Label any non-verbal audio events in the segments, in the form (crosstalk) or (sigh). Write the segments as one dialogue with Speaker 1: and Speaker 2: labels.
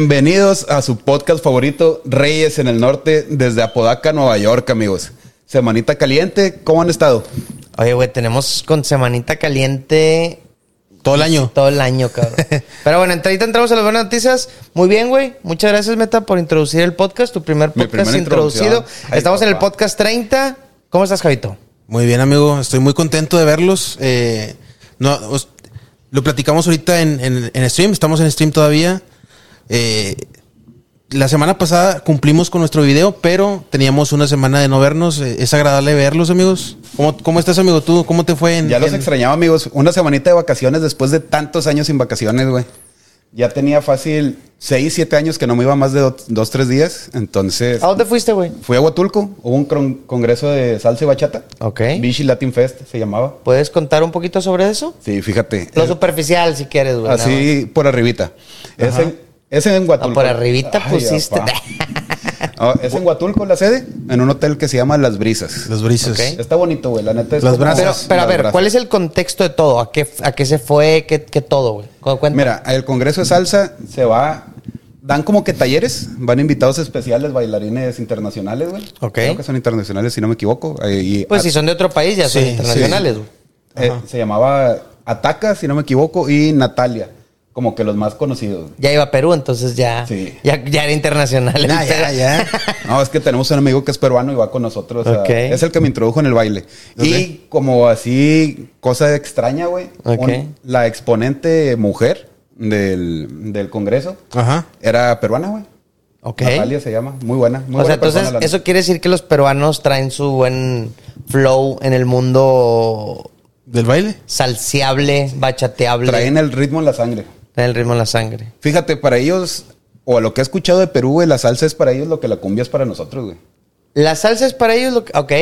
Speaker 1: Bienvenidos a su podcast favorito, Reyes en el Norte, desde Apodaca, Nueva York, amigos. Semanita caliente, ¿cómo han estado?
Speaker 2: Oye, güey, tenemos con semanita caliente
Speaker 3: Todo el año.
Speaker 2: todo el año, cabrón. Pero bueno, ent- ahorita entramos a las buenas noticias. Muy bien, güey. Muchas gracias, Meta, por introducir el podcast, tu primer
Speaker 1: Mi
Speaker 2: podcast
Speaker 1: primera
Speaker 2: introducido.
Speaker 1: introducción. Ay,
Speaker 2: Estamos en el
Speaker 1: papá.
Speaker 2: podcast 30. ¿Cómo estás, Javito?
Speaker 3: Muy bien, amigo. Estoy muy contento de verlos. Eh, no, os- lo platicamos ahorita en, en- en stream. Estamos en stream todavía. Eh, la semana pasada cumplimos con nuestro video, pero teníamos una semana de no vernos. Eh, es agradable verlos, amigos. ¿Cómo, cómo estás, amigo? ¿Tú cómo te fue en,
Speaker 1: Ya los
Speaker 3: en-
Speaker 1: extrañaba, amigos. Una semanita de vacaciones después de tantos años sin vacaciones, güey. Ya tenía fácil 6, 7 años que no me iba más de 2, 3 días. Entonces,
Speaker 2: ¿A dónde fuiste, güey?
Speaker 1: fui a Huatulco. Hubo un cron- congreso de salsa y bachata.
Speaker 2: Ok.
Speaker 1: Vichy Latin Fest se llamaba.
Speaker 2: ¿Puedes contar un poquito sobre eso?
Speaker 1: Sí, fíjate.
Speaker 2: Lo
Speaker 1: Eh,
Speaker 2: superficial, si quieres, güey. nada
Speaker 1: Así por arribita. Es en, es en
Speaker 2: más.
Speaker 1: Huatulco.
Speaker 2: No, Ah, por arribita
Speaker 1: Ay,
Speaker 2: pusiste. (laughs)
Speaker 1: apá. Ah, es en Huatulco la sede, en un hotel que se llama Las Brisas.
Speaker 3: Las brisas.
Speaker 2: Ok.
Speaker 1: Está bonito, güey. La neta es
Speaker 3: Las
Speaker 1: como-
Speaker 3: Brazas.
Speaker 2: pero, pero a
Speaker 1: Las
Speaker 2: ver,
Speaker 1: Brazas.
Speaker 2: ¿cuál es el contexto de todo? ¿A qué, a qué se fue? ¿Qué, qué todo, güey? Cu- cuenta.
Speaker 1: Mira, el Congreso de Salsa se va. Dan como que talleres, van invitados especiales, bailarines internacionales, güey.
Speaker 2: Ok.
Speaker 1: Creo que son internacionales, si no me equivoco. Eh, y
Speaker 2: pues
Speaker 1: a-
Speaker 2: si son de otro país, ya son
Speaker 3: Sí, sí.
Speaker 2: internacionales, güey.
Speaker 1: eh, se llamaba Ataca, si no me equivoco, y Natalia, como que los más conocidos. güey.
Speaker 2: Ya iba a Perú, entonces ya,
Speaker 1: Sí.
Speaker 2: ya, ya
Speaker 1: (laughs)
Speaker 2: era internacional.
Speaker 3: Nah, ya, ya.
Speaker 1: No, es que tenemos un amigo que es peruano y va con nosotros. a-
Speaker 2: Ok.
Speaker 1: es el que me introdujo en el baile. Y como así, cosa extraña, güey.
Speaker 2: Ok.
Speaker 1: un- la exponente mujer del, del Congreso
Speaker 3: Ajá.
Speaker 1: era peruana, güey.
Speaker 2: ok.
Speaker 1: Natalia se llama. Muy buena. Muy
Speaker 2: o sea,
Speaker 1: buena persona,
Speaker 2: entonces
Speaker 1: la neta.
Speaker 2: eso quiere decir que los peruanos traen su buen flow en el mundo
Speaker 3: ¿Del baile?
Speaker 2: salseable, bachateable,
Speaker 1: Traen el ritmo en la sangre.
Speaker 2: traen el ritmo en la sangre.
Speaker 1: Fíjate, para ellos, o a lo que he escuchado de Perú, güey, la salsa es para ellos lo que la cumbia es para nosotros, güey.
Speaker 2: La salsa es para ellos lo que... Ok.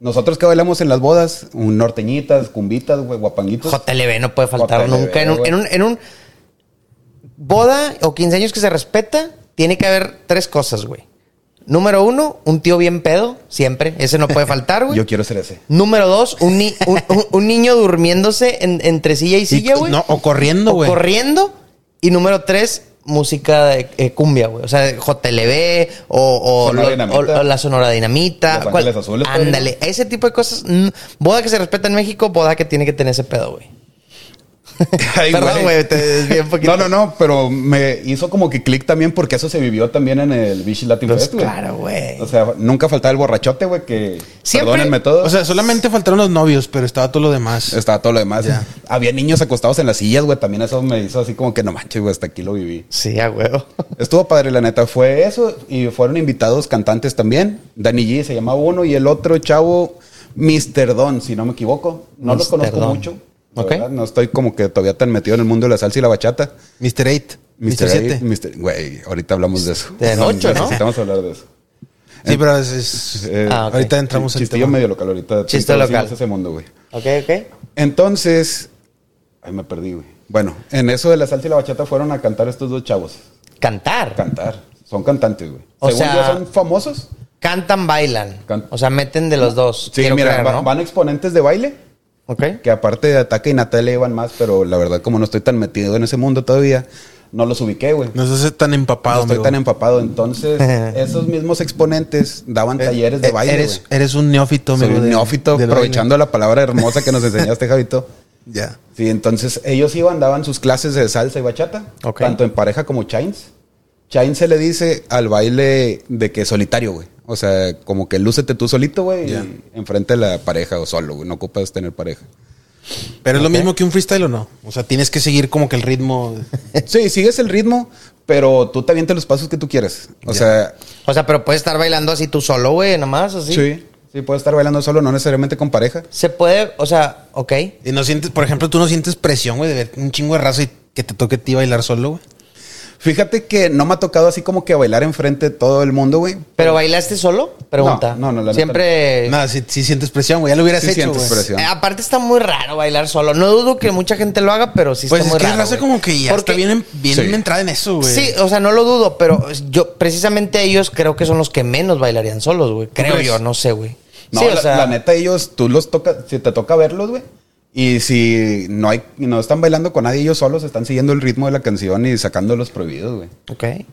Speaker 1: Nosotros que bailamos en las bodas, un norteñitas, cumbitas, güey, guapanguitos.
Speaker 2: JLB no puede faltar
Speaker 1: JLB,
Speaker 2: nunca. En un,
Speaker 1: güey.
Speaker 2: en, un, en un boda o 15 años que se respeta, tiene que haber tres cosas, güey. Número uno, un tío bien pedo, siempre. Ese
Speaker 1: (laughs)
Speaker 2: no puede faltar, güey.
Speaker 1: Yo quiero ser ese.
Speaker 2: Número dos, un, ni- un- un- un niño durmiéndose en- entre silla y silla,
Speaker 3: Y-
Speaker 2: güey.
Speaker 3: no, o corriendo,
Speaker 2: O
Speaker 3: güey.
Speaker 2: corriendo. Y número tres, música de eh, cumbia, güey. O sea, JLB o, o,
Speaker 1: Sonora
Speaker 2: lo-
Speaker 1: Dinamita.
Speaker 2: o- o la Sonora Dinamita.
Speaker 1: Los
Speaker 2: ¿Cuál?
Speaker 1: Ángeles Azules, padre.
Speaker 2: Ándale, ese tipo de cosas. mm, Boda que se respeta en México, boda que tiene que tener ese pedo, güey.
Speaker 1: (laughs) Ay,
Speaker 2: Perdón, güey, te desvié un poquito.
Speaker 1: No, no, no, pero me hizo como que clic también porque eso se vivió también en el Vichy Latin
Speaker 2: Pues
Speaker 1: Fest, güey.
Speaker 2: claro, güey.
Speaker 1: O sea, nunca faltaba el borrachote, güey, que...
Speaker 2: Siempre-
Speaker 1: Perdónenme todo.
Speaker 3: O sea, solamente faltaron los novios, pero estaba todo lo demás.
Speaker 1: estaba todo lo demás.
Speaker 3: Ya.
Speaker 1: Había niños acostados en las sillas, güey. También eso me hizo así como que no manches, güey, hasta aquí lo viví.
Speaker 2: Sí,
Speaker 1: (laughs)
Speaker 2: a huevo.
Speaker 1: Estuvo padre, la neta. Fue eso. Y fueron invitados cantantes también. Danny G se llamaba uno y el otro chavo, Mr. Don, si no me equivoco. No los
Speaker 2: Mr.
Speaker 1: conozco
Speaker 2: Don.
Speaker 1: mucho. la
Speaker 2: Ok.
Speaker 1: verdad. No estoy como que todavía tan metido en el mundo de la salsa y la bachata.
Speaker 3: Mr. 8. Mr.
Speaker 1: Mr.
Speaker 3: 7.
Speaker 1: Eight, Mr. Güey, ahorita hablamos de eso.
Speaker 2: De noche, ¿no?
Speaker 1: Necesitamos hablar de eso.
Speaker 3: Sí, pero es- es-
Speaker 1: Eh,
Speaker 2: Ah, ok.
Speaker 3: ahorita entramos en
Speaker 1: Chistillo
Speaker 3: tema.
Speaker 1: medio local ahorita.
Speaker 2: Chiste
Speaker 1: Introducimos
Speaker 2: local.
Speaker 1: ese mundo, güey.
Speaker 2: Ok, ok.
Speaker 1: Entonces, ay, me perdí, güey. Bueno, en eso de la salsa y la bachata fueron a cantar estos dos chavos.
Speaker 2: Cantar.
Speaker 1: Cantar. Son cantantes, güey.
Speaker 2: O
Speaker 1: Según
Speaker 2: sea-
Speaker 1: yo, son famosos.
Speaker 2: Cantan, bailan.
Speaker 1: Can-
Speaker 2: o sea, meten de los dos.
Speaker 1: Sí,
Speaker 2: Quiero
Speaker 1: mira,
Speaker 2: creer,
Speaker 1: va-
Speaker 2: ¿no?
Speaker 1: van exponentes de baile,
Speaker 2: Ok.
Speaker 1: que aparte de Ataque y Natalia iban más, pero la verdad, como no estoy tan metido en ese mundo todavía, no los ubiqué, güey.
Speaker 3: No estás tan empapado,
Speaker 1: no estoy
Speaker 3: amigo.
Speaker 1: tan empapado.
Speaker 2: (laughs)
Speaker 1: Entonces, esos mismos exponentes daban talleres de
Speaker 3: Eh,
Speaker 1: baile.
Speaker 3: Eres,
Speaker 1: güey.
Speaker 3: eres un neófito,
Speaker 1: Soy
Speaker 3: amigo.
Speaker 1: un
Speaker 3: de-
Speaker 1: neófito,
Speaker 3: del
Speaker 1: aprovechando la palabra hermosa que nos enseñaste, Javito.
Speaker 3: baile. Ya.
Speaker 1: Sí, entonces ellos iban, daban sus clases de salsa y bachata,
Speaker 2: Ok.
Speaker 1: tanto en pareja como chains. Chains se le dice al baile de que solitario, güey. O sea, como que lúcete tú solito, güey, y
Speaker 3: Ya.
Speaker 1: enfrente de la pareja o solo, güey. No ocupas tener pareja. (laughs)
Speaker 3: Pero es lo mismo que un freestyle o no. O sea, tienes que seguir como que el ritmo. (laughs)
Speaker 1: Sí, sigues el ritmo, pero tú te avientas los pasos que tú quieres. O
Speaker 3: Ya.
Speaker 1: sea,
Speaker 2: O sea, pero puedes estar bailando así tú solo, güey, nomás, así.
Speaker 1: sí. sí, puedes estar bailando solo, no necesariamente con pareja.
Speaker 2: Se puede, o sea, ok.
Speaker 3: Y no sientes, por ejemplo, tú no sientes presión, güey, de ver un chingo de raza y que te toque a ti bailar solo, güey.
Speaker 1: Fíjate que no me ha tocado así como que bailar enfrente de todo el mundo, güey.
Speaker 2: ¿Pero bailaste solo? Pregunta.
Speaker 1: No, no, no, la neta
Speaker 2: Siempre.
Speaker 3: Nada, sí, sí sientes presión, güey. Ya lo hubieras
Speaker 1: Sí
Speaker 3: hecho,
Speaker 1: sientes
Speaker 3: güey.
Speaker 1: presión.
Speaker 2: Eh, aparte está muy raro bailar solo. No dudo que mucha gente lo haga, pero sí
Speaker 3: Pues
Speaker 2: está
Speaker 3: es
Speaker 2: muy
Speaker 3: que la
Speaker 2: raro.
Speaker 3: raza
Speaker 2: güey.
Speaker 3: como que ya
Speaker 2: Porque-
Speaker 3: está bien, en- bien
Speaker 1: Sí.
Speaker 3: entrada en eso, güey.
Speaker 2: Sí, o sea, no lo dudo, pero yo precisamente ellos creo que son los que menos bailarían solos, güey. Creo
Speaker 3: crees?
Speaker 2: yo, no sé, güey.
Speaker 1: No,
Speaker 2: sí,
Speaker 1: la, la neta, ellos, tú los tocas, si te toca verlos, güey. Y si no hay, no están bailando con nadie, ellos solos están siguiendo el ritmo de la canción y sacando los prohibidos, güey.
Speaker 2: Ok.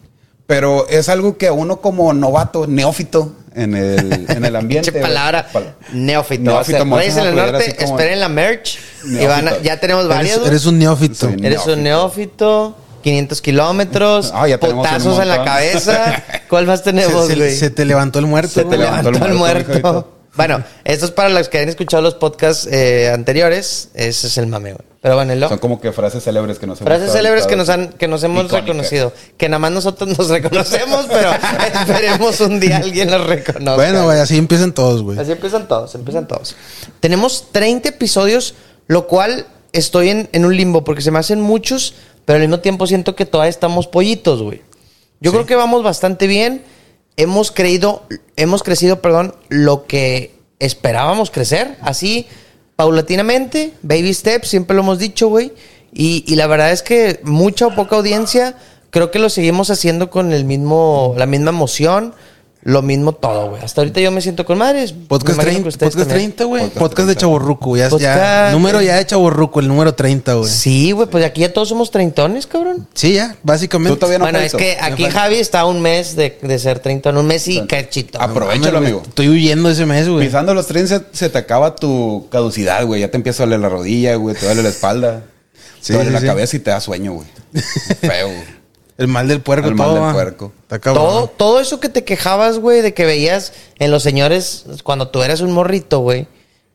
Speaker 1: Pero es algo que a uno como novato, neófito en el, en
Speaker 2: (laughs)
Speaker 1: el ambiente.
Speaker 2: Pinche
Speaker 1: güey.
Speaker 2: palabra.
Speaker 1: Pal-
Speaker 2: Neófito.
Speaker 1: Neófito,
Speaker 2: o sea,
Speaker 1: me voy a
Speaker 2: Reyes en el
Speaker 1: poner así
Speaker 2: norte,
Speaker 1: como-
Speaker 2: esperen la merch. Y
Speaker 1: Neófito.
Speaker 2: van a- ya tenemos varias.
Speaker 3: Eres,
Speaker 2: güey.
Speaker 3: eres
Speaker 2: Eres,
Speaker 3: un neófito.
Speaker 1: Sí.
Speaker 2: un neófito. 500 kilómetros.
Speaker 1: Ah, ya tenemos un
Speaker 2: potazos en la
Speaker 1: montón.
Speaker 2: cabeza. ¿Cuál más tenemos,
Speaker 3: (laughs) se, se-
Speaker 2: güey?
Speaker 3: se te levantó el muerto.
Speaker 2: Se te
Speaker 3: güey.
Speaker 2: levantó, el muerto.
Speaker 1: hijo de todo.
Speaker 2: Bueno, esto es para los que han escuchado los podcasts eh, anteriores. Ese es el mame, güey. Pero bueno, el
Speaker 1: Son como que frases célebres que nos hemos
Speaker 2: Frases célebres que nos,
Speaker 1: aventado.
Speaker 2: han, que nos hemos
Speaker 1: Icónicas.
Speaker 2: reconocido. Que nada más nosotros nos (laughs) reconocemos,
Speaker 1: (laughs)
Speaker 2: pero esperemos un día alguien los reconozca.
Speaker 3: Bueno, güey, así empiezan todos, güey.
Speaker 2: Así empiezan todos, empiezan todos. Tenemos 30 episodios, lo cual estoy en, en un limbo porque se me hacen muchos, pero al mismo tiempo siento que todavía estamos pollitos, güey. Yo creo que vamos bastante bien. Hemos creído, hemos crecido, perdón, lo que esperábamos crecer, así paulatinamente, baby steps, siempre lo hemos dicho, güey. Y, y la verdad es que mucha o poca audiencia, creo que lo seguimos haciendo con el mismo, la misma emoción, lo mismo todo, güey. Hasta ahorita yo me siento con madres.
Speaker 3: Podcast
Speaker 2: Me imagino
Speaker 3: 30,
Speaker 2: que ustedes
Speaker 3: podcast
Speaker 2: también.
Speaker 3: 30, güey. Podcast,
Speaker 1: Podcast
Speaker 3: de
Speaker 1: 30.
Speaker 3: Chaborruco, ya, ya.
Speaker 2: Podcast-
Speaker 3: Número ya de Chaborruco, el número 30, güey. Sí.
Speaker 2: Sí, güey, pues aquí ya todos somos treintones, cabrón.
Speaker 3: ya, básicamente.
Speaker 1: Tú todavía no
Speaker 2: bueno, es
Speaker 1: falso.
Speaker 2: que
Speaker 1: No
Speaker 2: aquí
Speaker 1: falso.
Speaker 2: Javi está a un mes de, de ser treintón, un mes y
Speaker 1: Bueno.
Speaker 2: cachito.
Speaker 1: Ah, Aprovechalo,
Speaker 3: Mames,
Speaker 1: amigo.
Speaker 3: Estoy huyendo ese mes, güey.
Speaker 1: Pisando los trenes se, se te acaba tu caducidad, güey. Ya te empieza a doler la rodilla, güey. Te duele la espalda.
Speaker 3: Sí,
Speaker 1: te duele
Speaker 3: sí,
Speaker 1: la
Speaker 3: sí.
Speaker 1: cabeza y te da sueño, güey.
Speaker 3: (laughs)
Speaker 1: Feo, güey.
Speaker 3: El mal del puerco,
Speaker 1: El mal
Speaker 3: todo.
Speaker 1: del
Speaker 3: va.
Speaker 1: puerco.
Speaker 3: Está cabrón.
Speaker 2: Todo, todo eso que te quejabas, güey, de que veías en los señores cuando tú eras un morrito, güey.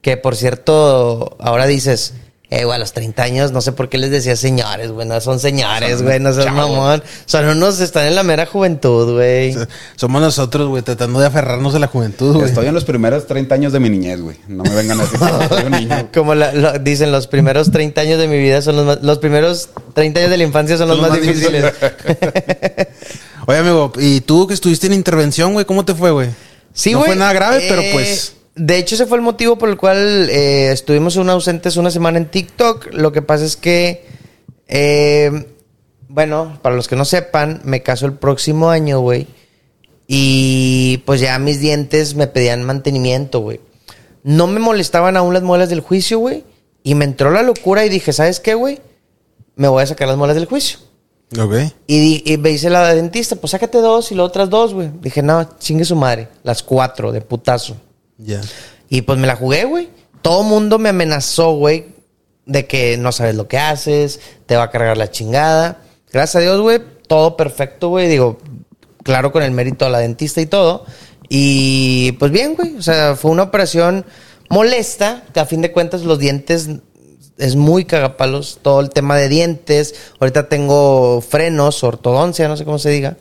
Speaker 2: Que por cierto, ahora dices, eh, güey, a los 30 años, no sé por qué les decía señores, güey, no son señores,
Speaker 1: Son
Speaker 2: güey, no son
Speaker 1: chavos.
Speaker 2: mamón. Son unos, están en la mera juventud, güey.
Speaker 3: (laughs) Somos nosotros, güey, tratando de aferrarnos a la juventud, güey.
Speaker 1: Estoy en los primeros 30 años de mi niñez, güey. No me vengan a decir que soy un niño.
Speaker 2: Como la- lo- dicen, los primeros 30 años de mi vida son los más, los primeros 30 años de la infancia son (laughs) los, más, difíciles.
Speaker 3: Oye, amigo, ¿y tú que estuviste en intervención, güey? ¿Cómo te fue, güey?
Speaker 2: Sí,
Speaker 3: No
Speaker 2: güey.
Speaker 3: fue nada
Speaker 2: Eh,
Speaker 3: grave, pero pues...
Speaker 2: De hecho, ese fue el motivo por el cual eh, estuvimos un ausentes una semana en TikTok. Lo que pasa es que, eh, bueno, para los que no sepan, me caso el próximo año, güey. Y pues ya mis dientes me pedían mantenimiento, güey. No me molestaban aún las muelas del juicio, güey. Y me entró la locura y dije, ¿sabes qué, güey? Me voy a sacar las muelas del juicio.
Speaker 3: Ok.
Speaker 2: Y, di- y me dice la dentista, pues sácate dos y las otras dos, güey. Dije, no, chingue su madre. Las cuatro, de putazo.
Speaker 3: Ya.
Speaker 2: Y pues me la jugué, güey. Todo mundo me amenazó, güey, de que no sabes lo que haces, te va a cargar la chingada. Gracias a Dios, güey, todo perfecto, güey. Digo, claro, con el mérito a la dentista y todo. Y pues bien, güey. O sea, fue una operación molesta, que a fin de cuentas los dientes es muy cagapalos. Todo el tema de dientes. Ahorita tengo frenos, ortodoncia, no sé cómo se diga.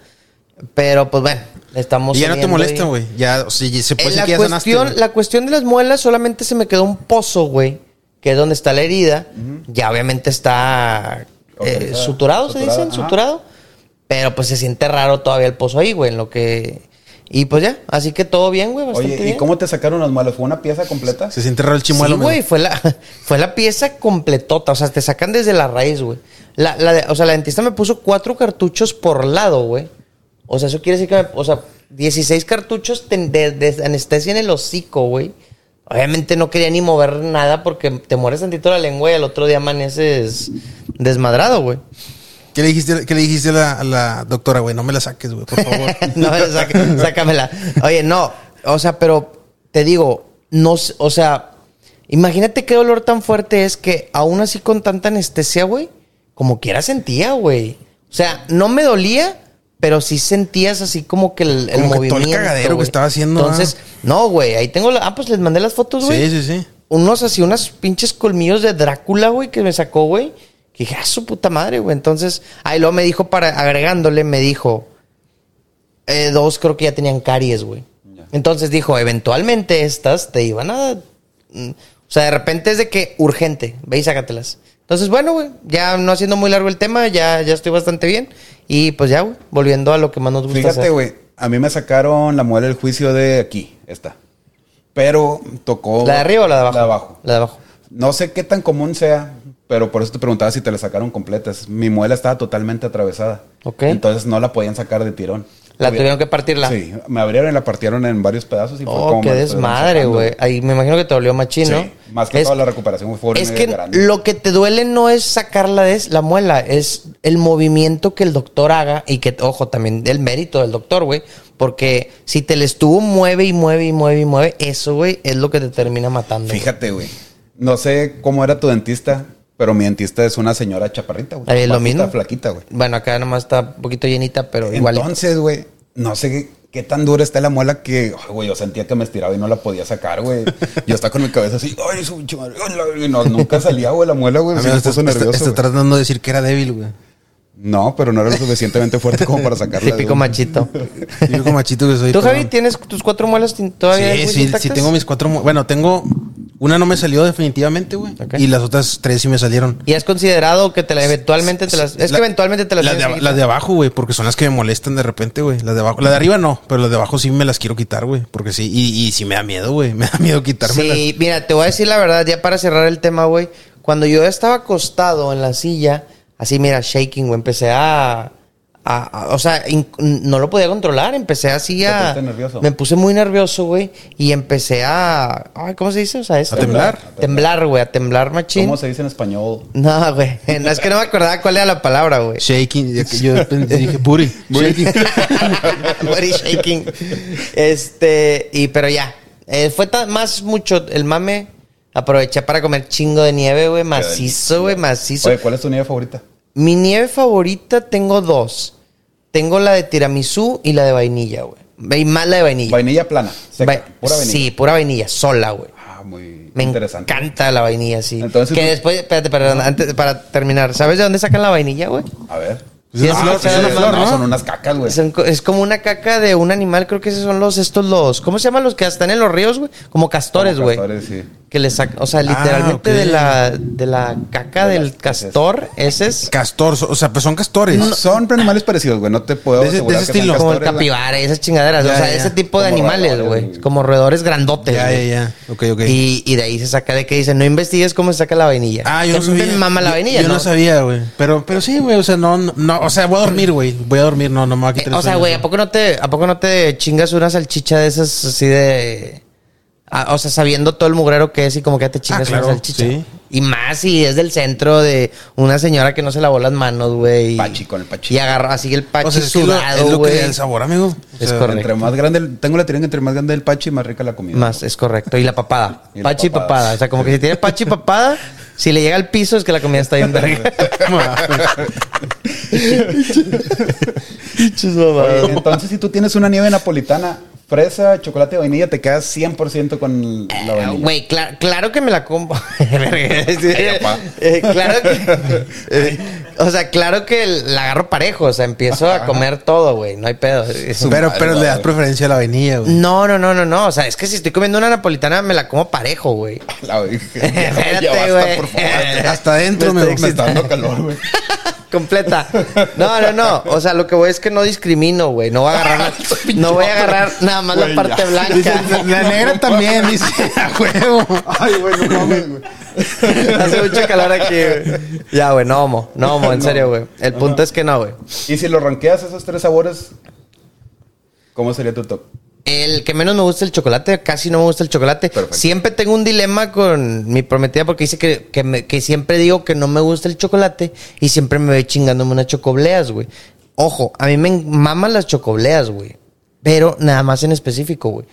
Speaker 2: Pero pues bueno, estamos.
Speaker 3: Y ya no te
Speaker 2: saliendo
Speaker 3: molesta,
Speaker 2: y-
Speaker 3: güey. Ya, o sea, y se
Speaker 2: eh,
Speaker 3: puede decir
Speaker 2: la,
Speaker 3: que ya sanaste.
Speaker 2: cuestión,
Speaker 3: güey.
Speaker 2: la cuestión de las muelas solamente se me quedó un pozo, güey, que es donde está la herida. Ya obviamente está eh,
Speaker 1: Autorizada.
Speaker 2: suturado, se
Speaker 1: Suturada,
Speaker 2: dicen,
Speaker 1: ajá.
Speaker 2: suturado. Pero pues se siente raro todavía el pozo ahí, güey, en lo que... Y pues ya, así que todo bien, güey,
Speaker 1: (laughs)
Speaker 2: bastante
Speaker 1: Oye, ¿y
Speaker 2: bien.
Speaker 1: cómo te sacaron las malas? ¿Fue una pieza completa?
Speaker 3: Se siente raro el chimuelo,
Speaker 2: Sí,
Speaker 3: amigo.
Speaker 2: güey, fue la, (laughs) fue la pieza completota. O sea, te sacan desde la raíz, güey. La, la de- o sea, la dentista me puso cuatro cartuchos por lado, güey. O sea, eso quiere decir que me, O sea, 16 cartuchos te- de, de anestesia en el hocico, güey. Obviamente no quería ni mover nada porque te mueres tantito la lengua y al otro día amaneces desmadrado, güey.
Speaker 3: ¿Qué le dijiste, qué le dijiste a, la, a la doctora, güey? No me la saques, güey, (laughs) por favor.
Speaker 2: (laughs) no, saca- sácamela. Oye, no. O sea, pero te digo, no, s- o sea, imagínate qué dolor tan fuerte es que aún así con tanta anestesia, güey, como quiera sentía, güey. O sea, no me dolía, pero sí sentías así como que el, el
Speaker 3: Como que todo el
Speaker 2: movimiento.
Speaker 3: cagadero que
Speaker 2: güey.
Speaker 3: estaba haciendo,
Speaker 2: Entonces, no, güey, ahí tengo la- Ah, pues les mandé las fotos, güey
Speaker 3: sí, sí, sí.
Speaker 2: unos así, unas pinches colmillos de Drácula, güey, que me sacó, güey. Que dije, ah, su puta madre, güey. Entonces, ahí luego me dijo, para agregándole, me dijo, eh, dos creo que ya tenían caries, güey.
Speaker 1: Ya.
Speaker 2: Entonces dijo, eventualmente estas te iban a... mm, O sea, de repente es de que urgente, ve y sácatelas. Entonces, bueno, güey, ya no haciendo muy largo el tema, ya, ya estoy bastante bien. Y pues ya, güey, volviendo a lo que más nos gusta.
Speaker 1: Fíjate,
Speaker 2: hacer.
Speaker 1: güey. A mí me sacaron la muela del juicio de aquí, esta. Pero tocó.
Speaker 2: ¿La de arriba o la de abajo?
Speaker 1: La de abajo.
Speaker 2: La de abajo.
Speaker 1: No sé qué tan común sea, pero por eso te preguntaba si te la sacaron completas. Mi muela estaba totalmente atravesada.
Speaker 2: Ok.
Speaker 1: Entonces no la podían sacar de tirón.
Speaker 2: La tuvieron que partirla.
Speaker 1: Sí, me abrieron y la partieron en varios pedazos y fue
Speaker 2: Oh,
Speaker 1: como
Speaker 2: qué
Speaker 1: me lo estuvieron
Speaker 2: desmadre,
Speaker 1: sacando,
Speaker 2: güey. Ahí me imagino que te dolió machín,
Speaker 1: Sí,
Speaker 2: ¿no?
Speaker 1: más que
Speaker 2: Es-
Speaker 1: toda la recuperación fue
Speaker 2: Es que
Speaker 1: grande.
Speaker 2: lo que te duele no es sacarla de la muela, es el movimiento que el doctor haga y que, ojo, también del mérito del doctor, güey. Porque si te le estuvo mueve y mueve y mueve y mueve, eso, güey, es lo que te termina matando.
Speaker 1: Fíjate, güey. No sé cómo era tu dentista, pero mi dentista es una señora chaparrita, güey.
Speaker 2: Ahí es Eh, lo
Speaker 1: Bajita,
Speaker 2: mismo.
Speaker 1: Flaquita, güey.
Speaker 2: Bueno, acá nomás está un poquito llenita, pero igual.
Speaker 1: Entonces, güey, no sé qué, qué tan dura está la muela que, ay, güey, yo sentía que me estiraba y no la podía sacar, güey. Yo estaba con mi cabeza así, ay, su pinche madre, ay, la- y no, nunca salía, güey, la muela, (laughs) güey. Sí
Speaker 3: Amigo,
Speaker 1: me
Speaker 3: estás-
Speaker 1: puso
Speaker 3: estás-
Speaker 1: nervioso,
Speaker 3: estás
Speaker 1: güey.
Speaker 3: tratando de decir que era débil, güey.
Speaker 1: No, pero no era lo suficientemente fuerte como
Speaker 2: (laughs)
Speaker 1: para sacarla.
Speaker 2: Típico
Speaker 1: güey. (laughs)
Speaker 2: machito.
Speaker 3: Yo como machito que soy.
Speaker 2: ¿Tú, Javi,
Speaker 3: perdón.
Speaker 2: tienes tus cuatro muelas tin- todavía?
Speaker 3: Sí,
Speaker 2: güey,
Speaker 3: sí, sí
Speaker 2: intactas?
Speaker 3: tengo mis cuatro. mu- Bueno, tengo. Una no me salió definitivamente, güey.
Speaker 2: Ok.
Speaker 3: Y las otras tres sí me salieron.
Speaker 2: ¿Y has considerado que te la eventualmente te las... Es
Speaker 3: La-
Speaker 2: que eventualmente te las...
Speaker 3: Las de,
Speaker 2: tienes
Speaker 3: ab-
Speaker 2: que
Speaker 3: las de abajo, güey, porque son las que me molestan de repente, güey. Las de abajo. Las de arriba no, pero las de abajo sí me las quiero quitar, güey. Porque sí, y, y sí me da miedo, güey. (laughs) Me da miedo quitármelas.
Speaker 2: Sí, mira, te voy a decir la verdad, ya para cerrar el tema, güey. Cuando yo estaba acostado en la silla, así, mira, shaking, güey, empecé a. a- a- o sea, in- no lo podía controlar, empecé así
Speaker 1: ¿Te
Speaker 2: a.
Speaker 1: pusiste nervioso?
Speaker 2: Me puse muy nervioso, güey, y empecé a. Ay, ¿Cómo se dice? O sea, esto,
Speaker 3: ¿A temblar?
Speaker 2: güey. Temblar, güey, a temblar, machín.
Speaker 1: ¿Cómo se dice en español?
Speaker 2: No, güey, (laughs) no es que no me acordaba cuál era la palabra, güey.
Speaker 3: Shaking. de que Yo
Speaker 2: (laughs)
Speaker 3: dije, booty. Shaking.
Speaker 2: Body shaking. Este, y pero ya. Eh, fue tan- más mucho el mame. Aproveché para comer chingo de nieve, güey. Macizo, güey, macizo.
Speaker 1: Oye, ¿cuál es tu nieve favorita?
Speaker 2: Mi nieve favorita tengo dos. Tengo la de tiramisú y la de vainilla, güey. Y más la de vainilla.
Speaker 1: Vainilla plana, seca,
Speaker 2: Va-
Speaker 1: pura vainilla.
Speaker 2: Sí, pura vainilla, sola, güey.
Speaker 1: Ah, muy
Speaker 2: Me
Speaker 1: interesante.
Speaker 2: encanta la vainilla, sí.
Speaker 1: Entonces
Speaker 2: que
Speaker 1: tú-
Speaker 2: después, espérate, perdón, antes, para terminar, ¿sabes de dónde sacan la vainilla, güey?
Speaker 1: A ver. Ah,
Speaker 3: Sí, es flor,
Speaker 1: sí,
Speaker 3: es
Speaker 1: sí,
Speaker 3: una
Speaker 1: es-
Speaker 3: flor,
Speaker 1: no,
Speaker 3: ¿no?
Speaker 1: Son unas cacas, güey.
Speaker 2: Pues Son co- es como una caca de un animal, creo que esos son los, estos los, ¿cómo se llaman los que están en los ríos, güey? Como castores,
Speaker 1: Como
Speaker 2: güey.
Speaker 1: castores, sí.
Speaker 2: Que le sacan, o sea, literalmente
Speaker 3: Ah, ok.
Speaker 2: de la de la caca
Speaker 1: De
Speaker 2: del
Speaker 1: las peces.
Speaker 2: castor, ese es
Speaker 3: Castor. so- O sea, pues son castores.
Speaker 1: Son animales parecidos, güey. No te puedo
Speaker 3: De ese-
Speaker 1: asegurar
Speaker 3: de ese
Speaker 1: que sean
Speaker 3: estilo.
Speaker 2: como el
Speaker 1: castores, güey.
Speaker 2: capibara, esas chingaderas,
Speaker 3: Ya,
Speaker 2: o sea,
Speaker 3: ya,
Speaker 2: ese
Speaker 3: ya.
Speaker 2: tipo de
Speaker 1: Como
Speaker 2: animales,
Speaker 1: roedores,
Speaker 2: güey,
Speaker 1: güey.
Speaker 2: como roedores grandotes.
Speaker 3: Ya, ya,
Speaker 2: güey.
Speaker 3: ya. Ok, ok.
Speaker 2: Y, y de ahí se saca de que dicen, no investigues cómo se saca la vainilla.
Speaker 3: Ah, yo
Speaker 2: Que
Speaker 3: no sabía.
Speaker 2: me mama la
Speaker 3: Yo-
Speaker 2: vainilla,
Speaker 3: Yo, no,
Speaker 2: ¿no?
Speaker 3: sabía, güey. Pero, pero sí, güey. O sea, no, no- no. O sea, voy a dormir, güey. Voy a dormir. No, no me va a
Speaker 2: Eh,
Speaker 3: quitar
Speaker 2: o
Speaker 3: el
Speaker 2: sea,
Speaker 3: sueño,
Speaker 2: güey, ¿a poco no te, a poco no te chingas una salchicha de esas así de, ah, o sea, sabiendo todo el mugrero que es y como que ya te chingas
Speaker 3: Ah, claro,
Speaker 2: una salchicha?
Speaker 3: sí.
Speaker 2: Y más si es del centro de una señora que no se lavó las manos, güey. y-
Speaker 1: Pachi con el pachi.
Speaker 2: Y agarra así el pachi
Speaker 3: O sea, es que lo- es
Speaker 2: sudado,
Speaker 3: lo que le
Speaker 2: güey.
Speaker 3: da el sabor, amigo. O
Speaker 2: Es
Speaker 3: sea,
Speaker 2: correcto.
Speaker 1: Entre más grande, el- tengo la teoría que entre más grande el pachi, más rica la comida. (laughs)
Speaker 2: Más, es correcto. Y la papada.
Speaker 1: Y la
Speaker 2: pachi
Speaker 1: papada.
Speaker 2: y papada. O sea, como que si tiene pachi y papada, si le llega al piso es que la comida está
Speaker 3: (laughs)
Speaker 2: bien verga. Pinches mamadas.
Speaker 1: Oye, entonces, si tú tienes una nieve napolitana, fresa, chocolate y vainilla, te quedas 100% con la
Speaker 2: Ah,
Speaker 1: vainilla.
Speaker 2: Güey, cla- claro que me la (laughs) como.
Speaker 1: papá.
Speaker 2: claro que. eh, o sea, claro que la agarro parejo. O sea, empiezo a comer todo, güey. No hay pedo. Es-
Speaker 1: Su
Speaker 3: Pero,
Speaker 1: madre,
Speaker 3: pero le das
Speaker 1: güey.
Speaker 3: preferencia a la
Speaker 2: (laughs)
Speaker 3: vainilla, güey.
Speaker 2: No, no, no, no, no. O sea, es que si estoy comiendo una napolitana, me la como parejo, güey.
Speaker 1: La vainilla.
Speaker 2: Espérate,
Speaker 1: Ya basta,
Speaker 2: güey.
Speaker 1: por favor.
Speaker 3: Hasta adentro
Speaker 1: Me,
Speaker 3: me,
Speaker 1: me está dando calor, güey.
Speaker 2: Completa. No, no, no. O sea, lo que voy es que no discrimino, güey. No voy
Speaker 1: (laughs)
Speaker 2: a agarrar. la- no voy a agarrar nada más
Speaker 1: Güey, ya.
Speaker 2: la parte blanca.
Speaker 3: La negra también, dice, (laughs) a huevo.
Speaker 1: Ay, güey, no mames, güey.
Speaker 2: (laughs) Hace mucho calor aquí, güey. Ya, güey, no, homo. No, homo, en
Speaker 1: No.
Speaker 2: serio, güey. El punto es que no, güey.
Speaker 1: Y si lo ranqueas esos tres sabores, ¿cómo sería tu top?
Speaker 2: El que menos me gusta el chocolate, casi no me gusta el chocolate.
Speaker 1: Perfecto.
Speaker 2: Siempre tengo un dilema con mi prometida porque dice que, que, me- que siempre digo que no me gusta el chocolate y siempre me ve chingándome unas chocobleas, güey. Ojo, a mí me maman las chocobleas, güey. Pero nada más en específico, güey.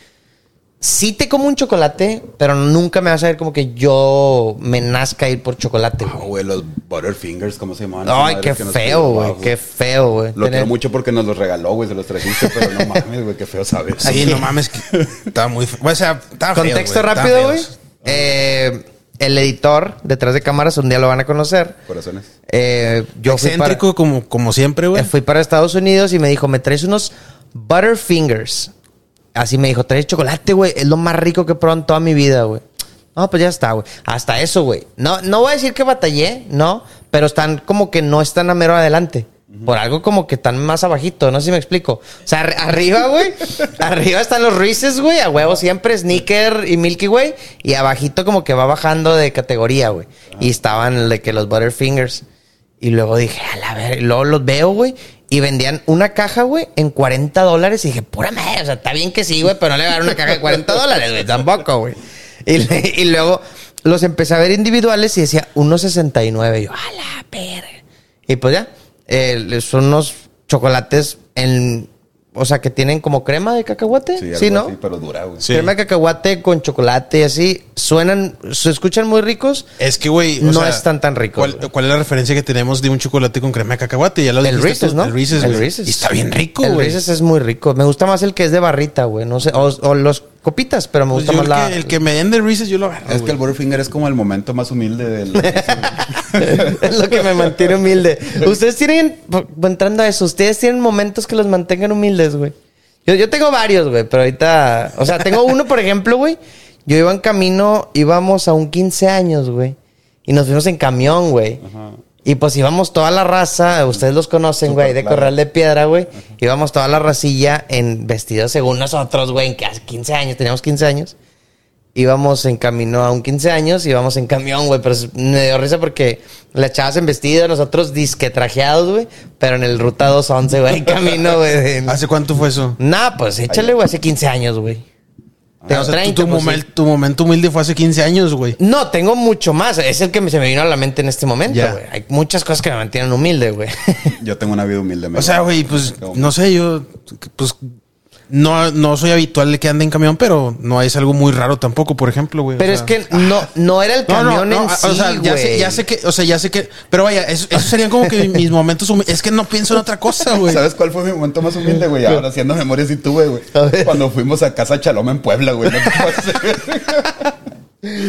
Speaker 2: Sí te como un chocolate, pero nunca me vas a ver como que yo me nazca ir por chocolate,
Speaker 1: Ah,
Speaker 2: güey.
Speaker 1: güey, los Butterfingers, ¿cómo se llamaban?
Speaker 2: Ay,
Speaker 1: Madres
Speaker 2: qué
Speaker 1: que nos
Speaker 2: feo,
Speaker 1: pidió,
Speaker 2: güey.
Speaker 1: guau,
Speaker 2: Qué feo, güey.
Speaker 1: Lo
Speaker 2: Tener-
Speaker 1: quiero mucho porque nos los regaló, güey. Se los trajiste, pero no mames, güey. Qué feo sabes.
Speaker 3: Sí, no mames, que estaba muy feo. O sea, estaba feo,
Speaker 2: Contexto
Speaker 3: güey,
Speaker 2: rápido,
Speaker 3: estaba
Speaker 2: güey.
Speaker 3: feo.
Speaker 2: Eh, el editor detrás de cámaras, un día lo van a conocer.
Speaker 1: Corazones.
Speaker 2: Eh, yo fui para,
Speaker 3: Excéntrico como, como siempre, güey.
Speaker 2: eh, fui para Estados Unidos y me dijo, me traes unos Butterfingers. Así me dijo, traes chocolate, güey. Es lo más rico que he probado en toda mi vida, güey. No, pues ya está, güey. Hasta eso, güey. No, no voy a decir que batallé, no. Pero están como que no están a mero adelante. Por algo como que están más abajito, no sé si me explico. O sea, ar- (laughs) arriba, güey. arriba están los Reese's, güey. A huevo siempre, Sneaker y Milky Way. Y abajito como que va bajando de categoría, güey. Y estaban de que los Butterfingers. Y luego dije, a la ver, y luego los veo, güey. Y vendían una caja, güey, en 40 dólares. Y dije, pura madre, o sea, está bien que sí, güey, pero no le voy a dar una caja de 40 dólares, güey, tampoco, güey. Y, le- y luego los empecé a ver individuales y decía 1.69. Yo, a la perra. Y pues ya, eh, son unos chocolates en. O sea, que tienen como crema de cacahuate. Sí,
Speaker 1: Sí, algo
Speaker 2: ¿no?
Speaker 1: así, pero dura, güey.
Speaker 3: Sí.
Speaker 2: Crema de cacahuate con chocolate y así. Suenan, se escuchan muy ricos.
Speaker 3: Es que, güey. o
Speaker 2: No están tan ricos,
Speaker 3: ¿cuál,
Speaker 2: güey.
Speaker 3: cuál es la referencia que tenemos de un chocolate con crema de cacahuate? Ya lo
Speaker 2: El
Speaker 3: dijiste
Speaker 2: Reese's,
Speaker 3: tú,
Speaker 2: ¿no?
Speaker 3: El Reese's.
Speaker 2: El
Speaker 3: güey.
Speaker 2: Reese's.
Speaker 3: Y está bien rico,
Speaker 2: El
Speaker 3: güey.
Speaker 2: Reese's es muy rico. Me gusta más el que es de barrita, güey. No sé, o, o los copitas, pero me
Speaker 3: Pues
Speaker 2: gusta más
Speaker 3: yo el,
Speaker 2: la.
Speaker 3: que, el que me den de Reese's, yo lo agarro.
Speaker 1: Es que el
Speaker 3: güey.
Speaker 1: Butterfinger es como el momento más humilde
Speaker 2: (laughs)
Speaker 1: del.
Speaker 2: es lo que me mantiene humilde. Ustedes tienen, por- entrando a eso, ustedes tienen momentos que los mantengan humildes, güey. Yo, yo tengo varios, güey, pero ahorita, o sea, tengo uno, por ejemplo, güey. Yo iba en camino, íbamos a un 15 años, güey. Y nos fuimos en camión, güey. Y pues íbamos toda la raza, ustedes los conocen, güey, de
Speaker 1: claro.
Speaker 2: Corral de Piedra, güey. Íbamos toda la racilla en vestidos según nosotros, güey, en que hace 15 años, teníamos 15 años íbamos en camino a un 15 años, íbamos en camión, güey, pero es- me dio risa porque las chavas en vestido, nosotros disque trajeados, güey, pero en el ruta 211, güey, en camino, güey. de-
Speaker 3: (laughs) ¿Hace cuánto fue eso?
Speaker 2: Nah, pues échale, güey, hace 15 años, güey. Tengo
Speaker 3: O sea, tú-
Speaker 2: 30,
Speaker 3: tu,
Speaker 2: pues,
Speaker 3: momen-
Speaker 2: sí.
Speaker 3: tu momento humilde fue hace 15 años, güey.
Speaker 2: No, tengo mucho más. Es el que me- se me vino a la mente en este momento,
Speaker 3: Ya.
Speaker 2: güey. Hay muchas cosas que me mantienen humilde,
Speaker 3: (laughs)
Speaker 2: güey.
Speaker 1: Yo tengo una vida humilde, me
Speaker 3: O sea, güey, pues, no sé, yo, pues, no, no soy habitual de que ande en camión, pero no es algo muy raro tampoco, por ejemplo, güey. o
Speaker 2: Pero es
Speaker 3: sea.
Speaker 2: que no, no era el
Speaker 3: No, no,
Speaker 2: camión
Speaker 3: no,
Speaker 2: en
Speaker 3: a-
Speaker 2: sí,
Speaker 3: o sea, ya sé,
Speaker 2: güey.
Speaker 3: ya sé que, o sea, ya sé que, pero vaya, eso, eso serían como que mis momentos, humi- es que no pienso en otra cosa, güey.
Speaker 1: ¿Sabes cuál fue mi momento más humilde, güey? Ahora haciendo memoria sí tuve,
Speaker 2: A ver.
Speaker 1: güey. Cuando fuimos a Casa Chaloma en Puebla, güey. No te (laughs) pases.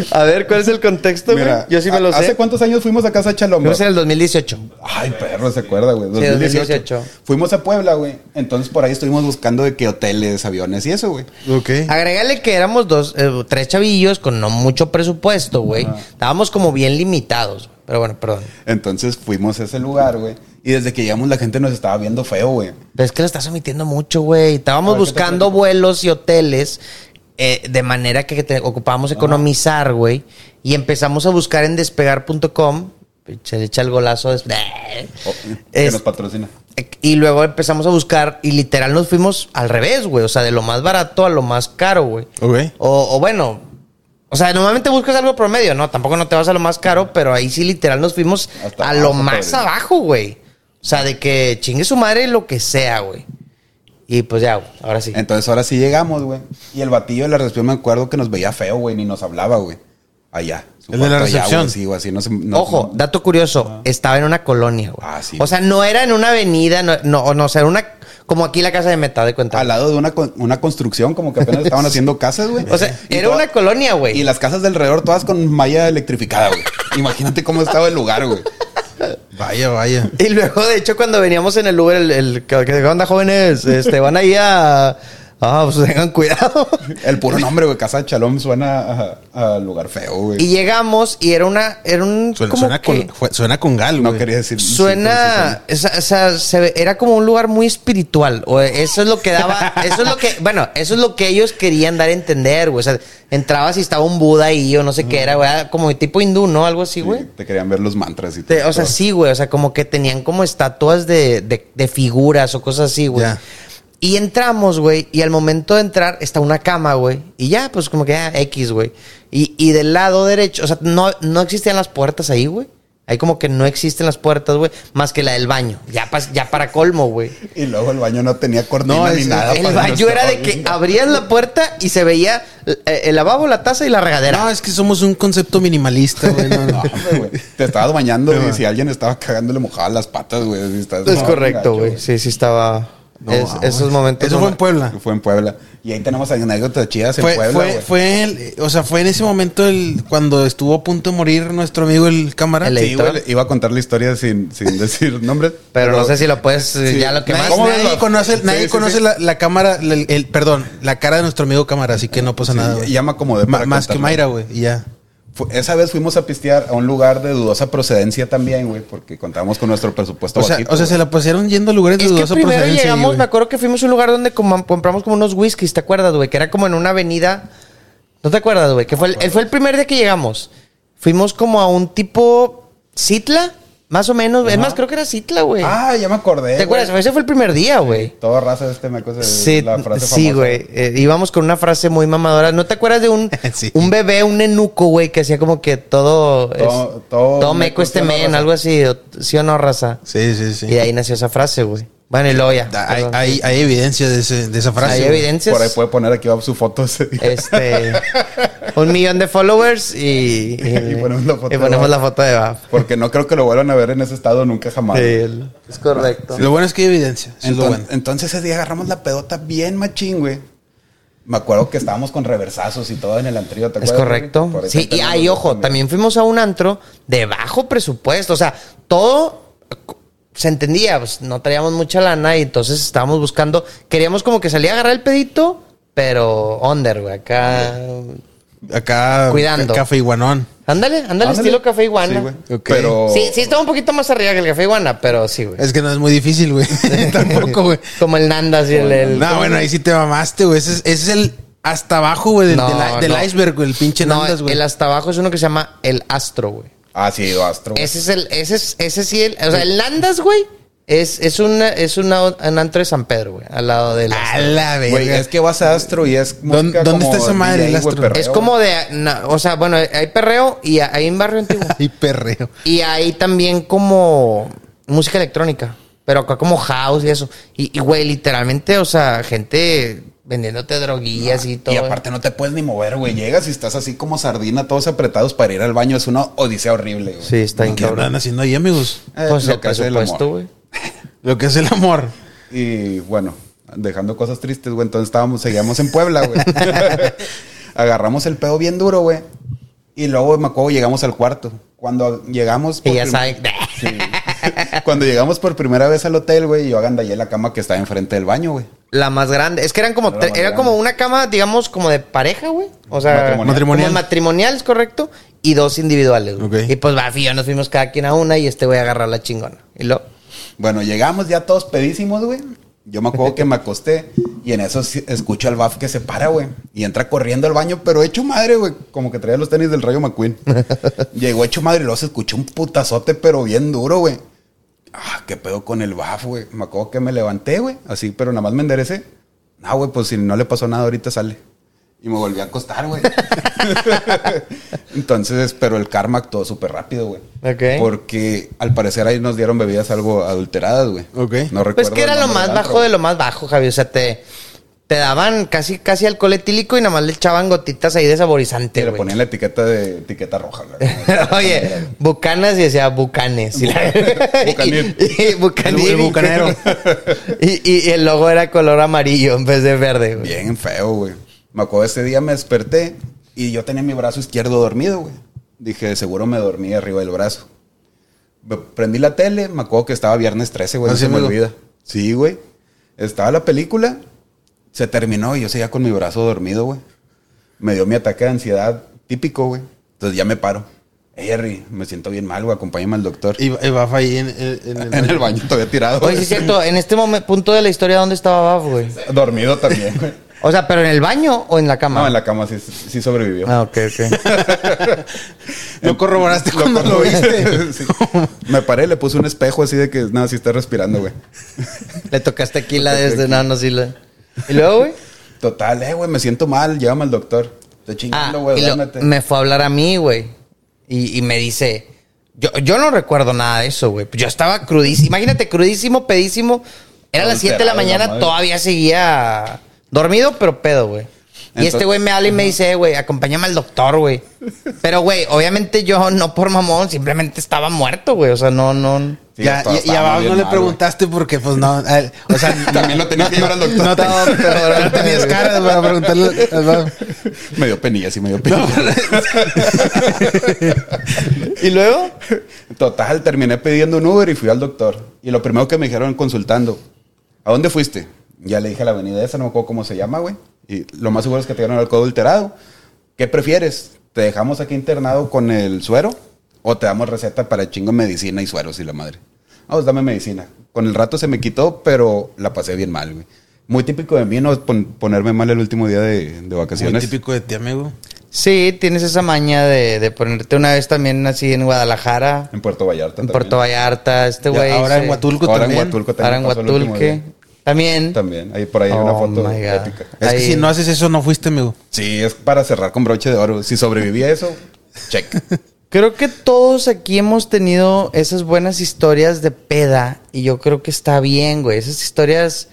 Speaker 2: A ver, ¿cuál es el contexto, güey?
Speaker 1: Mira,
Speaker 2: Yo sí me lo
Speaker 1: ¿Hace
Speaker 2: sé.
Speaker 1: cuántos años fuimos a Casa Chaloma?
Speaker 2: Creo que es en el 2018.
Speaker 1: Ay, perro, se acuerda, güey.
Speaker 2: Sí,
Speaker 1: 2018.
Speaker 2: 2018.
Speaker 1: Fuimos a Puebla, güey. Entonces por ahí estuvimos buscando de qué hoteles, aviones y eso, güey.
Speaker 3: Ok.
Speaker 2: Agregale que éramos dos, eh, tres chavillos con no mucho presupuesto, güey. Estábamos como bien limitados. güey. Pero bueno, perdón.
Speaker 1: Entonces fuimos a ese lugar, güey. Y desde que llegamos la gente nos estaba viendo feo, güey.
Speaker 2: Pero es que lo estás omitiendo mucho, güey. Estábamos
Speaker 1: A ver, ¿qué te
Speaker 2: buscando
Speaker 1: cuento?
Speaker 2: vuelos y hoteles eh, de manera que te- ocupábamos economizar, güey. Y empezamos a buscar en despegar.com. Se le echa el golazo. des- (laughs)
Speaker 1: Oh, que
Speaker 2: Es-
Speaker 1: nos patrocina.
Speaker 2: Y luego empezamos a buscar y literal nos fuimos al revés, güey. O sea, de lo más barato a lo más caro, güey.
Speaker 3: Ok.
Speaker 2: O, o bueno, o sea, normalmente buscas algo promedio, ¿no? Tampoco no te vas a lo más caro, pero ahí sí literal nos fuimos
Speaker 1: Hasta
Speaker 2: a lo
Speaker 1: abajo,
Speaker 2: más
Speaker 1: cabrón.
Speaker 2: abajo, güey. O sea, de que chingue su madre lo que sea, güey. Y pues ya, güey, ahora sí.
Speaker 1: Entonces ahora sí llegamos, güey. Y el batillo de la recepción me acuerdo que nos veía feo, güey, ni nos hablaba, güey. Allá. Su
Speaker 3: ¿El de la
Speaker 1: cuarto allá,
Speaker 3: recepción?
Speaker 1: güey, sí, güey, así no se- no-
Speaker 2: Ojo,
Speaker 1: no-
Speaker 2: dato curioso, estaba en una colonia, güey.
Speaker 1: Ah, sí,
Speaker 2: o sea, no era en una avenida, no, no, no, o sea, era una, como aquí la casa de meta, de cuenta.
Speaker 1: al lado de una, con- una construcción, como que apenas estaban haciendo casas, güey.
Speaker 2: (laughs) o sea,
Speaker 1: Y
Speaker 2: era
Speaker 1: toda-
Speaker 2: una colonia, güey.
Speaker 1: Y las casas de alrededor todas con malla electrificada, güey. Imagínate cómo estaba el lugar, güey.
Speaker 3: Vaya, vaya.
Speaker 2: Y luego, de hecho, cuando veníamos en el Uber, el, el que que- ¿qué onda, jóvenes? Este, van ahí a. Ah, pues tengan cuidado.
Speaker 1: (laughs) El puro nombre, güey, Casa Chalom suena a, a lugar feo,
Speaker 2: Y
Speaker 1: güey.
Speaker 2: llegamos y era una. Era un.
Speaker 3: Suena,
Speaker 2: como
Speaker 3: suena
Speaker 2: que-
Speaker 3: con, fue- suena con gal,
Speaker 1: No
Speaker 3: güey.
Speaker 1: quería decir.
Speaker 2: Suena, o sea, o sea, se ve- era como un lugar muy espiritual, o eso es lo que daba, eso es lo que, bueno, eso es lo que ellos querían dar a entender, güey, o sea, entrabas y estaba un Buda ahí o no sé qué era, güey, era como tipo hindú, ¿no? Algo así,
Speaker 1: Sí,
Speaker 2: güey.
Speaker 1: Te querían ver los mantras y
Speaker 2: Te- o sea,
Speaker 1: todo.
Speaker 2: sí, güey. O sea, como que tenían como estatuas de, de- de figuras o cosas así, güey.
Speaker 3: Ya.
Speaker 2: Y entramos, güey. Y al momento de entrar está una cama, güey. Y ya, pues como que ah, X, güey. Y, y del lado derecho, o sea, no, no existían las puertas ahí, güey. Ahí como que no existen las puertas, güey. Más que la del baño. Ya, pas- ya para colmo, güey.
Speaker 1: Y luego el baño no tenía cortina
Speaker 3: No,
Speaker 1: ni
Speaker 3: es-
Speaker 1: nada.
Speaker 2: El
Speaker 1: para
Speaker 2: baño
Speaker 1: nuestro
Speaker 2: era de que ah,
Speaker 1: baño.
Speaker 2: abrías la puerta y se veía eh, el lavabo, la taza y la regadera.
Speaker 3: No, es que somos un concepto minimalista, güey. no,
Speaker 2: (laughs)
Speaker 3: no.
Speaker 1: No, hombre, güey. Te estabas bañando
Speaker 3: No,
Speaker 1: y
Speaker 3: va.
Speaker 1: si alguien estaba cagando le mojaba las patas, güey. así estás-
Speaker 2: es
Speaker 1: no,
Speaker 2: correcto,
Speaker 1: gacho,
Speaker 2: güey. Sí, sí estaba...
Speaker 3: No,
Speaker 2: es-
Speaker 3: vamos.
Speaker 2: esos momentos...
Speaker 3: Eso
Speaker 2: no
Speaker 3: fue
Speaker 2: me-
Speaker 3: en Puebla.
Speaker 1: Fue en Puebla. Y ahí tenemos anécdotas chidas en
Speaker 3: Fue,
Speaker 1: Puebla,
Speaker 3: fue,
Speaker 1: güey.
Speaker 3: fue el- o sea, fue en ese momento el, cuando estuvo a punto de morir nuestro amigo el cámara.
Speaker 2: El
Speaker 1: Sí,
Speaker 2: editor.
Speaker 1: güey, iba a contar la historia sin, sin (laughs) decir nombres.
Speaker 2: Pero no sé si lo puedes, eh,
Speaker 1: Sí.
Speaker 2: ya lo que
Speaker 3: Nadie,
Speaker 2: más.
Speaker 1: ¿Cómo
Speaker 3: nadie
Speaker 1: ves, Rafa?
Speaker 3: conoce,
Speaker 1: Sí,
Speaker 3: nadie
Speaker 1: sí,
Speaker 3: conoce
Speaker 1: sí.
Speaker 3: La, la cámara, el, el- perdón, la cara de nuestro amigo cámara, así que no pasa
Speaker 1: Sí,
Speaker 3: nada.
Speaker 1: ya-
Speaker 3: güey.
Speaker 1: ya me acomodé
Speaker 3: Ma-
Speaker 1: para
Speaker 3: más que
Speaker 1: contarlo.
Speaker 3: Mayra, güey, y ya.
Speaker 1: Fu- Esa vez fuimos a pistear a un lugar de dudosa procedencia también, güey, porque contábamos con nuestro presupuesto
Speaker 3: O sea,
Speaker 1: bajito,
Speaker 3: o sea,
Speaker 1: güey.
Speaker 3: se la pasaron yendo a lugares
Speaker 2: Es
Speaker 3: de
Speaker 2: que
Speaker 1: Pues
Speaker 3: dudosa
Speaker 2: primero
Speaker 3: procedencia,
Speaker 2: llegamos,
Speaker 3: güey.
Speaker 2: me acuerdo que fuimos a un lugar donde com- compramos como unos whiskies, ¿te acuerdas, güey? Que era como en una avenida. ¿No te acuerdas, güey? Que fue el, fue el primer día que llegamos. Fuimos como a un tipo Citla Más o menos, güey. es
Speaker 1: Ajá.
Speaker 2: más, creo que era Citla, güey.
Speaker 1: Ah, ya me acordé.
Speaker 2: ¿Te acuerdas?
Speaker 1: güey.
Speaker 2: Ese fue el primer día, güey.
Speaker 1: Todo raza este me acuerdo de
Speaker 2: Sí,
Speaker 1: la frase
Speaker 2: sí,
Speaker 1: famosa.
Speaker 2: güey. Eh, íbamos con una frase muy mamadora. ¿No te acuerdas de
Speaker 1: (laughs)
Speaker 2: un,
Speaker 3: Sí.
Speaker 2: un bebé, un enuco, güey, que hacía como que todo... es-
Speaker 1: Todo- todo
Speaker 2: todo
Speaker 1: meco,
Speaker 2: meco este
Speaker 1: sí o no,
Speaker 2: men,
Speaker 1: raza.
Speaker 2: algo así. o- ¿Sí o no, raza?
Speaker 3: Sí, sí, sí.
Speaker 2: Y de ahí nació esa frase, güey. Bueno, y luego ya.
Speaker 3: Da- Hay,
Speaker 2: perdón.
Speaker 3: hay, hay evidencia de, ese- de esa frase.
Speaker 2: Hay
Speaker 3: güey.
Speaker 2: evidencias.
Speaker 1: Por ahí puede poner aquí abajo su foto ese día. (laughs)
Speaker 2: Este, un millón de followers y...
Speaker 1: Y ponemos la foto
Speaker 2: y ponemos
Speaker 1: de
Speaker 2: la foto de Bab.
Speaker 1: Porque no creo que lo vuelvan a ver en ese estado nunca jamás. güey.
Speaker 2: es correcto.
Speaker 3: Lo bueno es que hay evidencia. eso es lo
Speaker 1: Enton-
Speaker 3: bueno.
Speaker 1: Entonces ese día agarramos la pedota bien machín, güey. Me acuerdo que estábamos con reversazos y todo en el antrío, ¿te
Speaker 2: Es
Speaker 1: acuerdas?
Speaker 2: correcto.
Speaker 1: Por ahí
Speaker 2: Sí, y
Speaker 1: tenemos
Speaker 2: ahí, ojo,
Speaker 1: también.
Speaker 2: también fuimos a un antro de bajo presupuesto. O sea, todo se entendía, pues no traíamos mucha lana y entonces estábamos buscando. Queríamos como que salía a agarrar el pedito, pero under, güey. Acá.
Speaker 3: Acá,
Speaker 2: Cuidando.
Speaker 3: Café Iguanón.
Speaker 2: Ándale, ándale,
Speaker 1: Ándale.
Speaker 2: estilo café iguana.
Speaker 1: Sí,
Speaker 2: Sí,
Speaker 1: güey.
Speaker 3: Ok.
Speaker 1: Pero.
Speaker 2: sí, estaba un poquito más arriba que el café iguana, pero sí, güey.
Speaker 3: Es que no es muy
Speaker 1: (laughs)
Speaker 3: difícil, güey. (laughs) Tampoco, güey.
Speaker 2: (laughs) Como el Nandas y el. el-
Speaker 3: No, bueno, ahí sí te mamaste, güey. Ese es, ese es el hasta abajo, güey, del,
Speaker 2: No,
Speaker 3: del- del
Speaker 2: no.
Speaker 3: iceberg, güey. El pinche
Speaker 2: No,
Speaker 3: Nandas, güey.
Speaker 2: el hasta abajo es uno que se llama el astro, güey.
Speaker 1: Ah, sí, Astro. güey.
Speaker 2: Ese es el, ese es, ese sí el, o sea, el Landas, güey, es, es una, es una, un antro de San Pedro, güey, al lado del
Speaker 3: A
Speaker 2: Astro.
Speaker 3: la verga.
Speaker 1: Güey,
Speaker 3: (laughs)
Speaker 1: es que vas a Astro y es.
Speaker 3: ¿Dónde-
Speaker 1: música
Speaker 3: dónde
Speaker 1: como
Speaker 3: está esa
Speaker 1: DJ,
Speaker 3: madre, el
Speaker 1: güey,
Speaker 3: Astro?
Speaker 1: perreo,
Speaker 2: Es como de, na- o sea, bueno, hay perreo y hay un barrio antiguo.
Speaker 3: Y perreo.
Speaker 2: y hay también como música electrónica, pero acá como house y eso. Y, y, güey, literalmente, o sea, gente vendiéndote droguillas y todo.
Speaker 1: Y aparte no te puedes ni mover, güey. Llegas y estás así como sardina, todos apretados para ir al baño. Es una odisea horrible, güey.
Speaker 2: Sí, está
Speaker 3: ¿Qué andan
Speaker 2: increíble.
Speaker 3: haciendo ahí, amigos?
Speaker 1: Eh,
Speaker 2: Pues
Speaker 1: lo
Speaker 2: el
Speaker 1: que hace el amor.
Speaker 2: presupuesto, güey.
Speaker 3: Lo que es el amor.
Speaker 1: Y bueno, dejando cosas tristes, güey. Entonces estábamos, seguíamos en Puebla, (laughs) güey. Agarramos el pedo bien duro, güey. Y luego, me acuerdo, llegamos al cuarto. Cuando llegamos... por
Speaker 2: Y ya
Speaker 1: prim-
Speaker 2: saben.
Speaker 1: Sí. (laughs) Cuando llegamos por primera vez al hotel, güey, yo agandallé la cama que estaba enfrente del baño, güey.
Speaker 2: La más grande. Es que eran como.
Speaker 1: Era la
Speaker 2: tre-
Speaker 1: más
Speaker 2: Era
Speaker 1: grande.
Speaker 2: como una cama, digamos, como de pareja, güey. O sea,
Speaker 1: Matrimonial.
Speaker 3: Matrimonial.
Speaker 2: matrimonial. matrimoniales, correcto. Y dos individuales, güey.
Speaker 3: Ok.
Speaker 2: Y pues Bafi y yo nos fuimos cada quien a una y este voy a agarrar la chingona. Y lo.
Speaker 1: Bueno, llegamos ya todos pedísimos, güey. Yo me acuerdo que me acosté y en eso sí- escucho al Baf que se para, güey. Y entra corriendo al baño, pero hecho madre, güey. Como que traía los tenis del Rayo McQueen. Llegó hecho madre y luego se escuchó un putazote, pero bien duro, güey. Ah, qué pedo con el Baf, güey. Me acuerdo que me levanté, güey. Así, pero nada más me enderecé. No, güey, pues si no le pasó nada ahorita sale. Y me volví a acostar, güey. (laughs) Entonces, pero el karma actuó súper rápido, güey.
Speaker 2: Ok.
Speaker 1: Porque al parecer ahí nos dieron bebidas algo adulteradas, güey.
Speaker 3: Ok.
Speaker 1: No recuerdo.
Speaker 2: Pues que era
Speaker 1: el
Speaker 2: lo
Speaker 1: nombre
Speaker 2: más
Speaker 1: del
Speaker 2: bajo
Speaker 1: antro,
Speaker 2: de lo más bajo, Javi. O sea, te. Te daban casi, casi alcohol etílico y nada más le echaban gotitas ahí de
Speaker 1: güey.
Speaker 2: saborizante,
Speaker 1: Y le
Speaker 2: güey.
Speaker 1: ponían la etiqueta de etiqueta roja, güey.
Speaker 2: (laughs) Oye, bucanas y decía bucanes. Y la-
Speaker 1: (laughs) Bucanil.
Speaker 2: (laughs) Y, y bucanil.
Speaker 3: El- el bucanero.
Speaker 2: (laughs) y, y- y el logo era color amarillo en vez de verde, güey.
Speaker 1: Bien feo, güey. Me acuerdo ese día me desperté y yo tenía mi brazo izquierdo dormido, güey. Dije, seguro me dormí arriba del brazo. Me- Prendí la tele, me acuerdo que estaba viernes 13, güey.
Speaker 3: Ah,
Speaker 1: No
Speaker 3: sí,
Speaker 1: se me
Speaker 3: amigo.
Speaker 1: olvida. Sí, güey. Estaba la película, se terminó y yo seguía con mi brazo dormido, güey. Me dio mi ataque de ansiedad típico, güey. Entonces ya me paro. Hey, Harry, me siento bien mal, güey. Acompáñame al doctor.
Speaker 3: Y, y va ahí en, en- en
Speaker 1: (laughs)
Speaker 3: el.
Speaker 1: en el baño todavía tirado.
Speaker 2: Oye, sí es cierto, en este momen- punto de la historia, ¿dónde estaba Baf, güey?
Speaker 1: (laughs) Dormido también,
Speaker 3: (laughs)
Speaker 1: güey.
Speaker 2: O sea, ¿pero en el baño o en la cama?
Speaker 1: No, en la cama sí, sí sobrevivió.
Speaker 2: Ah, ok,
Speaker 1: (laughs)
Speaker 2: ok.
Speaker 3: Lo corroboraste
Speaker 1: Lo
Speaker 3: cuando lo
Speaker 1: corro- (laughs)
Speaker 3: viste.
Speaker 1: Sí. Me paré, le puse un espejo así de que nada, sí está respirando, güey.
Speaker 2: Le tocaste aquí la desde... No, no, sí la... ¿Y luego, güey?
Speaker 1: Total, eh, güey, me siento mal, llévame al doctor. Estoy
Speaker 2: Ah,
Speaker 1: chingando, güey,
Speaker 2: y lo-
Speaker 1: duérmete.
Speaker 2: me fue a hablar a mí, güey. Y, y me dice... Yo, yo no recuerdo nada de eso, güey. Yo estaba crudísimo. Imagínate, crudísimo, pedísimo. Era las 7 de la
Speaker 1: Alterado, la
Speaker 2: mañana,
Speaker 1: madre.
Speaker 2: todavía seguía dormido, pero pedo, güey. Y
Speaker 1: Entonces-
Speaker 2: este güey me habla y me dice, "Eh, güey, acompáñame al doctor, güey. Pero, güey, obviamente yo no por mamón, simplemente estaba muerto, güey. O sea, no, no.
Speaker 1: Sí,
Speaker 3: ya,
Speaker 1: todo
Speaker 3: y- y,
Speaker 1: estaba
Speaker 3: a Bab
Speaker 1: bien
Speaker 3: no le
Speaker 1: mal,
Speaker 3: preguntaste porque, pues no. a él- o sea,
Speaker 1: También lo tenía que llevar al doctor.
Speaker 3: No, te- no tenías cara para preguntarle al Bab.
Speaker 1: güey. Me dio penilla, sí, me dio penilla.
Speaker 3: No,
Speaker 2: ¿Y luego?
Speaker 1: Total, terminé pidiendo un Uber y fui al doctor. Y lo primero que me dijeron consultando, ¿a dónde fuiste? Ya le dije a la avenida esa, no me acuerdo cómo se llama, güey. Y lo más seguro es que te dieron alcohol alterado. ¿Qué prefieres? ¿Te dejamos aquí internado con el suero? ¿O te damos receta para chingo de medicina y sueros y la madre? Vamos, dame medicina. Con el rato se me quitó, pero la pasé bien mal, güey. Muy típico de mí no Pon- ponerme mal el último día de, de
Speaker 3: Muy
Speaker 1: vacaciones.
Speaker 3: típico de ti, amigo.
Speaker 2: Sí, tienes esa maña de, de ponerte una vez también así en Guadalajara,
Speaker 1: En Puerto Vallarta.
Speaker 2: en
Speaker 1: también.
Speaker 2: Puerto Vallarta, este
Speaker 3: Ya,
Speaker 2: güey.
Speaker 3: ahora en
Speaker 2: Guatulque.
Speaker 3: Huatulco
Speaker 1: Ahora en
Speaker 3: también.
Speaker 1: Huatulco también.
Speaker 2: Ahora en
Speaker 1: pasó el último
Speaker 2: Huatulque.
Speaker 1: día.
Speaker 2: También.
Speaker 1: También. Ahí por ahí hay una
Speaker 2: Oh
Speaker 1: foto
Speaker 2: my God.
Speaker 1: épica.
Speaker 3: Es que
Speaker 2: Ahí.
Speaker 3: si no haces eso, no fuiste, amigo.
Speaker 1: Sí, es para cerrar con broche de oro. Si sobreviví a eso,
Speaker 2: (laughs)
Speaker 1: check.
Speaker 2: Creo que todos aquí hemos tenido esas buenas historias de peda y yo creo que está bien, güey. Esas historias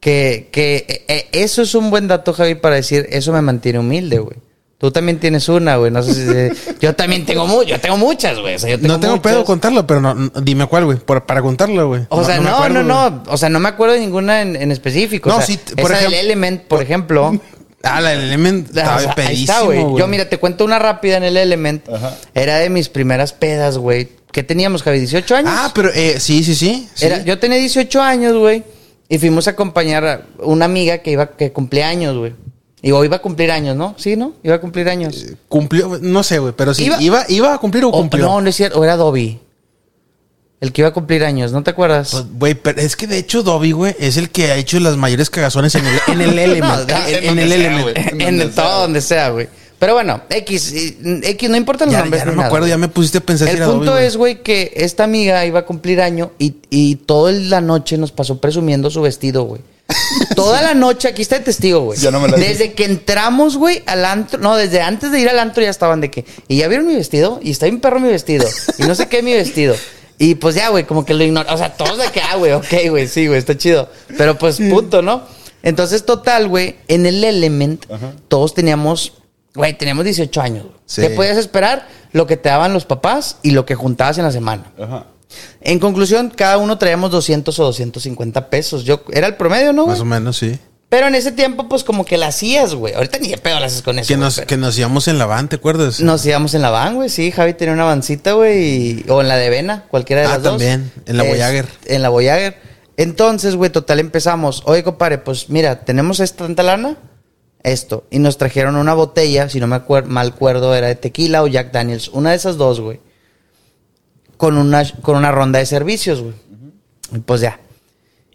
Speaker 2: que, que eh, eh, eso es un buen dato, Javi, para decir, eso me mantiene humilde, güey. Tú también tienes una, güey. No sé si
Speaker 1: (laughs)
Speaker 2: yo también tengo mu- yo tengo muchas, güey. O sea, yo
Speaker 3: no tengo
Speaker 2: muchas.
Speaker 3: pedo contarlo, pero no, no- dime cuál, güey. por- Para contarlo, güey.
Speaker 2: O sea,
Speaker 3: me
Speaker 2: no, no,
Speaker 3: acuerdo,
Speaker 2: no,
Speaker 3: güey.
Speaker 2: O sea, no me acuerdo de ninguna en, en específico.
Speaker 3: No,
Speaker 2: o sea,
Speaker 3: sí, t- por
Speaker 2: esa del
Speaker 3: ejem-
Speaker 2: Element, por
Speaker 3: (laughs)
Speaker 2: ejemplo.
Speaker 3: Ah, la del Element
Speaker 2: Ah,
Speaker 3: estaba
Speaker 2: o sea, ahí
Speaker 3: pedísimo,
Speaker 2: está, güey.
Speaker 3: güey.
Speaker 2: Yo, mira, te cuento una rápida en el Element.
Speaker 1: Ajá.
Speaker 2: Era de mis primeras pedas, güey. ¿Qué teníamos, Javi? ¿18 años?
Speaker 3: Ah, pero eh, sí, sí, sí. sí.
Speaker 2: Era- yo tenía 18 años, güey. Y fuimos a acompañar a una amiga que iba que cumplía años, güey. Y o iba a cumplir años, ¿no? Sí, ¿no? Iba a cumplir años.
Speaker 3: Cumplió, no sé, güey, pero sí.
Speaker 2: Iba-
Speaker 3: Iba, iba, a cumplir o
Speaker 2: O-
Speaker 3: cumplió.
Speaker 2: no, no es cierto. O era Dobby. El que iba a cumplir años, ¿no te acuerdas?
Speaker 3: Pues, Güey, pero es que de hecho Dobby, güey, es el que ha hecho las mayores cagazones en el,
Speaker 2: (laughs)
Speaker 3: en el Element.
Speaker 2: No,
Speaker 3: en,
Speaker 2: en
Speaker 3: en el
Speaker 2: donde sea, (laughs)
Speaker 3: Element.
Speaker 1: En
Speaker 2: en
Speaker 1: donde
Speaker 2: todo
Speaker 1: sea, güey.
Speaker 2: donde sea, güey. Pero bueno, X, y- X, no importan los
Speaker 3: Ya,
Speaker 2: nombres.
Speaker 3: ya no
Speaker 2: ni
Speaker 3: me
Speaker 2: nada,
Speaker 3: acuerdo,
Speaker 2: güey.
Speaker 3: ya me pusiste a pensar si
Speaker 2: El
Speaker 3: era
Speaker 2: punto
Speaker 3: Dobby,
Speaker 2: es, güey, que esta amiga iba a cumplir año y, y toda la noche nos pasó presumiendo su vestido, güey. Toda la noche, aquí está el testigo, güey.
Speaker 1: Ya no me la-
Speaker 2: Desde que entramos, güey, al antro. No, desde antes de ir al antro ya estaban de que. Y ya vieron mi vestido. Y está bien perro mi vestido. Y no sé qué mi vestido. Y pues ya, güey, como que lo ignora. O sea, todos de que, ah, güey, ok, güey, sí, güey, está chido. Pero pues punto, ¿no? Entonces, total, güey, en el Element, todos teníamos. Güey, teníamos 18 años. güey.
Speaker 3: Sí.
Speaker 2: ¿Qué podías esperar? Lo que te daban los papás y lo que juntabas en la semana.
Speaker 1: Ajá.
Speaker 2: En conclusión, cada uno traíamos 200 o 250 pesos. Yo, era el promedio, ¿no? güey?
Speaker 3: güey. Más o menos, sí.
Speaker 2: Pero en ese tiempo, pues como que la hacías, güey. Ahorita ni de pedo la haces con eso.
Speaker 3: Que
Speaker 2: güey,
Speaker 3: nos,
Speaker 2: pero-
Speaker 3: que nos íbamos en la van, ¿te acuerdas?
Speaker 2: Nos íbamos en la van, güey. Sí, Javi tenía una vancita, güey. y- O en la de Vena, cualquiera de
Speaker 3: Ah,
Speaker 2: las dos.
Speaker 3: también, en la
Speaker 2: Es-
Speaker 3: Voyager.
Speaker 2: En la Voyager. Entonces, güey, total empezamos. Oye, compadre, pues mira, tenemos esta tanta lana, esto. Y nos trajeron una botella, si no me acuer- mal acuerdo, era de tequila o Jack Daniels. Una de esas dos, güey. Con una, con una ronda de servicios, güey. Y pues ya.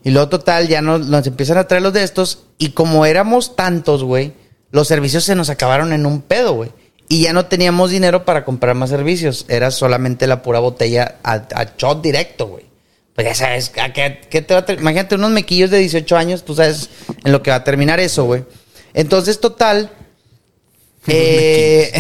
Speaker 2: Y luego, total, ya nos, nos empiezan a traer los de estos. Y como éramos tantos, güey, los servicios se nos acabaron en un pedo, güey. Y ya no teníamos dinero para comprar más servicios. Era solamente la pura botella a, a shot directo, güey. Pues ya sabes, ¿a qué, qué te va a ter- Imagínate unos mequillos de 18 años, tú sabes en lo que va a terminar eso, güey. Entonces, total.
Speaker 1: pues,
Speaker 2: eh,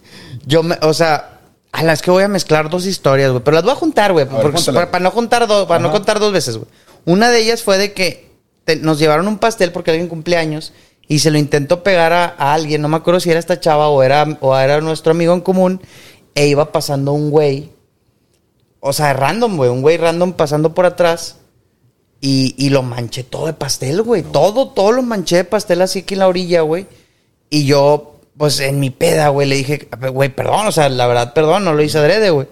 Speaker 2: (laughs) yo, me, o sea, a las que voy a mezclar dos historias, güey. Pero las voy a juntar, güey.
Speaker 1: ver,
Speaker 2: porque-
Speaker 1: júntalas.
Speaker 2: Para, para no juntar dos, para no
Speaker 1: Ajá.
Speaker 2: contar dos veces, güey. Una de ellas fue de que te- nos llevaron un pastel porque alguien cumplía años y se lo intentó pegar a, a alguien, no me acuerdo si era esta chava o era, o era nuestro amigo en común, e iba pasando un güey, o sea, random, güey, un güey random pasando por atrás y, y lo manché todo de pastel, güey. Todo, todo lo manché de pastel así aquí en la orilla, güey. Y yo, pues en mi peda, güey, le dije, güey, perdón, o sea, la verdad, perdón, no lo hice adrede, güey.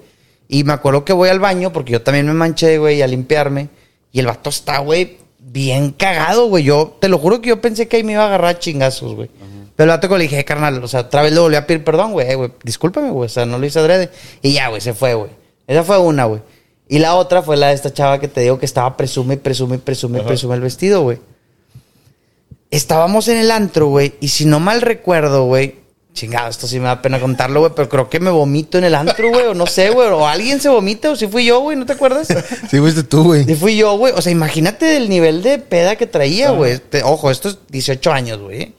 Speaker 2: Y me acuerdo que voy al baño porque yo también me manché, güey, a limpiarme. Y el vato está, güey, bien cagado, güey. Yo te lo juro que yo pensé que ahí me iba a agarrar a chingazos, güey. Pero el vato que le dije, carnal, o sea, otra vez le volví a pedir perdón, güey, eh, güey, discúlpame, güey, o sea, no lo hice adrede. Y ya, güey, se fue, güey. Esa fue una, güey. Y la otra fue la de esta chava que te digo que estaba presume, presume, presume, presume el vestido, güey. Estábamos en el antro, güey, y si no mal recuerdo, güey, chingado, esto sí me da pena contarlo, güey, pero creo que me vomito en el antro, güey, o no sé, güey, o alguien se vomita, o si fui yo, güey, ¿no te acuerdas?
Speaker 3: Sí, fuiste tú, güey.
Speaker 2: Si fui yo, güey, o sea, imagínate el nivel de peda que traía, güey. Te- Ojo, esto es 18 años, güey.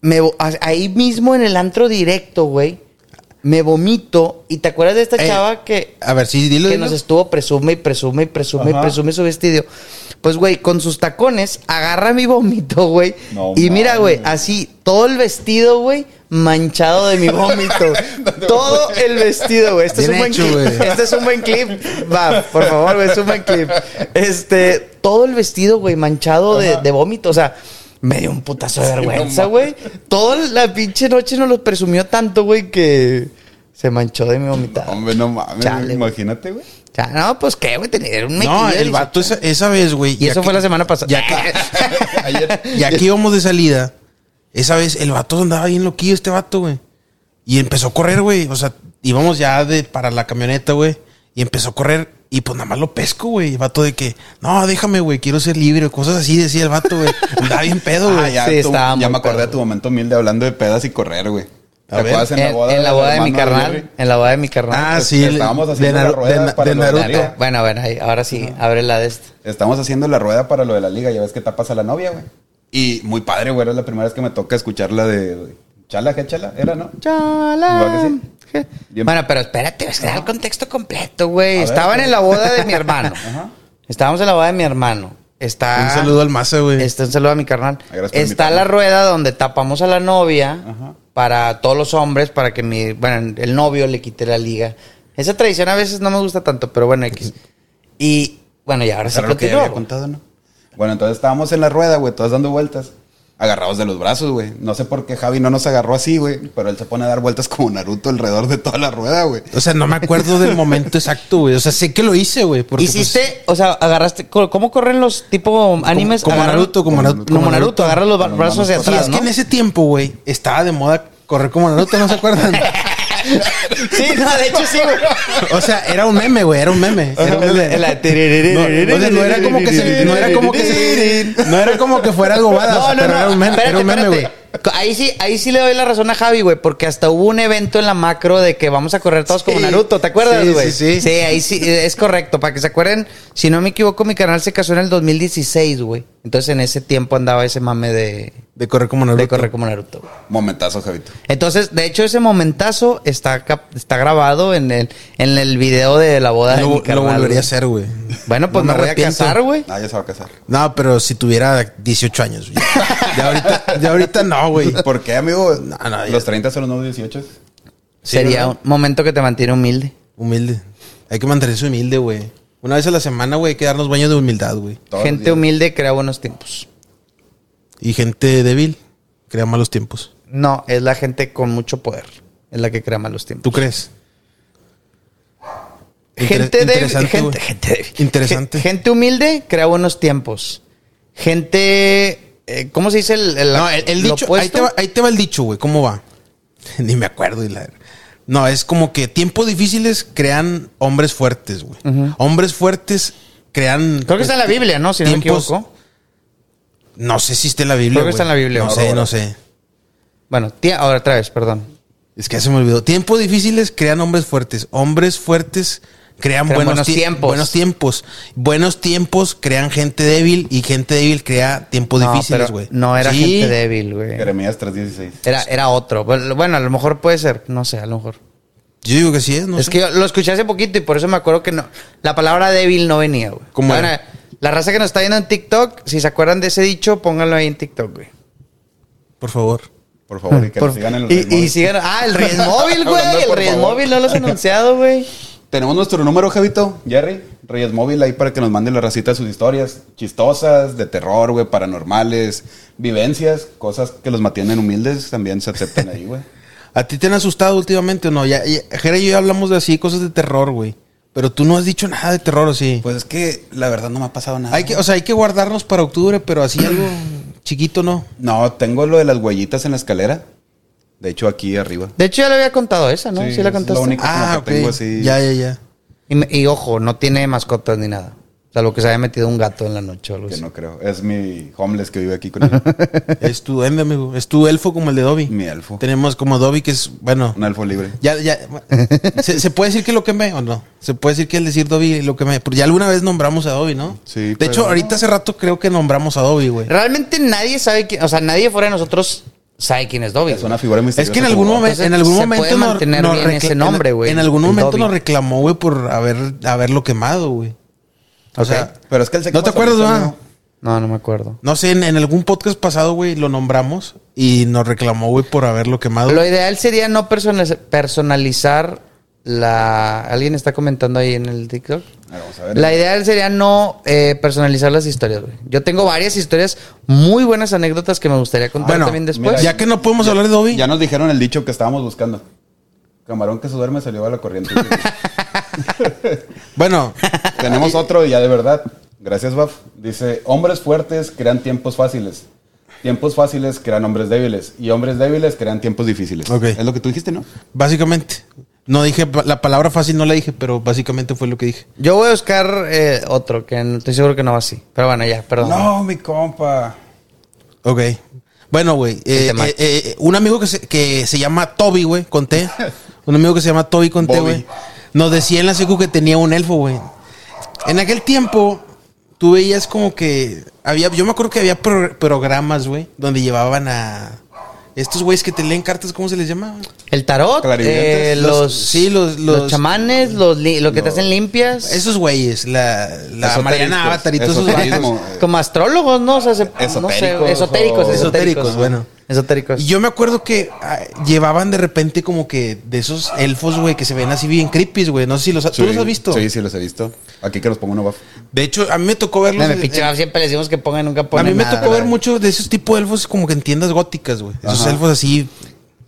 Speaker 2: Me vo- a- ahí mismo en el antro directo, güey, me vomito, y te acuerdas de esta
Speaker 3: Eh,
Speaker 2: chava que
Speaker 3: A ver, sí, dilo.
Speaker 2: que
Speaker 3: dilo.
Speaker 2: nos estuvo presume y presume y presume
Speaker 1: Ajá.
Speaker 2: y presume su vestido. Pues, güey, con sus tacones, agarra mi vómito, güey.
Speaker 1: No
Speaker 2: y mira, güey,
Speaker 1: mames.
Speaker 2: así, todo el vestido, güey, manchado
Speaker 1: (laughs)
Speaker 2: de mi vómito. todo el vestido, güey. Este, es un
Speaker 3: Bien
Speaker 2: buen
Speaker 3: hecho,
Speaker 2: clip.
Speaker 3: güey.
Speaker 2: este es un buen clip. Va, por favor, güey, es un buen clip. Este, todo el vestido, güey, manchado de,
Speaker 1: Ajá.
Speaker 2: de vómito. O sea, me dio un putazo de
Speaker 1: Sí, no
Speaker 2: vergüenza,
Speaker 1: mames.
Speaker 2: güey. Toda la pinche noche nos lo presumió tanto, güey, que se manchó de mi vomitada.
Speaker 1: Hombre, no mames.
Speaker 2: Chale, güey.
Speaker 1: imagínate,
Speaker 2: (laughs)
Speaker 1: güey.
Speaker 2: O sea, no, pues qué, güey, tenía era un mequillo.
Speaker 3: No,
Speaker 2: de
Speaker 3: el
Speaker 2: 18.
Speaker 3: vato esa, esa vez, güey.
Speaker 2: Y
Speaker 3: ya
Speaker 2: eso
Speaker 3: que-
Speaker 2: fue la semana pasada.
Speaker 3: Ya
Speaker 2: (laughs)
Speaker 3: que,
Speaker 1: Ayer.
Speaker 3: ya que íbamos de salida, esa vez el vato andaba bien loquillo, este vato, güey. Y empezó a correr, güey. O sea, íbamos ya de, para la camioneta, güey. Y empezó a correr. Y pues nada más lo pesco, güey. El vato de que, no, déjame, güey, quiero ser libre. Cosas así decía el vato, güey. Andaba bien pedo,
Speaker 1: Ah,
Speaker 3: güey.
Speaker 1: ya,
Speaker 2: Sí,
Speaker 1: tú-
Speaker 2: estaba
Speaker 1: ya
Speaker 2: muy
Speaker 1: me acordé
Speaker 2: pedo.
Speaker 1: de tu momento humilde hablando de pedas y correr, güey. ¿Te acuerdas
Speaker 2: En, en la boda de mi carnal. En la boda de mi carnal.
Speaker 3: Ah,
Speaker 1: Ah,
Speaker 3: sí,
Speaker 1: sí. Estábamos
Speaker 3: de
Speaker 1: haciendo la
Speaker 3: Naru-
Speaker 1: rueda
Speaker 3: de Na-
Speaker 1: para
Speaker 3: de
Speaker 1: lo la
Speaker 3: Naruto.
Speaker 1: liga.
Speaker 2: Bueno, a ver, ahí, ahora sí, abre la de esta.
Speaker 1: Estamos haciendo la rueda para lo de la liga. Ya ves que tapas a la novia, güey. Y muy padre, güey. Era la primera vez que me toca escuchar la de. Chala, que chala, era, ¿no?
Speaker 2: Chala.
Speaker 1: ¿Verdad que sí? Bien.
Speaker 2: Bueno, pero espérate, es que da el contexto completo, güey.
Speaker 1: A ver,
Speaker 2: Estaban
Speaker 1: pues.
Speaker 2: en la boda de mi
Speaker 3: (laughs)
Speaker 2: hermano.
Speaker 1: Ajá.
Speaker 2: Estábamos en la boda de mi hermano. Está.
Speaker 3: Un saludo al Mace, güey.
Speaker 2: Este, un saludo a mi carnal.
Speaker 3: Ah,
Speaker 1: Ay, gracias por
Speaker 2: Está
Speaker 1: invitarme.
Speaker 2: la rueda donde tapamos a la novia
Speaker 1: Ajá.
Speaker 2: para todos los hombres, para que mi, bueno, el novio le quite la liga. Esa tradición a veces no me gusta tanto, pero bueno, X. Y bueno, y ahora sí
Speaker 1: Era lo que ya
Speaker 2: continúa.
Speaker 1: había
Speaker 2: güey.
Speaker 1: contado, ¿no? Bueno, entonces estábamos en la rueda, güey, todos dando vueltas. Agarrados de los brazos, güey. No sé por qué Javi no nos agarró así, güey. Pero él se pone a dar vueltas como Naruto alrededor de toda la rueda, güey.
Speaker 3: O sea, no me acuerdo del momento exacto, güey. O sea, sé que lo hice, güey. porque,
Speaker 2: Hiciste,
Speaker 3: pues,
Speaker 2: o sea, agarraste, co- ¿cómo corren los tipo animes?
Speaker 3: como
Speaker 2: Agarran-
Speaker 3: Naruto, como Naruto,
Speaker 2: Como
Speaker 3: como
Speaker 2: Naruto,
Speaker 3: Naruto.
Speaker 2: agarras los ba-
Speaker 1: Con los
Speaker 2: brazos hacia
Speaker 1: manos
Speaker 3: y
Speaker 2: atrás,
Speaker 3: es
Speaker 2: ¿no?
Speaker 3: que en ese tiempo, güey, estaba de moda correr como Naruto, ¿no
Speaker 2: (laughs)
Speaker 3: se acuerdan?
Speaker 2: Sí, no, de hecho sí, güey.
Speaker 3: o sea, era un meme, güey, era un meme. Era un meme.
Speaker 2: El- el-
Speaker 3: No, o sea, no era como que se, no era como que se- no era como que fuera algo badass,
Speaker 2: No, no,
Speaker 3: pero
Speaker 2: no.
Speaker 3: era un meme,
Speaker 2: Espérate,
Speaker 3: era un meme, güey.
Speaker 2: espérate. Ahí sí, ahí sí le doy la razón a Javi, güey, porque hasta hubo un evento en la macro de que vamos a correr todos como
Speaker 3: Sí.
Speaker 2: Naruto, ¿te acuerdas,
Speaker 3: Sí,
Speaker 2: güey?
Speaker 3: sí, sí.
Speaker 2: ahí sí, eh, es correcto. Para que se acuerden, si no me equivoco, mi canal se casó en el 2016, güey. Entonces en ese tiempo andaba ese mame de,
Speaker 3: De correr como Naruto.
Speaker 2: de correr como Naruto, güey.
Speaker 1: Momentazo, Javito.
Speaker 2: Entonces, de hecho, ese momentazo está, cap- está grabado en el, en el video de la boda de
Speaker 3: Lo,
Speaker 2: mi carnal,
Speaker 3: lo volvería
Speaker 2: güey.
Speaker 3: a hacer, güey.
Speaker 2: Bueno, pues
Speaker 3: No
Speaker 2: me, voy
Speaker 3: arrepiento.
Speaker 2: a casar, güey.
Speaker 1: Ah, ya se va a casar.
Speaker 3: No, pero si tuviera 18
Speaker 2: (laughs)
Speaker 3: años, güey. Ya ahorita, ya ahorita no, güey.
Speaker 1: ¿Por qué, amigo?
Speaker 3: No, no, ya-
Speaker 1: los 30 son los nuevos 18.
Speaker 3: Sí,
Speaker 2: Sería un
Speaker 3: ¿verdad?
Speaker 2: momento que te mantiene humilde.
Speaker 3: Humilde. Hay que mantenerse humilde, güey. Una vez a la semana, güey, hay que darnos baños de humildad, güey.
Speaker 1: Todos los
Speaker 2: Gente
Speaker 1: días.
Speaker 2: humilde crea buenos tiempos.
Speaker 3: Y gente débil crea malos tiempos.
Speaker 2: No, es la gente con mucho poder. Es la que crea malos tiempos.
Speaker 3: ¿Tú crees?
Speaker 2: Gente
Speaker 3: Inter-
Speaker 2: débil.
Speaker 3: interesante,
Speaker 2: Gente,
Speaker 3: güey.
Speaker 2: gente débil.
Speaker 3: Interesante.
Speaker 2: Gen- Gente humilde crea buenos tiempos. Gente. eh, ¿Cómo se dice el, el-
Speaker 3: No, el, el
Speaker 2: lo
Speaker 3: dicho, ahí
Speaker 2: opuesto?
Speaker 3: te, va, ahí te va el dicho, güey. ¿Cómo va? (laughs) Ni me acuerdo. y la- No, es como que tiempos difíciles crean hombres fuertes, güey. Hombres fuertes crean... este,
Speaker 2: Creo que está en la Biblia, ¿no? Si no me
Speaker 3: Tiempos-
Speaker 2: equivoco.
Speaker 3: No sé si está en la Biblia,
Speaker 2: Creo que está
Speaker 3: güey.
Speaker 2: en la Biblia,
Speaker 3: No
Speaker 1: güey.
Speaker 3: sé, no sé.
Speaker 2: Bueno, tía, ahora otra vez, perdón.
Speaker 3: Es que ya se me olvidó. Tiempos difíciles crean hombres fuertes. Hombres fuertes
Speaker 2: Crean
Speaker 3: crean buenos,
Speaker 2: buenos
Speaker 3: tie-
Speaker 2: tiempos.
Speaker 3: Buenos tiempos. Buenos tiempos crean gente débil y gente débil crea tiempos
Speaker 2: No,
Speaker 3: difíciles,
Speaker 2: pero
Speaker 3: güey.
Speaker 2: no era
Speaker 3: Sí.
Speaker 2: gente débil, güey.
Speaker 1: Jeremías 3.16.
Speaker 2: Era, era otro. Bueno, a lo mejor puede ser. No sé, a lo mejor.
Speaker 3: Yo digo que sí es, no
Speaker 2: es
Speaker 3: sé.
Speaker 2: que yo lo escuché hace poquito y por eso me acuerdo que no. La palabra débil no venía, güey.
Speaker 3: ¿Cómo
Speaker 2: Bueno,
Speaker 3: era?
Speaker 2: La raza que nos está viendo en TikTok, si se acuerdan de ese dicho, pónganlo ahí en TikTok, güey.
Speaker 3: Por favor.
Speaker 1: Por favor, y que
Speaker 2: Por-
Speaker 1: nos sigan en los
Speaker 2: y-
Speaker 1: Red
Speaker 2: y
Speaker 1: Movies.
Speaker 2: sigan- Ah,
Speaker 1: (laughs)
Speaker 2: el Red Móvil,
Speaker 1: Hablando
Speaker 2: güey.
Speaker 1: de
Speaker 2: El
Speaker 1: por
Speaker 2: Red
Speaker 1: favor.
Speaker 2: Móvil no
Speaker 1: (laughs)
Speaker 2: lo has anunciado, güey.
Speaker 1: Tenemos nuestro número, Javito, Jerry, Reyes Móvil, ahí para que nos manden la racita de sus historias chistosas, de terror, güey, paranormales, vivencias, cosas que los mantienen humildes, también se aceptan ahí, güey.
Speaker 3: ¿A ti te han asustado últimamente o no? Ya, ya, Jera y yo ya hablamos de así, cosas de terror, güey. Pero tú no has dicho nada de terror, ¿o sí?
Speaker 1: Pues es que la verdad no me ha pasado nada.
Speaker 3: hay que, o sea, hay que guardarnos para octubre, pero así algo chiquito, ¿no?
Speaker 1: No, tengo lo de las huellitas en la escalera. De hecho, aquí arriba.
Speaker 2: De hecho, ya le había contado esa, ¿no? Sí,
Speaker 1: Sí,
Speaker 2: la
Speaker 1: es lo
Speaker 2: contaste.
Speaker 1: único.
Speaker 3: Ah,
Speaker 1: como
Speaker 3: ok.
Speaker 1: que tengo así-
Speaker 3: Ya, ya, ya.
Speaker 2: Y, me- y ojo, no tiene mascotas ni nada. Salvo que se haya metido un gato en la noche o algo
Speaker 1: Que
Speaker 2: así.
Speaker 1: no creo. Es mi homeless que vive aquí con él.
Speaker 3: Es tu duende, amigo. Es tu elfo como el de Dobby.
Speaker 1: Mi elfo.
Speaker 3: Tenemos como Dobby que es, bueno,
Speaker 1: Un elfo libre.
Speaker 3: ya, ya. ¿se, se puede decir que lo quemé o no? ¿Se puede decir que el decir Dobby lo quemé? Porque ya alguna vez nombramos a Dobby, ¿no?
Speaker 1: Sí,
Speaker 3: De
Speaker 1: pero-
Speaker 3: hecho, ahorita hace rato creo que nombramos a Dobby, güey.
Speaker 2: Realmente nadie sabe quién, o sea, nadie fuera de nosotros sabe quién es Dobby.
Speaker 1: Es
Speaker 2: güey.
Speaker 1: una figura misteriosa.
Speaker 3: Es que en algún,
Speaker 1: como-
Speaker 3: momen-
Speaker 2: Entonces,
Speaker 3: en algún
Speaker 2: se
Speaker 3: momento
Speaker 2: puede
Speaker 3: nos-
Speaker 2: mantener
Speaker 3: nos
Speaker 2: bien ese
Speaker 3: recla-
Speaker 2: nombre,
Speaker 3: en-
Speaker 2: güey,
Speaker 3: En algún
Speaker 2: el
Speaker 3: momento
Speaker 2: Dobby.
Speaker 3: nos reclamó, güey, por haber, haberlo quemado, güey. O
Speaker 2: Ok.
Speaker 3: sea,
Speaker 1: Pero es que él se
Speaker 3: ¿No te
Speaker 1: quema
Speaker 3: acuerdas,
Speaker 1: solito,
Speaker 3: va?
Speaker 1: amigo.
Speaker 2: No, no me acuerdo.
Speaker 3: no sé, en, en algún podcast pasado, güey, lo nombramos y nos reclamó, güey, por haberlo quemado.
Speaker 2: Lo ideal sería no persona- personalizar la. Alguien está comentando ahí en el TikTok.
Speaker 1: A ver, vamos a ver.
Speaker 2: La ideal sería no eh, personalizar las historias, güey. Yo tengo varias historias, muy buenas anécdotas que me gustaría contar
Speaker 3: bueno,
Speaker 2: también después.
Speaker 1: mira,
Speaker 3: ya que no podemos hablar de Dobby,
Speaker 1: Ya nos dijeron el dicho que estábamos buscando. Camarón que se duerme salió a la
Speaker 3: (laughs)
Speaker 1: corriente.
Speaker 3: bueno, (laughs)
Speaker 1: Tenemos otro ya de verdad. Gracias, Baf. Dice, hombres fuertes crean tiempos fáciles. Tiempos fáciles crean hombres débiles. Y hombres débiles crean tiempos difíciles.
Speaker 3: Ok.
Speaker 1: Es lo que tú dijiste, ¿no?
Speaker 3: básicamente, no dije pa- la palabra fácil, no la dije, pero básicamente fue lo que dije.
Speaker 2: Yo voy a buscar eh, otro, que n- estoy seguro que no va así. Pero bueno, ya, perdón.
Speaker 1: No, mi compa.
Speaker 3: Ok. Bueno, güey.
Speaker 1: Este
Speaker 3: eh,
Speaker 2: Temac.
Speaker 3: eh, eh, un amigo que se, que se llama Toby, güey,
Speaker 1: (laughs)
Speaker 3: conté. Un amigo que se llama Toby, conté,
Speaker 1: Bobby.
Speaker 3: güey. Nos decía en la secu que tenía un elfo, güey. En aquel tiempo, tú veías como que había, yo me acuerdo que había pro- programas, güey, donde llevaban a estos güeyes que te leen cartas, ¿cómo se les llama? güey?
Speaker 2: El tarot,
Speaker 1: Clarividentes.
Speaker 2: eh, los,
Speaker 3: Los- sí, los-
Speaker 2: los
Speaker 3: los-
Speaker 2: chamanes, los, li- lo que te
Speaker 1: Los-
Speaker 2: hacen limpias.
Speaker 3: Esos güeyes, la, la
Speaker 1: Esotericos.
Speaker 3: Mariana Avatar y todos esos güeyes.
Speaker 1: Esoterismo.
Speaker 2: Como astrólogos, ¿no? O sea, se- no sé,
Speaker 1: Esotéricos
Speaker 2: esotéricos,
Speaker 1: o-
Speaker 2: esotéricos.
Speaker 3: Esotéricos, bueno.
Speaker 2: Esotéricos.
Speaker 3: Y yo me acuerdo que ah, llevaban de repente como que de esos elfos, güey, que se ven así bien creepy, güey. No sé si los, ¿tú
Speaker 1: Sí,
Speaker 3: los has visto.
Speaker 1: Sí, sí, los he visto. Aquí que los pongo una buff.
Speaker 3: De hecho, a mí me tocó verlos.
Speaker 2: No, eh. me
Speaker 3: en-
Speaker 2: pinche,
Speaker 3: en-
Speaker 2: siempre le decimos que ponga y nunca
Speaker 3: a
Speaker 2: pone
Speaker 3: mí me
Speaker 2: nada,
Speaker 3: tocó ver
Speaker 2: güey.
Speaker 3: muchos de esos tipos de elfos como que en tiendas góticas, güey. Esos
Speaker 1: Ajá.
Speaker 3: elfos así.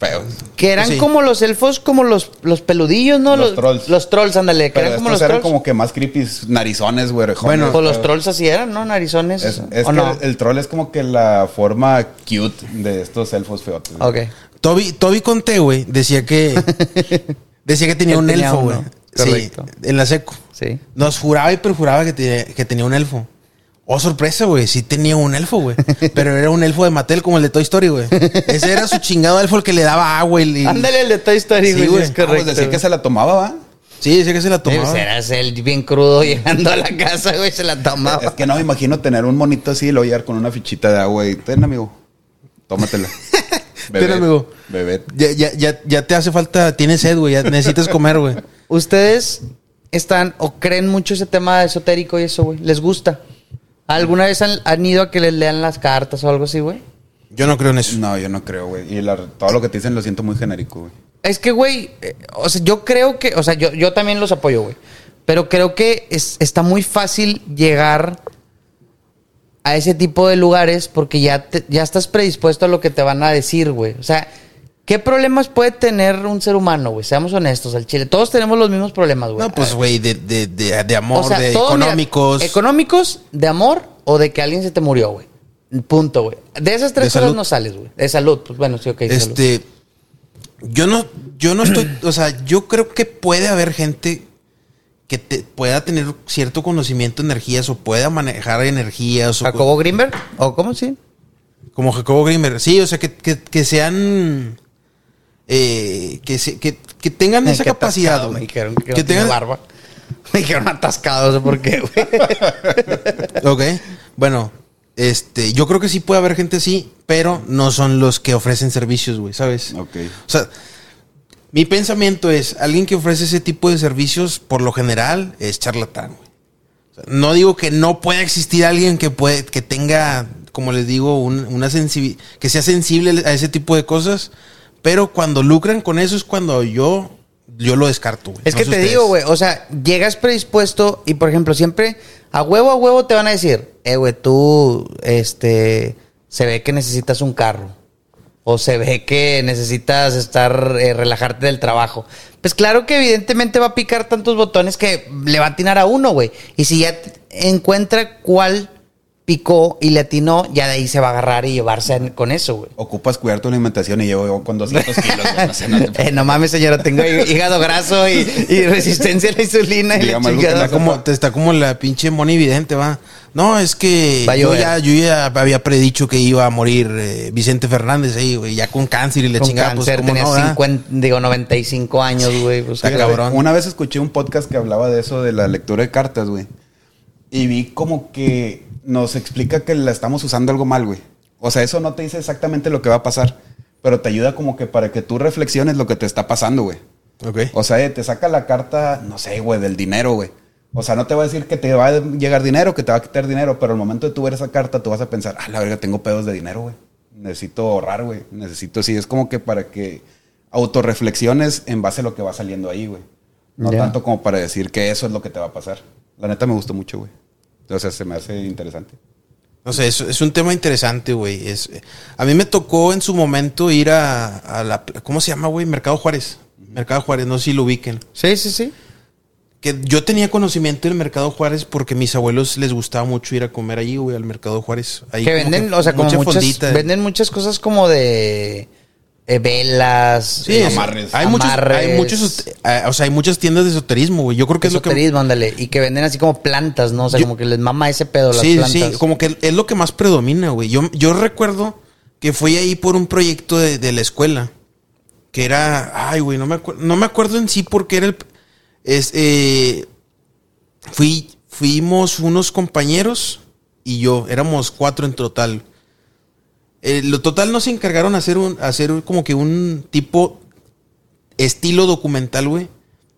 Speaker 1: Feos.
Speaker 2: Que eran
Speaker 3: Sí.
Speaker 2: como los elfos, como los, los peludillos, ¿no?
Speaker 1: Los trolls.
Speaker 2: Los trolls, ándale. Que
Speaker 1: Pero
Speaker 2: eran como los
Speaker 1: estos eran
Speaker 2: trolls.
Speaker 1: como que más creepy, narizones, güey, orejones.
Speaker 3: Bueno,
Speaker 2: Pues los trolls así eran, ¿no? Narizones.
Speaker 1: Es, es
Speaker 2: ¿O
Speaker 1: que
Speaker 2: no?
Speaker 1: el, el troll es como que la forma cute de estos elfos feotes. güey.
Speaker 2: Ok.
Speaker 3: Toby, Toby Conté, güey, decía
Speaker 2: (laughs)
Speaker 3: que. decía que tenía
Speaker 2: Él
Speaker 3: un
Speaker 2: tenía
Speaker 3: elfo,
Speaker 2: uno,
Speaker 3: güey. Sí,
Speaker 2: correcto.
Speaker 3: en la seco.
Speaker 2: Sí.
Speaker 3: Nos juraba y perjuraba que, te- que tenía un elfo. Oh, sorpresa, güey. Sí tenía un elfo,
Speaker 2: (laughs)
Speaker 3: güey. Pero era un elfo de Mattel como el de Toy Story, güey. Ese era su chingado elfo el que le daba agua y... y-
Speaker 2: Ándale el de Toy Story,
Speaker 3: Sí,
Speaker 2: güey.
Speaker 3: güey.
Speaker 2: es
Speaker 3: Ah,
Speaker 1: Ah,
Speaker 2: correcto.
Speaker 1: pues decía que se la tomaba, ¿va?
Speaker 3: Sí, decía que se la
Speaker 2: Sí, pues,
Speaker 3: tomaba.
Speaker 2: eras el bien crudo (laughs) llegando a la casa, güey. Se la tomaba.
Speaker 1: Es que no me imagino tener un monito así y lo llevar con una fichita de agua y ten, amigo. Tómatela.
Speaker 3: (laughs) Ten, amigo.
Speaker 1: Bebé.
Speaker 3: Ya, ya, ya, ya te hace falta... Tienes sed, güey. Ya necesitas comer, güey.
Speaker 2: ¿Ustedes están o creen mucho ese tema esotérico y eso, güey? ¿Les gusta? ¿Alguna vez han, han ido a que les lean las cartas o algo así, güey?
Speaker 3: Yo no creo en eso.
Speaker 1: No, yo no creo, güey. Y la- todo lo que te dicen lo siento muy genérico, güey.
Speaker 2: Es que, güey, eh, o sea, yo creo que, o sea, yo, yo también los apoyo, güey. Pero creo que es- está muy fácil llegar a ese tipo de lugares porque ya, te- ya estás predispuesto a lo que te van a decir, güey. O sea, ¿qué problemas puede tener un ser humano, güey? Seamos honestos, al chile. Todos tenemos los mismos problemas, güey.
Speaker 3: No, pues, güey, de, de, de, de amor,
Speaker 2: O sea,
Speaker 3: de
Speaker 2: todo, mira,
Speaker 3: económicos.
Speaker 2: económicos, de amor o de que alguien se te murió, güey. Punto, güey. De esas tres
Speaker 3: De
Speaker 2: cosas
Speaker 3: salud.
Speaker 2: no sales, güey. De salud, pues bueno, sí, ok. salud.
Speaker 3: este... Yo no, yo no estoy... O sea, yo creo que puede haber gente que te, pueda tener cierto conocimiento de energías o pueda manejar energías. o-
Speaker 2: Jacobo Greenberg, o cómo sí.
Speaker 3: Como Jacobo Grimer. Sí, o sea, que, que, que sean. eh, que, se- que, que tengan
Speaker 2: Ay,
Speaker 3: esa
Speaker 2: qué
Speaker 3: capacidad.
Speaker 2: atascado,
Speaker 3: güey.
Speaker 2: Me dijeron que,
Speaker 3: Que
Speaker 2: no tiene
Speaker 3: tengan-
Speaker 2: barba. (laughs) Me dijeron atascado, no sé por qué,
Speaker 3: (laughs)
Speaker 2: güey.
Speaker 3: Ok. Bueno, este, yo creo que sí puede haber gente así, pero no son los que ofrecen servicios, güey, ¿sabes?
Speaker 1: Ok.
Speaker 3: O sea, mi pensamiento es: alguien que ofrece ese tipo de servicios, por lo general, es charlatán, güey. O sea, No digo que no pueda existir alguien que puede, que tenga, como les digo, un- una sensibilidad, que sea sensible a ese tipo de cosas, pero cuando lucran con eso es cuando yo, yo lo descarto, güey.
Speaker 2: Es
Speaker 3: No
Speaker 2: que
Speaker 3: sé
Speaker 2: te
Speaker 3: ustedes.
Speaker 2: digo, güey, o sea, llegas predispuesto y, por ejemplo, siempre a huevo a huevo te van a decir, eh, güey, tú, este, se ve que necesitas un carro. O se ve que necesitas estar, eh, relajarte del trabajo. Pues claro que evidentemente va a picar tantos botones que le va a atinar a uno, güey. Y si ya t- encuentra cuál picó y le atinó, ya de ahí se va a agarrar y llevarse a- con eso, güey.
Speaker 1: Ocupas cuidar tu alimentación y llevo yo con 200 kilos, güey. No sé, no te-
Speaker 2: (laughs) Eh, no mames, señora, tengo hí- hígado graso y, y resistencia a la insulina. Y la
Speaker 1: Dígame algo que
Speaker 2: chingada.
Speaker 3: Está como, te está como la pinche Moni Vidente, va. No, es que
Speaker 2: Va a
Speaker 3: yo
Speaker 2: llover.
Speaker 3: ya, yo ya había predicho que iba a morir eh, Vicente Fernández ahí, güey, ya con cáncer y la
Speaker 2: Con
Speaker 3: chingada.
Speaker 2: cáncer,
Speaker 3: pues, ¿cómo
Speaker 2: tenía
Speaker 3: no, verdad?
Speaker 2: 50, digo, 95 años, güey. pues,
Speaker 3: Está
Speaker 2: ¿qué?
Speaker 3: cabrón.
Speaker 1: Una vez escuché un podcast que hablaba de eso, de la lectura de cartas, güey. Y vi como que nos explica que la estamos usando algo mal, güey. O sea, eso no te dice exactamente lo que va a pasar, pero te ayuda como que para que tú reflexiones lo que te está pasando, güey.
Speaker 3: Ok.
Speaker 1: O sea, eh, te saca la carta, no sé, güey, del dinero, güey. O sea, no te va a decir que te va a llegar dinero, que te va a quitar dinero, pero al momento de tú ver esa carta, tú vas a pensar, ah, la verga, tengo pedos de dinero, güey. Necesito ahorrar, güey. Necesito, sí, es como que para que autorreflexiones en base a lo que va saliendo ahí, güey. No
Speaker 2: Ya.
Speaker 1: tanto como para decir que eso es lo que te va a pasar. La neta me gustó mucho, güey. O sea, se me hace interesante.
Speaker 3: No sé, es, es un tema interesante, güey. Es, eh, a mí me tocó en su momento ir a, a la... pla- ¿Cómo se llama, güey? Mercado Juárez. Mercado Juárez, no sé si lo ubiquen.
Speaker 2: Sí, sí, sí.
Speaker 3: Que yo tenía conocimiento del Mercado Juárez porque mis abuelos les gustaba mucho ir a comer allí, güey, al Mercado Juárez. Ahí
Speaker 2: que
Speaker 3: como
Speaker 2: venden, o sea, como
Speaker 3: mucha
Speaker 2: muchas,
Speaker 3: fondita.
Speaker 2: venden muchas cosas como de eh, velas.
Speaker 3: Sí,
Speaker 2: eh,
Speaker 1: amarres.
Speaker 3: Hay muchos, hay muchos,
Speaker 2: amarres,
Speaker 3: eh, o sea, hay muchas tiendas de esoterismo, güey. Yo creo que es lo que
Speaker 2: esoterismo, ándale. Y que venden así como plantas, ¿no? O sea,
Speaker 3: Yo-
Speaker 2: como que les mama ese pedo las
Speaker 3: Sí,
Speaker 2: plantas.
Speaker 3: sí, como que es lo que más predomina, güey. Yo, yo recuerdo que fui ahí por un proyecto de, de la escuela. Que era. Ay, güey, no me acuerdo. No me acuerdo en sí porque era el. Es, eh, fui, fuimos unos compañeros y yo. Éramos cuatro en total. Eh, lo total nos encargaron hacer un. hacer como que un tipo. estilo documental, güey.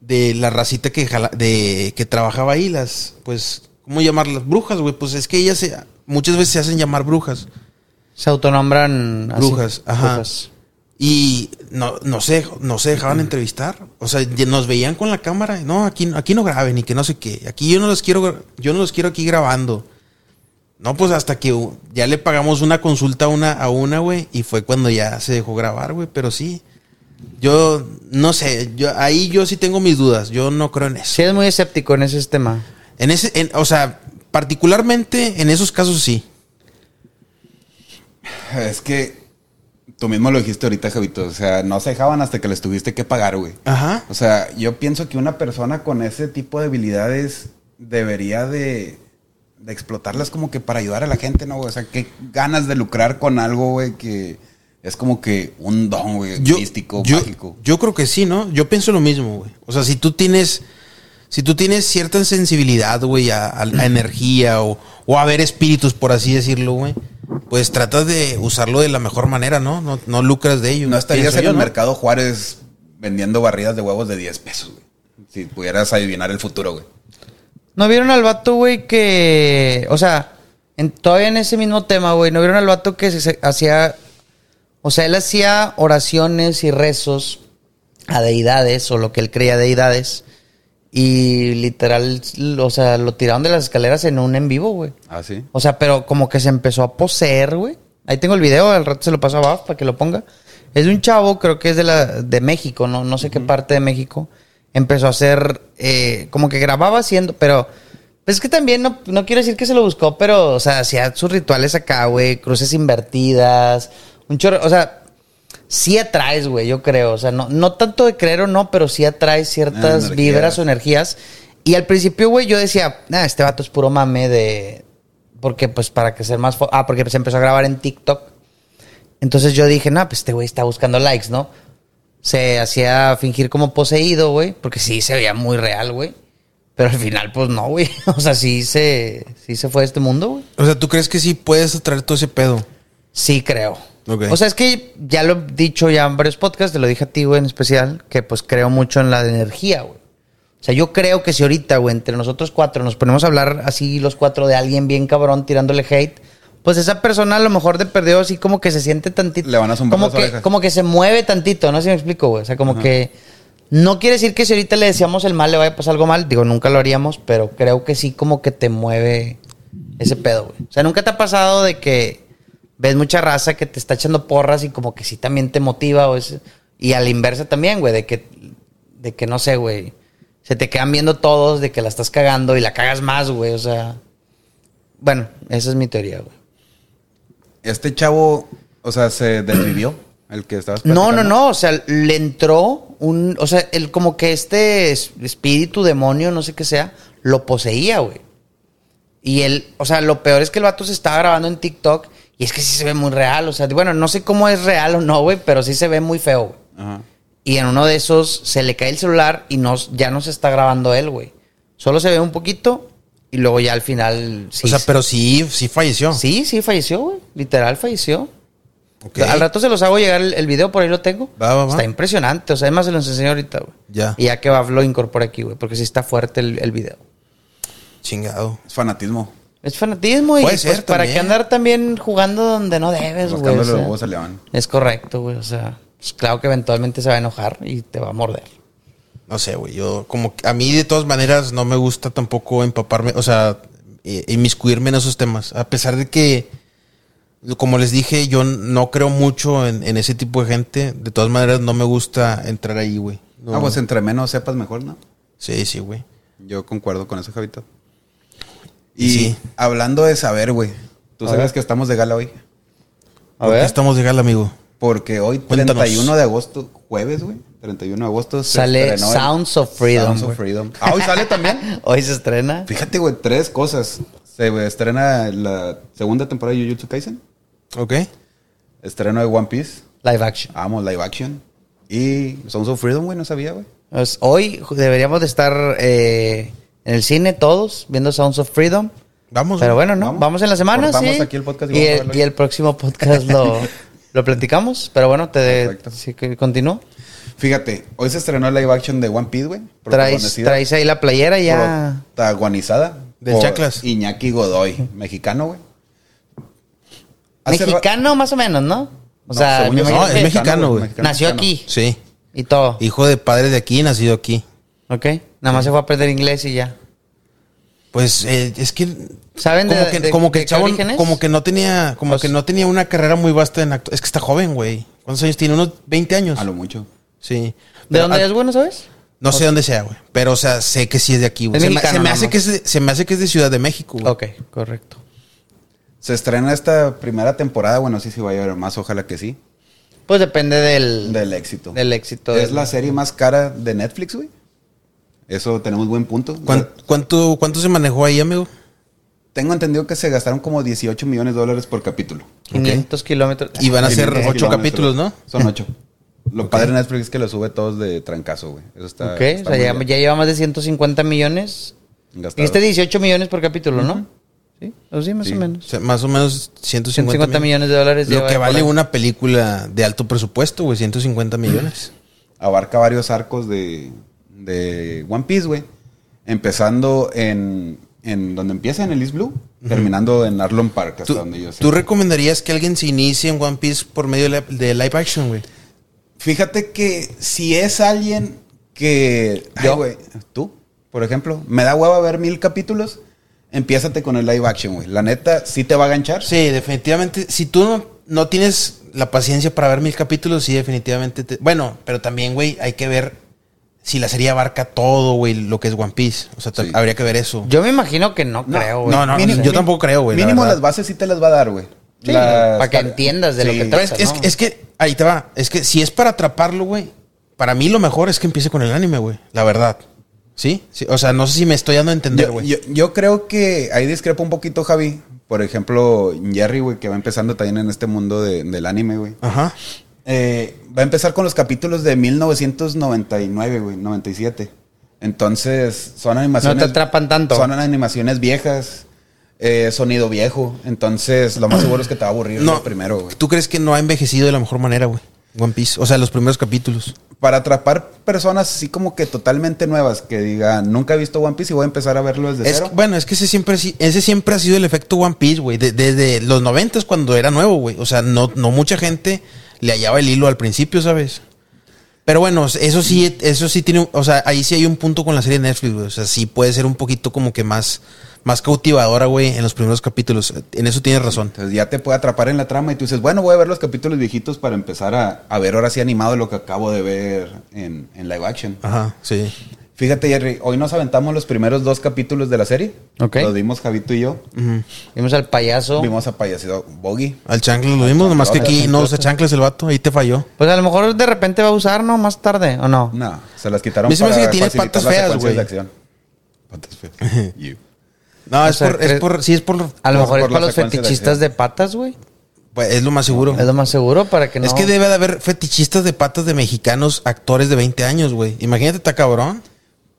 Speaker 3: De la racita que, jala- de, que trabajaba ahí, las. Pues. ¿Cómo llamarlas? Brujas, güey. Pues es que ellas se- muchas veces se hacen llamar brujas.
Speaker 2: Se autonombran así.
Speaker 3: Brujas, ajá.
Speaker 2: Brujas.
Speaker 3: Y no, no, se, no se dejaban entrevistar. O sea, ya nos veían con la cámara. No, aquí, aquí no graben y que no sé qué. Aquí yo no los quiero, gra- yo no los quiero aquí grabando. No, pues hasta que u- ya le pagamos una consulta a una, a una, güey. Y fue cuando ya se dejó grabar, güey. Pero sí. Yo no sé. Yo, ahí yo sí tengo mis dudas. Yo no creo en eso.
Speaker 2: Sí, es muy escéptico en ese tema.
Speaker 3: En ese, en- o sea, particularmente en esos casos sí.
Speaker 1: Es que tú mismo lo dijiste ahorita, Javito. O sea, no se dejaban hasta que les tuviste que pagar, güey.
Speaker 3: Ajá.
Speaker 1: O sea, yo pienso que una persona con ese tipo de habilidades debería de, de explotarlas como que para ayudar a la gente, ¿no? güey? O sea, qué ganas de lucrar con algo, güey, que es como que un don, güey, místico,
Speaker 3: yo,
Speaker 1: mágico.
Speaker 3: Yo creo que sí, ¿no? Yo pienso lo mismo, güey. O sea, si tú tienes, si tú tienes cierta sensibilidad, güey, a, a la energía o, o a ver espíritus, por así decirlo, güey, pues tratas de usarlo de la mejor manera, ¿no? No, no lucras de ello.
Speaker 1: No estarías
Speaker 3: pienso
Speaker 1: en
Speaker 3: yo,
Speaker 1: el
Speaker 3: ¿no?
Speaker 1: mercado Juárez vendiendo barridas de huevos de 10 pesos, güey. Si pudieras adivinar el futuro, güey.
Speaker 2: ¿No vieron al vato, güey, que. O sea, en, todavía en ese mismo tema, güey. ¿No vieron al vato que se, se hacía. O sea, él hacía oraciones y rezos a deidades o lo que él creía deidades. Y literal, o sea, lo tiraron de las escaleras en un en vivo, güey.
Speaker 1: Ah, sí.
Speaker 2: O sea, pero como que se empezó a poseer, güey. Ahí tengo el video, al rato se lo paso a Baf para que lo ponga. Es de un chavo, creo que es de la de México, no, no sé qué parte de México. Empezó a hacer, eh, como que grababa haciendo, pero pues es que también no, no quiero decir que se lo buscó, pero, o sea, hacía sus rituales acá, güey, cruces invertidas, un chorro, o sea, sí atraes, güey, yo creo. O sea, no, no tanto de creer o no, pero sí atraes ciertas
Speaker 1: energías.
Speaker 2: vibras o energías. Y al principio, güey, yo decía, nah, este vato es puro mame de. Porque, pues, para que ser más. fo- Ah, porque se empezó a grabar en TikTok. Entonces yo dije, nah, pues este güey está buscando likes, ¿no? Se hacía fingir como poseído, güey. Porque sí se veía muy real, güey. Pero al final, pues no, güey. (laughs) O sea, sí se, sí se fue de este mundo, güey.
Speaker 3: O sea, ¿tú crees que sí puedes atraer todo ese pedo?
Speaker 2: Sí, creo.
Speaker 3: Ok.
Speaker 2: O sea, es que ya lo he dicho ya en varios podcasts, te lo dije a ti, güey, en especial, que pues creo mucho en la energía, güey. O sea, yo creo que si ahorita, güey, entre nosotros cuatro nos ponemos a hablar así los cuatro de alguien bien cabrón tirándole hate, pues esa persona a lo mejor de perdido así como que se siente tantito.
Speaker 1: Le van a zumbar
Speaker 2: como
Speaker 1: las
Speaker 2: que,
Speaker 1: orejas.
Speaker 2: Como que se mueve tantito, no sé si me explico, güey. O sea, como que no quiere decir que si ahorita le decíamos el mal le vaya a pasar algo mal. Digo, nunca lo haríamos, pero creo que sí como que te mueve ese pedo, güey. O sea, nunca te ha pasado de que ves mucha raza que te está echando porras y como que sí también te motiva o es- y a la inversa también, güey, de que de que no sé, güey, se te quedan viendo todos de que la estás cagando y la cagas más, güey, o sea, bueno, esa es mi teoría, güey.
Speaker 1: Este chavo, o sea, se desvivió, el que estabas
Speaker 3: Pues
Speaker 2: No, no,
Speaker 1: platicando.
Speaker 2: no, o sea, le entró un, o sea, el, como que este es- espíritu, demonio, no sé qué sea, lo poseía, güey. Y él, o sea, lo peor es que el vato se estaba grabando en TikTok y es que sí se ve muy real, o sea, bueno, no sé cómo es real o no, güey, pero sí se ve muy feo, güey.
Speaker 1: Ajá.
Speaker 2: Y en uno de esos se le cae el celular y no, ya no se está grabando él, güey. Solo se ve un poquito y luego ya al final... Sí,
Speaker 3: o sea, pero sí, sí falleció.
Speaker 2: Sí, sí, falleció, güey. Literal falleció.
Speaker 3: Ok.
Speaker 2: Al rato se los hago llegar el, el video, por ahí lo tengo.
Speaker 3: Va, va, va.
Speaker 2: Está impresionante. O sea, además se los enseño ahorita, güey.
Speaker 3: Ya.
Speaker 2: Y ya que va, lo incorpora aquí, güey. Porque sí está fuerte el, el video.
Speaker 3: Chingado.
Speaker 1: Es fanatismo.
Speaker 2: Es fanatismo y
Speaker 3: Puede
Speaker 2: pues,
Speaker 3: ser
Speaker 2: para
Speaker 3: también.
Speaker 2: qué andar también jugando donde no debes, güey.
Speaker 1: Rascándole
Speaker 2: O
Speaker 1: los
Speaker 2: sea,
Speaker 1: huevos a León.
Speaker 2: es correcto, güey. O sea, pues, claro que eventualmente se va a enojar y te va a morder.
Speaker 3: No sé, güey. Yo, como que a mí de todas maneras no me gusta tampoco empaparme, o sea, eh, inmiscuirme en esos temas. A pesar de que, como les dije, yo no creo mucho en, en ese tipo de gente. De todas maneras no me gusta entrar ahí, güey. No.
Speaker 1: Ah, pues entre menos sepas mejor, ¿no?
Speaker 3: Sí, sí, güey.
Speaker 1: Yo concuerdo con eso, Javito.
Speaker 3: Y
Speaker 1: Y
Speaker 3: sí.
Speaker 1: hablando de saber, güey. Tú
Speaker 2: A
Speaker 1: sabes
Speaker 2: ver.
Speaker 1: que estamos de gala hoy.
Speaker 2: A
Speaker 3: ¿Por qué
Speaker 2: ver.
Speaker 3: Estamos de gala, amigo.
Speaker 1: Porque hoy,
Speaker 3: Cuéntanos.
Speaker 1: 31 de agosto, jueves, güey. 31 de agosto se
Speaker 2: Sale
Speaker 1: estrenó el-
Speaker 2: Sounds of Freedom,
Speaker 1: Sounds of
Speaker 2: güey.
Speaker 1: Freedom. Ah, hoy sale (laughs) también.
Speaker 2: (laughs) Hoy se estrena.
Speaker 1: Fíjate, güey, tres cosas. Se güey, estrena la segunda temporada de Jujutsu Kaisen.
Speaker 3: ¿Ok?
Speaker 1: Estreno de One Piece.
Speaker 2: Live action.
Speaker 1: Amo live action. Y Sons of Freedom, güey, no sabía, güey.
Speaker 2: Pues, hoy deberíamos de estar eh, en el cine todos viendo Sounds of Freedom.
Speaker 3: Vamos.
Speaker 2: Pero
Speaker 3: güey.
Speaker 2: bueno, ¿no? Vamos,
Speaker 1: Vamos.
Speaker 2: en la semana,
Speaker 1: Cortamos
Speaker 2: sí.
Speaker 1: aquí el podcast y
Speaker 2: y,
Speaker 1: vamos a
Speaker 2: el,
Speaker 1: verlo.
Speaker 2: y el próximo
Speaker 1: (laughs)
Speaker 2: podcast lo, lo platicamos. Pero bueno, te
Speaker 1: Perfecto.
Speaker 2: sí que continúo.
Speaker 1: Fíjate, hoy se estrenó el live action de One Piece, güey.
Speaker 2: Traes,
Speaker 1: protagonizada-
Speaker 2: traes ahí la playera ya.
Speaker 1: Protagonizada.
Speaker 3: Del
Speaker 1: por
Speaker 3: Chaclas.
Speaker 1: Iñaki Godoy, mexicano, güey. Hace ra-
Speaker 2: Mexicano más o menos, ¿no? O
Speaker 1: No,
Speaker 2: sea,
Speaker 1: según yo
Speaker 2: me
Speaker 3: no,
Speaker 2: imagino
Speaker 3: es
Speaker 2: que
Speaker 3: mexicano, güey.
Speaker 2: Nació aquí
Speaker 3: Sí.
Speaker 2: y todo.
Speaker 3: Hijo de padres de aquí, nacido aquí.
Speaker 2: ¿Ok? Nada más se fue a aprender inglés y ya.
Speaker 3: Pues eh, es que
Speaker 2: ¿Saben
Speaker 3: como
Speaker 2: de-
Speaker 3: que
Speaker 2: de-
Speaker 3: como que
Speaker 2: de
Speaker 3: el
Speaker 2: qué
Speaker 3: chavo
Speaker 2: origen es?
Speaker 3: como que no tenía como
Speaker 2: Pues-
Speaker 3: que no tenía una carrera muy vasta en acto- es que está joven, güey. ¿Cuántos años tiene? Unos 20 años.
Speaker 1: A lo mucho.
Speaker 3: Sí.
Speaker 2: ¿De
Speaker 3: Pero,
Speaker 2: dónde
Speaker 3: ah,
Speaker 2: es bueno, sabes?
Speaker 3: No sé dónde sea, güey, pero o sea, sé que sí es de aquí, güey.
Speaker 2: Es
Speaker 3: Se, me-
Speaker 2: mexicano,
Speaker 3: se me
Speaker 2: no,
Speaker 3: hace
Speaker 2: no.
Speaker 3: que es de, se me hace que es de Ciudad de México, güey.
Speaker 2: Ok, correcto.
Speaker 1: Se estrena esta primera temporada, bueno, sí, sí va a haber más, ojalá que sí.
Speaker 2: Pues depende del,
Speaker 1: Del éxito.
Speaker 2: del éxito.
Speaker 1: Es
Speaker 2: del-
Speaker 1: la serie más cara de Netflix, güey. Eso tenemos buen punto.
Speaker 3: ¿Cuán- ¿Cuánto, cuánto se manejó ahí, amigo?
Speaker 1: Tengo entendido que se gastaron como 18 millones de dólares por capítulo.
Speaker 2: 500 kilómetros.
Speaker 3: Y Pues van a ser
Speaker 1: 500
Speaker 3: ocho
Speaker 1: kilómetros.
Speaker 3: capítulos, ¿no?
Speaker 1: Son ocho. Lo padre de Netflix es que lo sube todos de trancazo, güey. Eso está.
Speaker 2: Ok,
Speaker 1: está
Speaker 2: o sea,
Speaker 1: muy
Speaker 2: ya, este
Speaker 1: bien
Speaker 2: ya lleva más de 150 millones.
Speaker 1: gastado.
Speaker 2: Dijiste 18 millones por capítulo, ¿no? Sí, o sí, más
Speaker 1: Sí.
Speaker 2: o
Speaker 3: O
Speaker 2: menos.
Speaker 3: sea, más o menos 150,
Speaker 2: 150 millones de dólares.
Speaker 3: Lo
Speaker 2: lleva
Speaker 3: que
Speaker 2: por
Speaker 3: vale
Speaker 2: ahí.
Speaker 3: una película de alto presupuesto, güey, 150 millones.
Speaker 1: Abarca varios arcos de, de One Piece, güey. Empezando en, en donde empieza, en el East Blue. Terminando en Arlon Park, hasta
Speaker 3: ¿Tú,
Speaker 1: donde yo sé.
Speaker 3: tú recomendarías que alguien se inicie en One Piece por medio de, la- de live action, güey?
Speaker 1: Fíjate que si es alguien que. ay,
Speaker 2: Yo.
Speaker 1: güey, tú, por ejemplo, me da hueva ver mil capítulos. Empiézate con el live action, güey. La neta, sí te va a ganchar.
Speaker 3: Sí, definitivamente. Si tú no, no tienes la paciencia para ver mil capítulos, sí, definitivamente. te- bueno, pero también, güey, hay que ver si la serie abarca todo, güey, lo que es One Piece. O sea, ta-
Speaker 1: Sí.
Speaker 3: habría que ver eso.
Speaker 2: Yo me imagino que no,
Speaker 1: No,
Speaker 2: creo, güey.
Speaker 3: no, no,
Speaker 1: Mínimo-
Speaker 3: yo tampoco creo, güey. la
Speaker 1: Mínimo
Speaker 3: verdad.
Speaker 1: las bases sí te las va a dar, güey.
Speaker 2: Sí,
Speaker 1: Las-
Speaker 2: para que entiendas de lo que
Speaker 3: Pero es,
Speaker 2: trata,
Speaker 3: es-
Speaker 2: ¿no?
Speaker 3: es que, ahí te va. Es que si es para atraparlo, güey, para mí lo mejor es que empiece con el anime, güey. La verdad. ¿Sí? Sí, O sea, no sé si me estoy dando a entender,
Speaker 1: Yo,
Speaker 3: güey.
Speaker 1: yo- yo creo que ahí discrepo un poquito, Javi. Por ejemplo, Jerry, güey, que va empezando también en este mundo de- del anime, güey.
Speaker 3: Ajá.
Speaker 1: Eh, va a empezar con los capítulos de 1999, güey, 97. Entonces, son animaciones.
Speaker 2: No te atrapan tanto.
Speaker 1: Son animaciones viejas, eh, sonido viejo. Entonces, lo más seguro es que te va a aburrir
Speaker 3: No,
Speaker 1: lo primero, güey.
Speaker 3: ¿Tú crees que no ha envejecido de la mejor manera, güey? One Piece. O sea, los primeros capítulos.
Speaker 1: Para atrapar personas así como que totalmente nuevas, que digan, nunca he visto One Piece y voy a empezar a verlo desde
Speaker 3: Es-
Speaker 1: cero.
Speaker 3: bueno, es que ese siempre, ha si- ese siempre ha sido el efecto One Piece, güey. De- desde los noventas cuando era nuevo, güey. O sea, no, no mucha gente le hallaba el hilo al principio, ¿sabes? Pero bueno, eso sí, eso sí tiene, o sea, ahí sí hay un punto con la serie de Netflix, güey. O sea, sí puede ser un poquito como que más, más cautivadora, güey, en los primeros capítulos. En eso tienes razón.
Speaker 1: Entonces ya te puede atrapar en la trama y tú dices, bueno, voy a ver los capítulos viejitos para empezar a, a ver ahora sí animado lo que acabo de ver en, en live action.
Speaker 3: Ajá, sí.
Speaker 1: Fíjate, Jerry, hoy nos aventamos los primeros dos capítulos de la serie.
Speaker 2: Ok.
Speaker 1: Los vimos Javito y yo.
Speaker 3: Ujú.
Speaker 2: Vimos al payaso.
Speaker 1: Vimos a Payasito Boggy.
Speaker 3: Al chanclas lo vimos, nomás que aquí no usa chanclas el vato, ahí te falló.
Speaker 2: Pues a lo mejor de repente va a usar, ¿no? Más tarde, ¿o no?
Speaker 1: No, se las quitaron
Speaker 3: A mí se me hace que tiene
Speaker 1: facilitar
Speaker 3: patas
Speaker 1: las
Speaker 3: feas,
Speaker 1: secuencias
Speaker 3: güey.
Speaker 1: de acción. Patas
Speaker 3: (laughs)
Speaker 1: feas. You.
Speaker 3: No,
Speaker 2: O
Speaker 3: es,
Speaker 2: sea,
Speaker 3: por, es
Speaker 2: cre-
Speaker 3: por, sí, es por,
Speaker 2: A lo
Speaker 1: Por-
Speaker 2: mejor es
Speaker 1: por la
Speaker 2: para los
Speaker 1: secuencia de
Speaker 2: fetichistas de patas, güey.
Speaker 3: pues, es lo más seguro.
Speaker 2: Es lo más seguro para que no.
Speaker 3: Es que debe de haber fetichistas de patas de mexicanos, actores de 20 años, güey. Imagínate, está cabrón.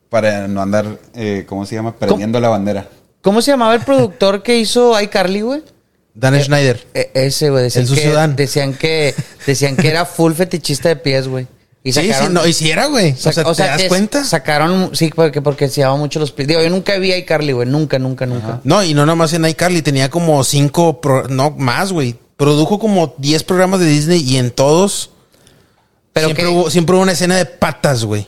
Speaker 1: Para no andar, eh, ¿cómo se llama? Perdiendo la bandera.
Speaker 2: ¿Cómo se llamaba el productor que hizo iCarly, güey?
Speaker 3: Dan Schneider.
Speaker 2: E- ese, güey. Decían,
Speaker 3: El sucio
Speaker 2: que-
Speaker 3: Dan.
Speaker 2: decían que decían que era full fetichista de pies, güey. Y
Speaker 3: sí,
Speaker 2: sacaron,
Speaker 3: sí, no, hiciera, güey. O
Speaker 2: sac-
Speaker 3: sea, ¿te das
Speaker 2: que
Speaker 3: cuenta?
Speaker 2: Sacaron, sí, porque, porque se llamaban mucho los pies. Digo, yo nunca vi a iCarly, güey. Nunca, nunca, nunca.
Speaker 3: No, y no nomás en iCarly, tenía como cinco, pro- no más, güey. Produjo como 10 programas de Disney y en todos
Speaker 2: Pero
Speaker 3: siempre,
Speaker 2: que-
Speaker 3: hubo, siempre hubo una escena de patas, güey.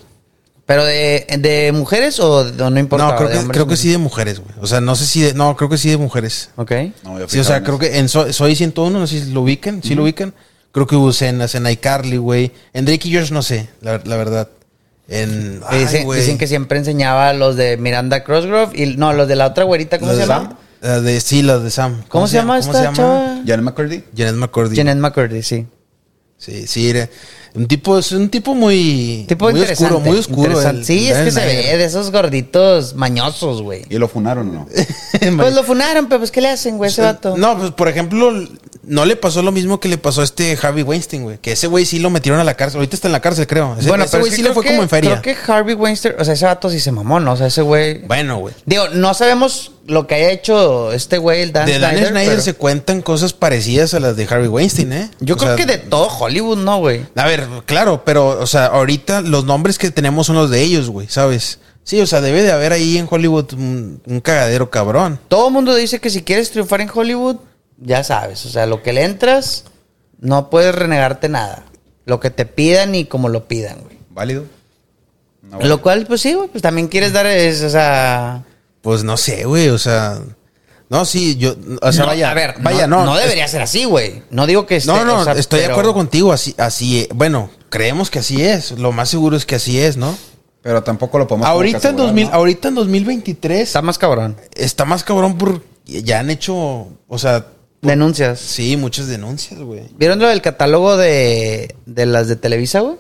Speaker 2: ¿Pero de, de mujeres o, de- o no importa?
Speaker 3: No, creo que, creo que sí de mujeres, güey. O sea, no sé si de, no, creo que sí de mujeres.
Speaker 2: Ok.
Speaker 1: No, yo
Speaker 3: Sí, o
Speaker 1: fijaba
Speaker 3: sea,
Speaker 1: en
Speaker 3: creo
Speaker 1: eso.
Speaker 3: que en So- Soy 101, no sé si lo ubican, si lo ubican. Creo que hubo escenas en iCarly, güey. En Drake y Josh, no sé, la, la verdad. En. eh,
Speaker 2: Que dicen, dicen que siempre enseñaba a los de Miranda Crossgrove y no, los de la otra güerita, ¿cómo se llama?
Speaker 3: La de, sí, la de Sam.
Speaker 2: ¿Cómo, se llama esta chava?
Speaker 1: Janet McCurdy.
Speaker 3: Janet McCurdy.
Speaker 2: Janet McCurdy, sí.
Speaker 3: Sí, sí. era- Un tipo, es un tipo muy,
Speaker 2: Tipo
Speaker 3: muy
Speaker 2: interesante.
Speaker 3: oscuro, muy oscuro.
Speaker 2: interesante.
Speaker 3: el-
Speaker 2: sí, es
Speaker 3: el
Speaker 2: que se
Speaker 3: Niger.
Speaker 2: ve de esos gorditos mañosos,
Speaker 3: (laughs)
Speaker 2: güey.
Speaker 1: Y lo funaron, ¿no?
Speaker 2: Pues lo funaron, pero pues ¿qué le hacen, güey, ese vato?
Speaker 3: No, pues por ejemplo, no le pasó lo mismo que le pasó a este Harvey Weinstein, güey. Que ese güey sí lo metieron a la cárcel. Ahorita está en la cárcel, creo. Ese,
Speaker 2: bueno,
Speaker 3: ese
Speaker 2: pero
Speaker 3: güey
Speaker 2: es que
Speaker 3: sí le
Speaker 2: creo
Speaker 3: fue
Speaker 2: que-
Speaker 3: como en
Speaker 2: Creo
Speaker 3: feria.
Speaker 2: que Harvey Weinstein, o sea, ese vato sí se mamó, ¿no? O sea, ese güey...
Speaker 3: Bueno, güey.
Speaker 2: Digo, no sabemos lo que haya hecho este güey, el Dan
Speaker 3: De Dan
Speaker 2: Snyder,
Speaker 3: Schneider
Speaker 2: pero-
Speaker 3: se cuentan cosas parecidas a las de Harvey Weinstein, ¿eh?
Speaker 2: Yo
Speaker 3: O
Speaker 2: creo
Speaker 3: sea,
Speaker 2: que de todo Hollywood, ¿no, güey?
Speaker 3: A ver, claro, pero, o sea, ahorita los nombres que tenemos son los de ellos, güey, ¿sabes? Sí, o sea, debe de haber ahí en Hollywood un, un cagadero cabrón.
Speaker 2: Todo el mundo dice que si quieres triunfar en Hollywood, ya sabes. O sea, lo que le entras, no puedes renegarte nada. Lo que te pidan y como lo pidan, güey.
Speaker 1: ¿Válido?
Speaker 3: Ah,
Speaker 1: No,
Speaker 2: Lo cual, pues sí, güey, pues también quieres dar, es, o sea...
Speaker 3: Pues no sé, güey, o sea. No, sí, yo. O sea,
Speaker 2: no,
Speaker 3: vaya,
Speaker 2: a ver,
Speaker 3: vaya, no.
Speaker 2: no. debería ser así, güey. No digo que esté,
Speaker 3: No, este, no,
Speaker 2: o sea,
Speaker 3: estoy de
Speaker 2: pero-
Speaker 3: acuerdo contigo, así, así, es. bueno, creemos que así es, lo más seguro es que así es, ¿no?
Speaker 1: Pero tampoco lo podemos... como que
Speaker 3: Ahorita en,
Speaker 1: asegurar,
Speaker 3: 2000,
Speaker 1: ¿no?
Speaker 3: ahorita en 2023
Speaker 2: Está más cabrón.
Speaker 3: está más cabrón por, ya han hecho, o sea,
Speaker 2: Denuncias.
Speaker 3: sí, muchas denuncias, güey.
Speaker 2: ¿Vieron lo del catálogo de, de las de Televisa, güey?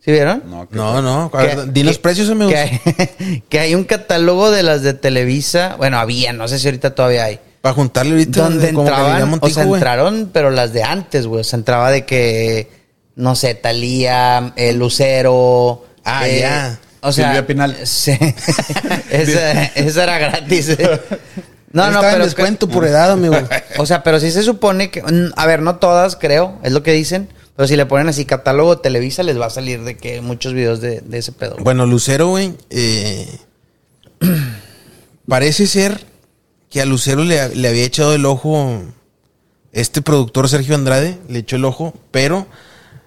Speaker 2: ¿Sí vieron?
Speaker 1: No, que-
Speaker 3: No, no, a
Speaker 2: Que-
Speaker 3: ver, di los
Speaker 2: que-
Speaker 3: precios, amigos.
Speaker 2: Que hay, (laughs) que hay un catálogo de las de Televisa. Bueno, había, no sé si ahorita todavía hay.
Speaker 3: Para juntarle ahorita eh,
Speaker 2: Donde
Speaker 3: como que diría
Speaker 2: entraban, o
Speaker 3: Montijo,
Speaker 2: sea,
Speaker 3: güey.
Speaker 2: entraron, pero las de antes, güey. O sea, entraba de que, no sé, Talía, Lucero.
Speaker 3: Ah,
Speaker 2: eh,
Speaker 3: ya.
Speaker 2: O sea,
Speaker 1: Silvia Pinal.
Speaker 2: (laughs) sí. esa, esa era gratis. No, no,
Speaker 3: Estaba en
Speaker 2: pero.
Speaker 3: descuento por
Speaker 2: (laughs)
Speaker 3: edad, amigo.
Speaker 2: O sea, pero sí se supone que. mm, A ver, no todas, creo, es lo que dicen. Pero si le ponen así catálogo Televisa, les va a salir de que muchos videos de, de ese pedo.
Speaker 3: bueno, Lucero, güey, eh, (clears throat) parece ser que a Lucero le, le había echado el ojo este productor Sergio Andrade, le echó el ojo, pero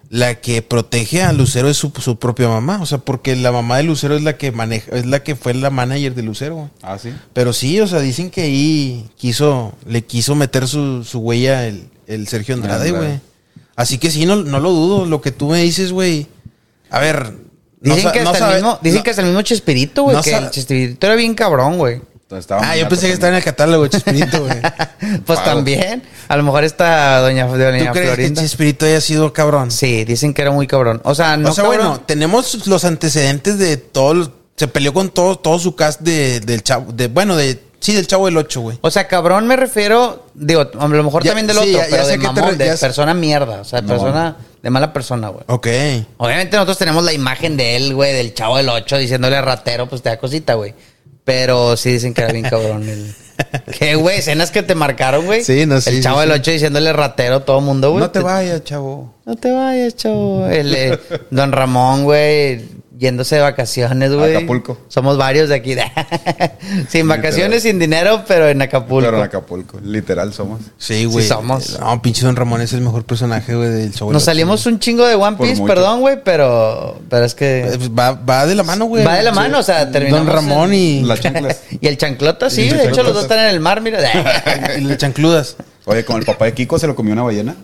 Speaker 3: la que protege a Lucero es su, su propia mamá, o sea, porque la mamá de Lucero es la que maneja, es la que fue la manager de Lucero, güey.
Speaker 1: Ah, sí.
Speaker 3: Pero sí, o sea, dicen que ahí quiso, le quiso meter su, su huella el, el Sergio Andrade,
Speaker 1: Andrade.
Speaker 3: güey. Así que sí, no, no lo dudo. Lo que tú me dices, güey. A ver. no
Speaker 2: Dicen,
Speaker 3: sa-
Speaker 2: que,
Speaker 3: no
Speaker 2: hasta
Speaker 3: sabe-
Speaker 2: el mismo, dicen
Speaker 3: no-
Speaker 2: que hasta el mismo Chespirito, güey.
Speaker 3: no
Speaker 2: que
Speaker 3: sa-
Speaker 2: el Chespirito era bien cabrón, güey.
Speaker 1: Entonces, estábamos
Speaker 3: Ah,
Speaker 1: en
Speaker 3: yo
Speaker 1: la
Speaker 3: pensé que
Speaker 1: costa-
Speaker 3: estaba en
Speaker 2: (laughs)
Speaker 3: el catálogo, Chespirito, güey.
Speaker 2: Pues
Speaker 1: Wow.
Speaker 2: también. A lo mejor está doña,
Speaker 3: ¿Tú
Speaker 2: doña
Speaker 3: crees que
Speaker 2: Florinda.
Speaker 3: Chespirito haya sido cabrón?
Speaker 2: Sí, dicen que era muy cabrón. O sea, no
Speaker 3: o sea,
Speaker 2: cabrón.
Speaker 3: bueno, tenemos los antecedentes de todo. el- Se peleó con todo, todo su cast de, del chavo. De, bueno, de. Sí, del chavo del 8, güey.
Speaker 2: O sea, cabrón me refiero, digo, a lo mejor
Speaker 3: Ya-
Speaker 2: también del
Speaker 3: sí,
Speaker 2: otro,
Speaker 3: ya- ya
Speaker 2: pero
Speaker 3: sé
Speaker 2: de
Speaker 3: que te
Speaker 2: mamón,
Speaker 3: re-
Speaker 2: de
Speaker 3: ya sé-
Speaker 2: persona mierda. O sea, de
Speaker 1: No.
Speaker 2: persona, de mala persona, güey.
Speaker 3: Ok.
Speaker 2: Obviamente nosotros tenemos la imagen de él, güey, del chavo del 8 diciéndole ratero, pues te da cosita, güey. Pero sí dicen que era bien cabrón el... ¿Qué, güey? Escenas que te marcaron, güey.
Speaker 3: Sí, no, sí,
Speaker 2: El
Speaker 3: sí,
Speaker 2: chavo
Speaker 3: sí.
Speaker 2: del 8 diciéndole ratero a todo mundo, güey.
Speaker 1: No te vayas, chavo.
Speaker 2: No te vayas, chavo. El, eh, don Ramón, güey, yéndose de vacaciones, güey.
Speaker 1: Acapulco.
Speaker 2: Somos varios de aquí. (laughs) sin vacaciones, sin dinero, pero en Acapulco.
Speaker 1: Pero en Acapulco. Literal somos.
Speaker 3: Sí, güey.
Speaker 2: somos.
Speaker 3: No, pinche Don Ramón es el mejor personaje, güey, del chavo del
Speaker 2: Nos
Speaker 3: Ocho, güey.
Speaker 2: salimos un chingo de One
Speaker 1: Por
Speaker 2: Piece,
Speaker 1: mucho.
Speaker 2: perdón, güey, pero, pero es
Speaker 3: Eh,
Speaker 2: que...
Speaker 3: pues, Va, va de la mano, güey.
Speaker 2: Va de la
Speaker 3: Sí.
Speaker 2: mano, o sea, terminamos
Speaker 3: Don Ramón
Speaker 2: en-
Speaker 3: y, (laughs)
Speaker 1: Las chanclas.
Speaker 2: (laughs) Y el chanclota, sí,
Speaker 1: Y el
Speaker 2: de hecho los
Speaker 1: chanclota.
Speaker 2: dos están en el mar, mira. (laughs)
Speaker 3: y las chancludas.
Speaker 1: Oye, con el papá de Kiko se lo comió una ballena.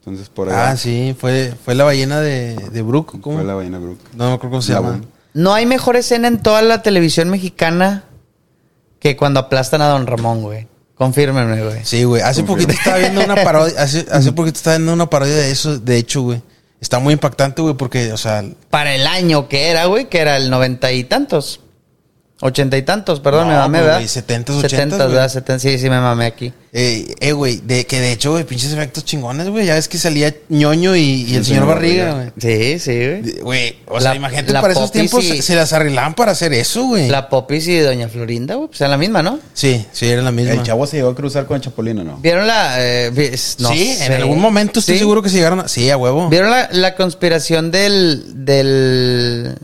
Speaker 1: Entonces, por ahí.
Speaker 3: Ah, sí, fue, fue la ballena de, de Brook. ¿Cómo?
Speaker 1: Fue la ballena, Brooke.
Speaker 3: No me acuerdo cómo se
Speaker 1: La
Speaker 3: llama.
Speaker 1: bomba.
Speaker 2: No hay mejor escena en toda la televisión mexicana que cuando aplastan a Don Ramón, güey. Confírmenme, güey.
Speaker 3: Sí, güey. Hace
Speaker 1: Confirmo.
Speaker 3: poquito estaba viendo
Speaker 1: (laughs)
Speaker 3: una parodia. Hace, hace poquito estaba viendo una parodia de eso, de hecho, güey. Está muy impactante, güey, porque, o sea,
Speaker 2: Para el año que era, güey, que era el noventa y tantos. Ochenta y tantos, perdón,
Speaker 3: No,
Speaker 2: me mamé,
Speaker 3: pues,
Speaker 2: ¿verdad?
Speaker 3: güey, setentas, ochentas,
Speaker 2: Setentas,
Speaker 3: güey.
Speaker 2: ¿verdad? Seten- sí, sí, me mamé aquí.
Speaker 3: eh, eh, güey, de, que de hecho, güey, pinches efectos chingones, güey. Ya ves que salía ñoño y, y el, señor, Barriga, güey.
Speaker 2: Sí, sí, güey.
Speaker 3: De- Güey, o
Speaker 2: La-
Speaker 3: sea, imagínate,
Speaker 2: la
Speaker 3: para esos
Speaker 2: popis
Speaker 3: tiempos
Speaker 2: y-
Speaker 3: se, se las arreglaban para hacer eso, güey.
Speaker 2: La Popis y Doña Florinda, güey, pues era la misma, ¿no?
Speaker 3: Sí, sí, era la misma.
Speaker 1: El chavo se llegó a cruzar con el Chapulín, ¿o no?
Speaker 2: ¿Vieron la...? eh, vi- no
Speaker 3: sí, en
Speaker 2: sé.
Speaker 3: algún momento estoy
Speaker 2: Sí.
Speaker 3: seguro que se llegaron a... Sí, a huevo.
Speaker 2: ¿Vieron la, la conspiración del, del.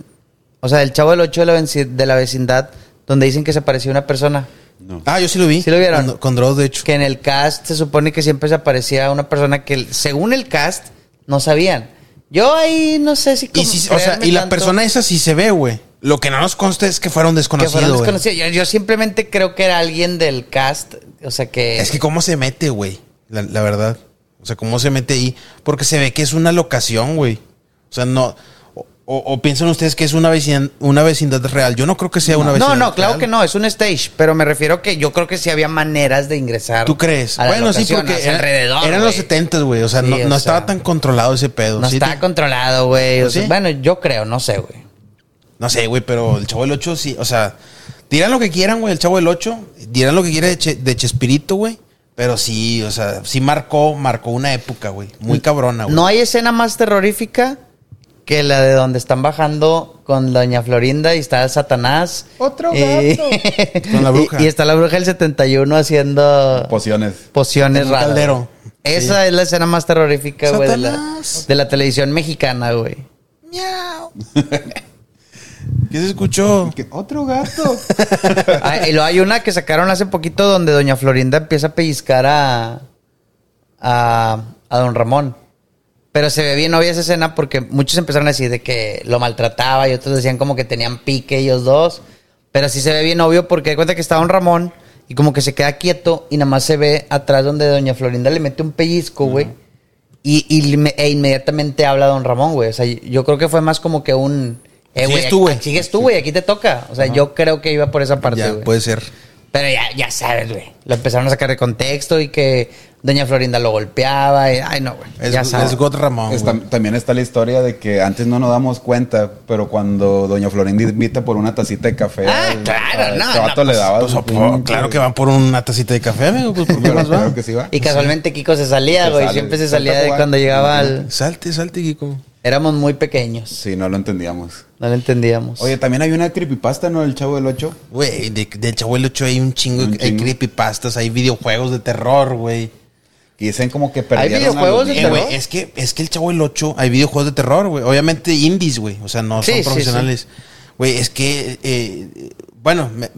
Speaker 2: O sea, del chavo del 8 de la, venci- de la vecindad, donde dicen que se apareció una persona?
Speaker 1: No.
Speaker 3: Ah, yo sí lo vi.
Speaker 2: ¿Sí lo vieron?
Speaker 3: Con, con Dross, de hecho.
Speaker 2: Que en el cast se supone que siempre se aparecía una persona que, según el cast, no sabían. Yo ahí no sé si.
Speaker 3: Y, sí, o sea, y la persona esa sí se ve, güey. Lo que no nos consta es que fueron
Speaker 2: Que
Speaker 3: desconocidos.
Speaker 2: fueron desconocidos. Yo, yo simplemente creo que era alguien del cast. O sea que.
Speaker 3: Es que cómo se mete, güey. La, la verdad. O sea, cómo se mete ahí. Porque se ve que es una locación, güey. O sea, no. o- O, o piensan ustedes que es una vecindad, una vecindad real. Yo no creo que sea una vecindad
Speaker 2: No, no, claro
Speaker 3: real.
Speaker 2: que no, es un stage, pero me refiero que yo creo que sí había maneras de ingresar.
Speaker 3: ¿Tú crees?
Speaker 2: a la
Speaker 3: Bueno, sí,
Speaker 2: locación,
Speaker 3: porque
Speaker 2: hacia
Speaker 3: era-
Speaker 2: alrededor,
Speaker 3: eran los
Speaker 2: güey.
Speaker 3: 70, güey. O sea,
Speaker 2: Sí,
Speaker 3: no,
Speaker 2: o
Speaker 3: no
Speaker 2: sea,
Speaker 3: estaba tan controlado ese pedo.
Speaker 2: No
Speaker 3: Sí,
Speaker 2: está
Speaker 3: te-
Speaker 2: controlado, güey. o
Speaker 3: ¿Sí?
Speaker 2: sea, Bueno, yo creo, no sé, güey.
Speaker 3: No sé, güey, pero el Chavo del 8 sí, o sea, dirán lo que quieran, güey, el Chavo del 8, dirán lo que quieran de, Che- de Chespirito, güey, pero sí, o sea, sí marcó, marcó una época, güey, muy cabrona, güey. (laughs)
Speaker 2: No hay escena más terrorífica que la de donde están bajando con Doña Florinda y está Satanás.
Speaker 1: Otro
Speaker 2: Y- (laughs)
Speaker 1: gato.
Speaker 3: Con la bruja.
Speaker 2: Y, y está la bruja del 71 haciendo
Speaker 1: Pociones.
Speaker 2: pociones
Speaker 3: En un
Speaker 2: raras.
Speaker 3: caldero.
Speaker 2: Esa es la escena más terrorífica, güey, de la,
Speaker 3: Satanás.
Speaker 2: de la televisión mexicana, güey.
Speaker 3: Miau. ¿Qué se escuchó?
Speaker 1: ¿Qué? Otro (laughs) gato.
Speaker 2: Ah, y luego hay una que sacaron hace poquito donde Doña Florinda empieza a pellizcar a, a, a Don Ramón. Pero se ve bien obvia esa escena porque muchos empezaron a decir de que lo maltrataba y otros decían como que tenían pique ellos dos. Pero sí se ve bien obvio porque hay cuenta que está Don Ramón y como que se queda quieto y nada más se ve atrás donde Doña Florinda le mete un pellizco, güey. Y, y me- e inmediatamente habla Don Ramón, güey. O sea, yo creo que fue más como que un... Eh,
Speaker 3: Sigues
Speaker 2: güey,
Speaker 3: tú, güey.
Speaker 2: Sigues tú, güey. Aquí te toca. O sea, yo creo que iba por esa parte,
Speaker 3: ya, pues.
Speaker 2: güey.
Speaker 3: puede ser.
Speaker 2: Pero ya, ya sabes, güey. Lo empezaron a sacar de contexto y que Doña Florinda lo golpeaba. y- ay, no, güey.
Speaker 3: Es,
Speaker 2: Ya sabes.
Speaker 3: es God Ramón,
Speaker 1: Está-
Speaker 3: güey.
Speaker 1: también está la historia de que antes no nos damos cuenta, pero cuando Doña Florinda invita por una tacita de café.
Speaker 2: Ah,
Speaker 1: al-
Speaker 2: claro,
Speaker 1: al
Speaker 2: no,
Speaker 1: vato
Speaker 2: no,
Speaker 1: le daba
Speaker 3: Pues,
Speaker 1: su
Speaker 3: oh,
Speaker 1: pinche- (laughs)
Speaker 3: claro que van por una tacita de café, amigo, pues ¿por qué más va?
Speaker 1: Claro que sí va.
Speaker 2: Y casualmente Kiko se salía,
Speaker 1: Se
Speaker 2: güey.
Speaker 1: sale,
Speaker 2: Siempre se
Speaker 1: salta
Speaker 2: salía de
Speaker 1: jugando.
Speaker 2: cuando llegaba al.
Speaker 3: Salte, salte, Kiko.
Speaker 2: Éramos muy pequeños.
Speaker 1: Sí, no lo entendíamos.
Speaker 2: No lo entendíamos.
Speaker 1: Oye, también hay una creepypasta, ¿no? El Chavo del 8.
Speaker 3: Güey, de- del Chavo del 8 hay un chingo,
Speaker 1: Un
Speaker 3: hay
Speaker 1: chingo.
Speaker 3: creepypastas, hay videojuegos de terror, güey.
Speaker 1: Que dicen como que perdieron
Speaker 2: videojuegos
Speaker 1: a los
Speaker 2: de
Speaker 3: Eh,
Speaker 1: niños.
Speaker 2: terror?
Speaker 3: güey, es que, es que el Chavo del 8 hay videojuegos de terror, güey. Obviamente indies, güey. O sea, no
Speaker 2: Sí,
Speaker 3: son
Speaker 2: sí,
Speaker 3: profesionales. Güey, es que. eh, bueno, me,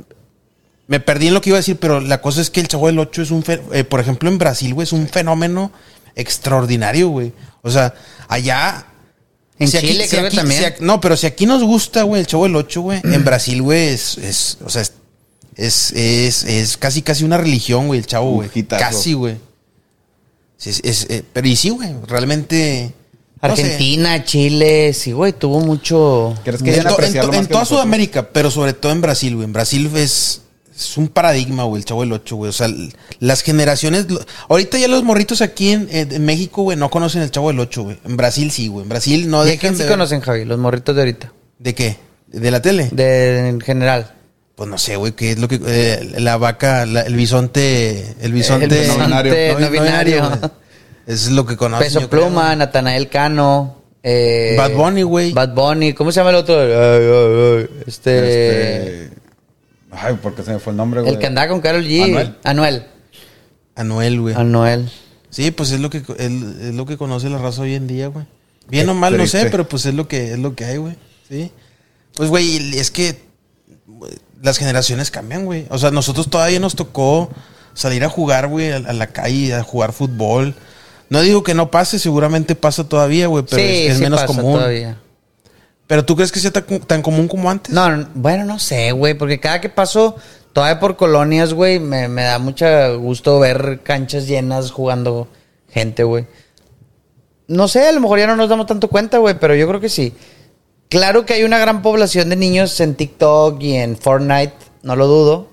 Speaker 3: me perdí en lo que iba a decir, pero la cosa es que el Chavo del 8 es un. fe- eh, por ejemplo, en Brasil, güey, es un fenómeno extraordinario, güey. O sea, allá.
Speaker 2: en
Speaker 3: si aquí-
Speaker 2: Chile
Speaker 3: si
Speaker 2: creo
Speaker 3: aquí-
Speaker 2: que también. Mm.
Speaker 3: si ac- no, pero si aquí nos gusta, güey, el Chavo del 8, güey. En Brasil, güey, es, es. O sea, es. Es, es, es casi, casi una religión, güey, el chavo,
Speaker 1: Un
Speaker 3: güey.
Speaker 1: hitazo.
Speaker 3: Casi, güey. Sí, es- es, eh, pero y sí, güey, realmente... no sé.
Speaker 2: Argentina, Chile, sí, güey. Tuvo mucho.
Speaker 1: ¿Crees que
Speaker 3: En,
Speaker 1: hayan
Speaker 3: to- en
Speaker 1: apreciado
Speaker 3: to-
Speaker 1: más
Speaker 3: en
Speaker 1: que
Speaker 3: toda
Speaker 1: nosotros?
Speaker 3: Sudamérica, pero sobre todo en Brasil, güey. En Brasil es, es un paradigma, güey, el Chavo del 8, güey. O sea, l- las generaciones... lo- ahorita ya los morritos aquí en, eh, en- en México, güey, no conocen el Chavo del 8, güey. En Brasil sí, güey. En Brasil no
Speaker 2: ¿Y a quién
Speaker 3: dejan
Speaker 2: sí
Speaker 3: de... ver-
Speaker 2: conocen, Javi? Los morritos de ahorita.
Speaker 3: ¿De qué? ¿De la tele?
Speaker 2: De, en general.
Speaker 3: Pues no sé, güey, qué es lo que... eh, la vaca, la- el bisonte... El bisonte...
Speaker 2: El bisonte
Speaker 1: binario.
Speaker 2: no binario.
Speaker 3: güey. Eso es lo que conocen.
Speaker 2: Peso
Speaker 3: yo creo,
Speaker 2: Pluma,
Speaker 3: güey.
Speaker 2: Natanael Cano. eh,
Speaker 3: Bad Bunny, güey.
Speaker 2: Bad Bunny. ¿Cómo se llama el otro? Ay, ay, ay, Este.
Speaker 1: Este... Ay, porque se me fue el nombre, güey.
Speaker 2: el que andaba con Carol G.
Speaker 1: Anuel.
Speaker 2: Anuel.
Speaker 3: Anuel, güey.
Speaker 2: Anuel.
Speaker 3: Sí, pues es lo que el- es lo que conoce la raza hoy en día, güey. Bien o
Speaker 1: Qué
Speaker 3: mal, no sé,
Speaker 1: triste.
Speaker 3: pero pues es lo que es lo que hay, güey. Sí. Pues güey, es que güey, las generaciones cambian, güey. O sea, nosotros todavía nos tocó salir a jugar, güey, a, a la calle, a jugar fútbol. No digo que no pase, seguramente pasa todavía, güey, pero
Speaker 2: sí,
Speaker 3: es, es
Speaker 2: sí
Speaker 3: menos
Speaker 2: pasa
Speaker 3: común.
Speaker 2: todavía.
Speaker 3: Pero tú crees que sea tan, tan común como antes?
Speaker 2: No, no, bueno, no sé, güey, porque cada que paso todavía por colonias, güey, me, me da mucho gusto ver canchas llenas jugando gente, güey. No sé, a lo mejor ya no nos damos tanto cuenta, güey, pero yo creo que sí. Claro que hay una gran población de niños en TikTok y en Fortnite, no lo dudo.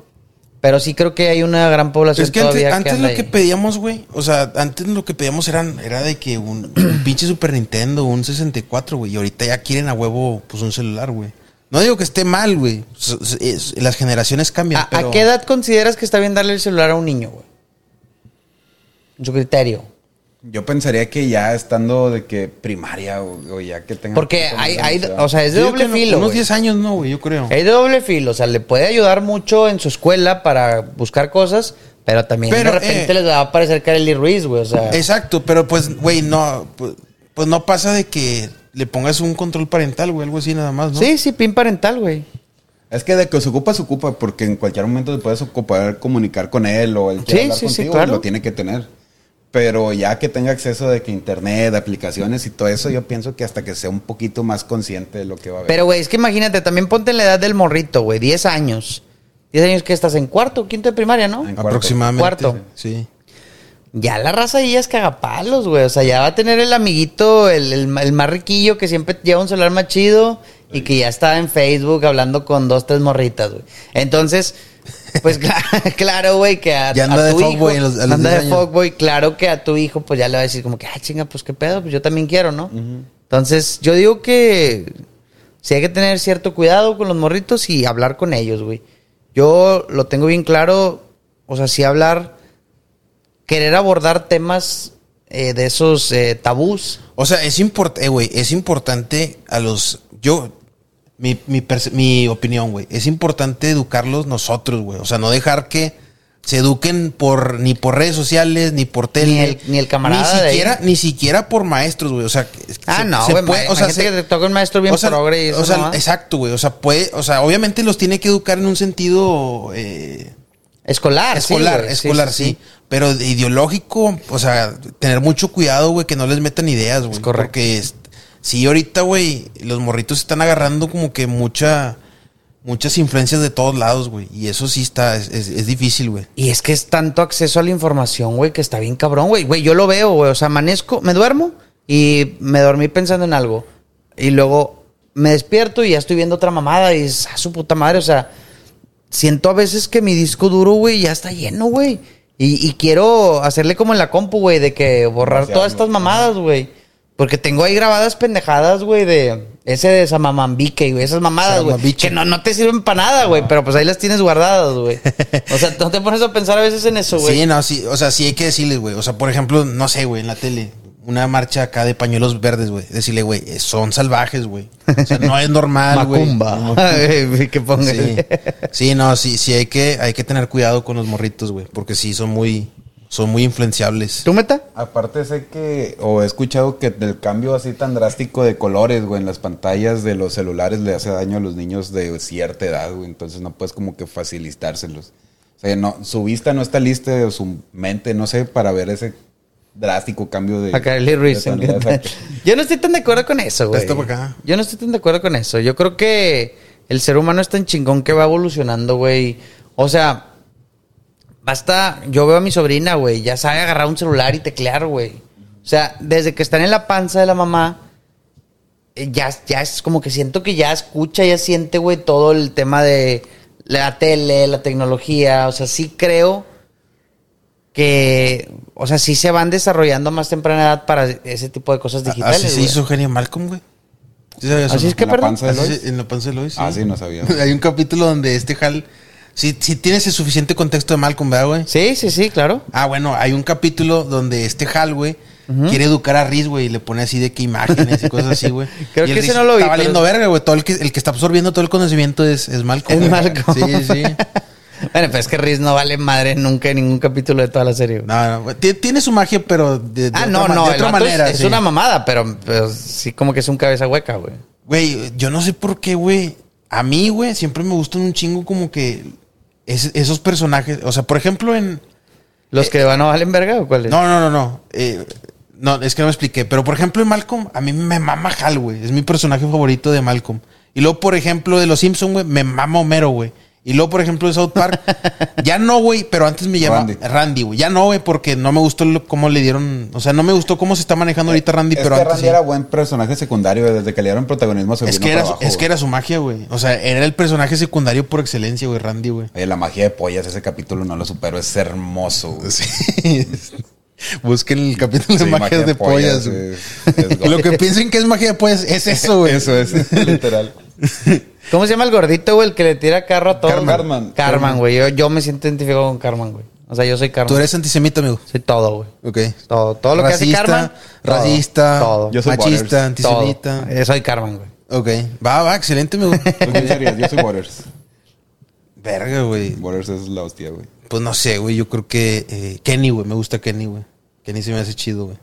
Speaker 2: Pero sí creo que hay una gran población
Speaker 3: Es que antes,
Speaker 2: todavía que
Speaker 3: antes
Speaker 2: anda
Speaker 3: lo que
Speaker 2: ahí.
Speaker 3: pedíamos, güey. O sea, antes lo que pedíamos eran, era de que un, un (clears throat) pinche Super Nintendo, un 64, güey. Y ahorita ya quieren a huevo, pues un celular, güey. No digo que esté mal, güey. S- s- es- Las generaciones cambian.
Speaker 2: ¿A,
Speaker 3: pero-
Speaker 2: a qué edad consideras que está bien darle el celular a un niño, güey? En su criterio.
Speaker 1: Yo pensaría que ya estando de que primaria o, o ya que tenga...
Speaker 2: Porque hay, hay, o sea, es de
Speaker 3: Yo
Speaker 2: doble
Speaker 3: creo que
Speaker 2: filo.
Speaker 3: Unos
Speaker 2: güey. Eh,
Speaker 3: 10 años, no, güey, yo creo.
Speaker 2: Es de doble filo, o sea, le puede ayudar mucho en su escuela para buscar cosas, pero también
Speaker 3: Pero,
Speaker 2: de repente
Speaker 3: eh,
Speaker 2: les va a aparecer Kareli Ruiz, güey, o sea.
Speaker 3: Exacto, pero pues, güey, no. Pues, pues no pasa de que le pongas un control parental, güey, algo así nada más, ¿no?
Speaker 2: Sí, sí, pin parental, güey.
Speaker 1: Es que de que se ocupa, se ocupa, porque en cualquier momento te puedes ocupar, comunicar con él o él quiere
Speaker 2: Sí,
Speaker 1: hablar
Speaker 2: sí, sí,
Speaker 1: contigo,
Speaker 2: claro.
Speaker 1: lo tiene que tener. Pero ya que tenga acceso de que internet, aplicaciones y todo eso, yo pienso que hasta que sea un poquito más consciente de lo que va a ver.
Speaker 2: Pero, güey, es que imagínate, también ponte en la edad del morrito, güey, 10 años. 10 años que estás en cuarto, quinto de primaria, ¿no?
Speaker 1: En
Speaker 3: Aproximadamente.
Speaker 2: Cuarto.
Speaker 3: Sí.
Speaker 2: Ya la raza ya es cagapalos, güey. O sea, ya va a tener el amiguito, el, el- el más riquillo que siempre lleva un celular más chido y que ya está en Facebook hablando con dos, tres morritas, güey. Entonces, pues (laughs) cla- claro, güey, que a,
Speaker 3: Ya anda
Speaker 2: a
Speaker 3: de
Speaker 2: tu
Speaker 3: fuckboy
Speaker 2: hijo-
Speaker 3: a los- a los
Speaker 2: anda
Speaker 3: 10
Speaker 2: de
Speaker 3: años.
Speaker 2: fuckboy, claro que a tu hijo, pues ya le va a decir como que, ah, chinga, pues qué pedo, pues yo también quiero, ¿no? Entonces, yo digo que sí hay que tener cierto cuidado con los morritos y hablar con ellos, güey. Yo lo tengo bien claro, o sea, sí hablar, querer abordar temas eh, de esos eh, tabús.
Speaker 3: O sea, es importante, güey, es importante a los... Yo, mi, mi, perce- mi opinión, güey, es importante educarlos nosotros, güey. O sea, no dejar que se eduquen por ni por redes sociales, ni por tele.
Speaker 2: Ni el- ni el camarada de
Speaker 3: Ni
Speaker 2: ahí.
Speaker 3: siquiera, ni siquiera por maestros, güey. O sea, que-
Speaker 2: Ah,
Speaker 3: se-
Speaker 2: no,
Speaker 3: se
Speaker 2: güey,
Speaker 3: puede-
Speaker 2: ma- imagínate que te toca un maestro bien
Speaker 3: o sea,
Speaker 2: progre y eso
Speaker 3: o sea,
Speaker 2: nomás.
Speaker 3: exacto, güey. O sea, puede, o sea, obviamente los tiene que educar en un sentido... eh,
Speaker 2: Escolar, Ah, sí,
Speaker 3: escolar,
Speaker 2: güey. Sí,
Speaker 3: escolar, sí, Pero de ideológico, o sea, tener mucho cuidado, güey, que no les metan ideas, güey.
Speaker 2: correcto.
Speaker 3: Porque es- sí, ahorita, güey, los morritos están agarrando como que mucha, muchas influencias de todos lados, güey. Y eso sí está, es, es- es difícil, güey.
Speaker 2: Y es que es tanto acceso a la información, güey, que está bien cabrón, güey. Güey, yo lo veo, güey. O sea, amanezco, me duermo y me dormí pensando en algo. Y luego me despierto y ya estoy viendo otra mamada y es a su puta madre. O sea, siento a veces que mi disco duro, güey, ya está lleno, güey. Y, y quiero hacerle como en la compu, güey, de que borrar
Speaker 1: Vaciarlo.
Speaker 2: todas estas mamadas, güey. Porque tengo ahí grabadas pendejadas, güey, de ese de Samamambique, güey. Esas mamadas, güey.
Speaker 3: Samamambiche.
Speaker 2: Que no, no te sirven para nada, güey. Pero pues ahí las tienes guardadas, güey. O sea, no te pones a pensar a veces en eso, güey.
Speaker 3: Sí, no, sí, o sea, sí hay que decirles, güey. O sea, por ejemplo, no sé, güey, en la tele, una marcha acá de pañuelos verdes, güey. Decirle, güey, eh, son salvajes, güey. O sea, no es normal, güey.
Speaker 2: (laughs) Macumba. Ay, que ponga.
Speaker 3: Sí. Sí, no, sí, sí hay que, hay que tener cuidado con los morritos, güey. Porque sí son muy, son muy influenciables.
Speaker 2: ¿Tú meta?
Speaker 1: Aparte sé que, o he escuchado que del cambio así tan drástico de colores, güey, en las pantallas de los celulares le hace daño a los niños de cierta edad, güey. Entonces no puedes como que facilitárselos. O sea, no, su vista no está lista, o su mente, no sé, para ver ese drástico cambio de...
Speaker 2: A Carly Ruiz.
Speaker 1: de tonalidad. Exacto.
Speaker 2: (laughs) Yo no estoy tan de acuerdo con eso, güey.
Speaker 3: Esto para acá.
Speaker 2: Yo no estoy tan de acuerdo con eso. Yo creo que el ser humano es tan chingón que va evolucionando, güey. O sea, basta. Yo veo a mi sobrina, güey. Ya sabe agarrar un celular y teclear, güey. O sea, desde que están en la panza de la mamá, eh, ya, ya es como que siento que ya escucha, ya siente, güey, todo el tema de la tele, la tecnología. O sea, sí creo que, o sea, sí se van desarrollando a más temprana edad para ese tipo de cosas digitales.
Speaker 3: Ah, Así se
Speaker 2: güey.
Speaker 3: hizo Genia Malcolm, güey. ¿Sí sabías o
Speaker 2: Así
Speaker 3: no?
Speaker 2: es que,
Speaker 1: ¿En la
Speaker 2: perdón.
Speaker 1: panza de
Speaker 3: Así
Speaker 1: Lois?
Speaker 3: se- en la panza de Lois.
Speaker 1: Ah, sí, no
Speaker 3: (laughs)
Speaker 1: sabía.
Speaker 3: Hay un capítulo donde este Hal. Si, si tienes el suficiente contexto de Malcolm, ¿verdad, güey?
Speaker 2: Sí, sí, sí, claro.
Speaker 3: Ah, bueno, hay un capítulo donde este Hal, güey, quiere educar a Riz, güey, y le pone así de que imágenes y cosas así, güey.
Speaker 2: (laughs) Creo
Speaker 3: Y el
Speaker 2: que ese
Speaker 3: Reese
Speaker 2: no lo vi,
Speaker 3: Está
Speaker 2: pero-
Speaker 3: valiendo verga, güey. Todo el que, el que está absorbiendo todo el conocimiento es, es Malcolm.
Speaker 2: Es
Speaker 3: güey.
Speaker 2: Malcolm. (laughs)
Speaker 3: Sí, sí.
Speaker 2: bueno, pues es que Riz no vale madre nunca en ningún capítulo de toda la serie. güey.
Speaker 3: No, no, güey, ti- tiene su magia, pero de, de
Speaker 2: ah,
Speaker 3: otra
Speaker 2: no,
Speaker 3: ma-
Speaker 2: no, el
Speaker 3: de otra
Speaker 2: vato es-
Speaker 3: manera.
Speaker 2: es,
Speaker 3: sí.
Speaker 2: una mamada, pero, pero sí como que es un cabeza hueca, güey.
Speaker 3: Güey, yo no sé por qué, güey. A mí, güey, siempre me gustan un chingo como que es- esos personajes. O sea, por ejemplo, en. Eh,
Speaker 2: ¿Los que van no valen verga o cuáles?
Speaker 3: No, no, no, no. eh, no, es que no me expliqué. Pero por ejemplo, en Malcolm, a mí me mama Hal, güey. Es mi personaje favorito de Malcolm. Y luego, por ejemplo, de Los Simpsons, güey, me mama Homero, güey. Y luego, por ejemplo, de South
Speaker 2: (laughs)
Speaker 3: Park, ya no, güey, pero antes me llamaba
Speaker 1: Randy.
Speaker 3: Randy, güey. Ya no, güey, porque no me gustó lo- cómo le dieron. O sea, no me gustó cómo se está manejando ahorita Randy,
Speaker 1: Eh, Es
Speaker 3: pero
Speaker 1: que
Speaker 3: antes.
Speaker 1: Randy
Speaker 3: sí.
Speaker 1: era buen personaje secundario, güey, desde que le dieron protagonismo se
Speaker 3: Es
Speaker 1: vino
Speaker 3: que, era,
Speaker 1: para abajo,
Speaker 3: es que
Speaker 1: güey.
Speaker 3: era su magia, güey. O sea, era el personaje secundario por excelencia, güey, Randy, güey. (laughs)
Speaker 1: Oye, la magia de pollas, ese capítulo no lo supero, es hermoso, güey.
Speaker 3: Busquen el (laughs) capítulo de
Speaker 1: Sí,
Speaker 3: magias de pollas, güey.
Speaker 1: es- es
Speaker 3: (laughs) Lo que piensen que es magia de pollas es eso, güey.
Speaker 1: Eso es, literal.
Speaker 2: ¿Cómo se llama el gordito, güey, el que le tira carro a todos?
Speaker 1: Carman.
Speaker 2: Carman. Carman, güey. Yo, yo me siento identificado con Carman, güey. O sea, yo soy Carman.
Speaker 3: (laughs) Tú eres antisemita, amigo.
Speaker 2: Soy todo, güey.
Speaker 3: Ok.
Speaker 2: Todo, todo lo que hace Carman. todo,
Speaker 3: Racista,
Speaker 2: Todo.
Speaker 1: Yo soy Butters.
Speaker 3: machista,
Speaker 2: todo.
Speaker 3: antisemita.
Speaker 2: Eh, soy Carman, güey.
Speaker 3: Ok. Va, va,
Speaker 1: (laughs)
Speaker 3: excelente, amigo.
Speaker 1: ¿Tú quién serías? Yo soy Waters.
Speaker 3: Verga, güey.
Speaker 1: Waters es la hostia, güey.
Speaker 3: Pues no sé, güey. Yo creo que eh, Kenny, güey. Me gusta Kenny, güey. Kenny se me hace chido, güey.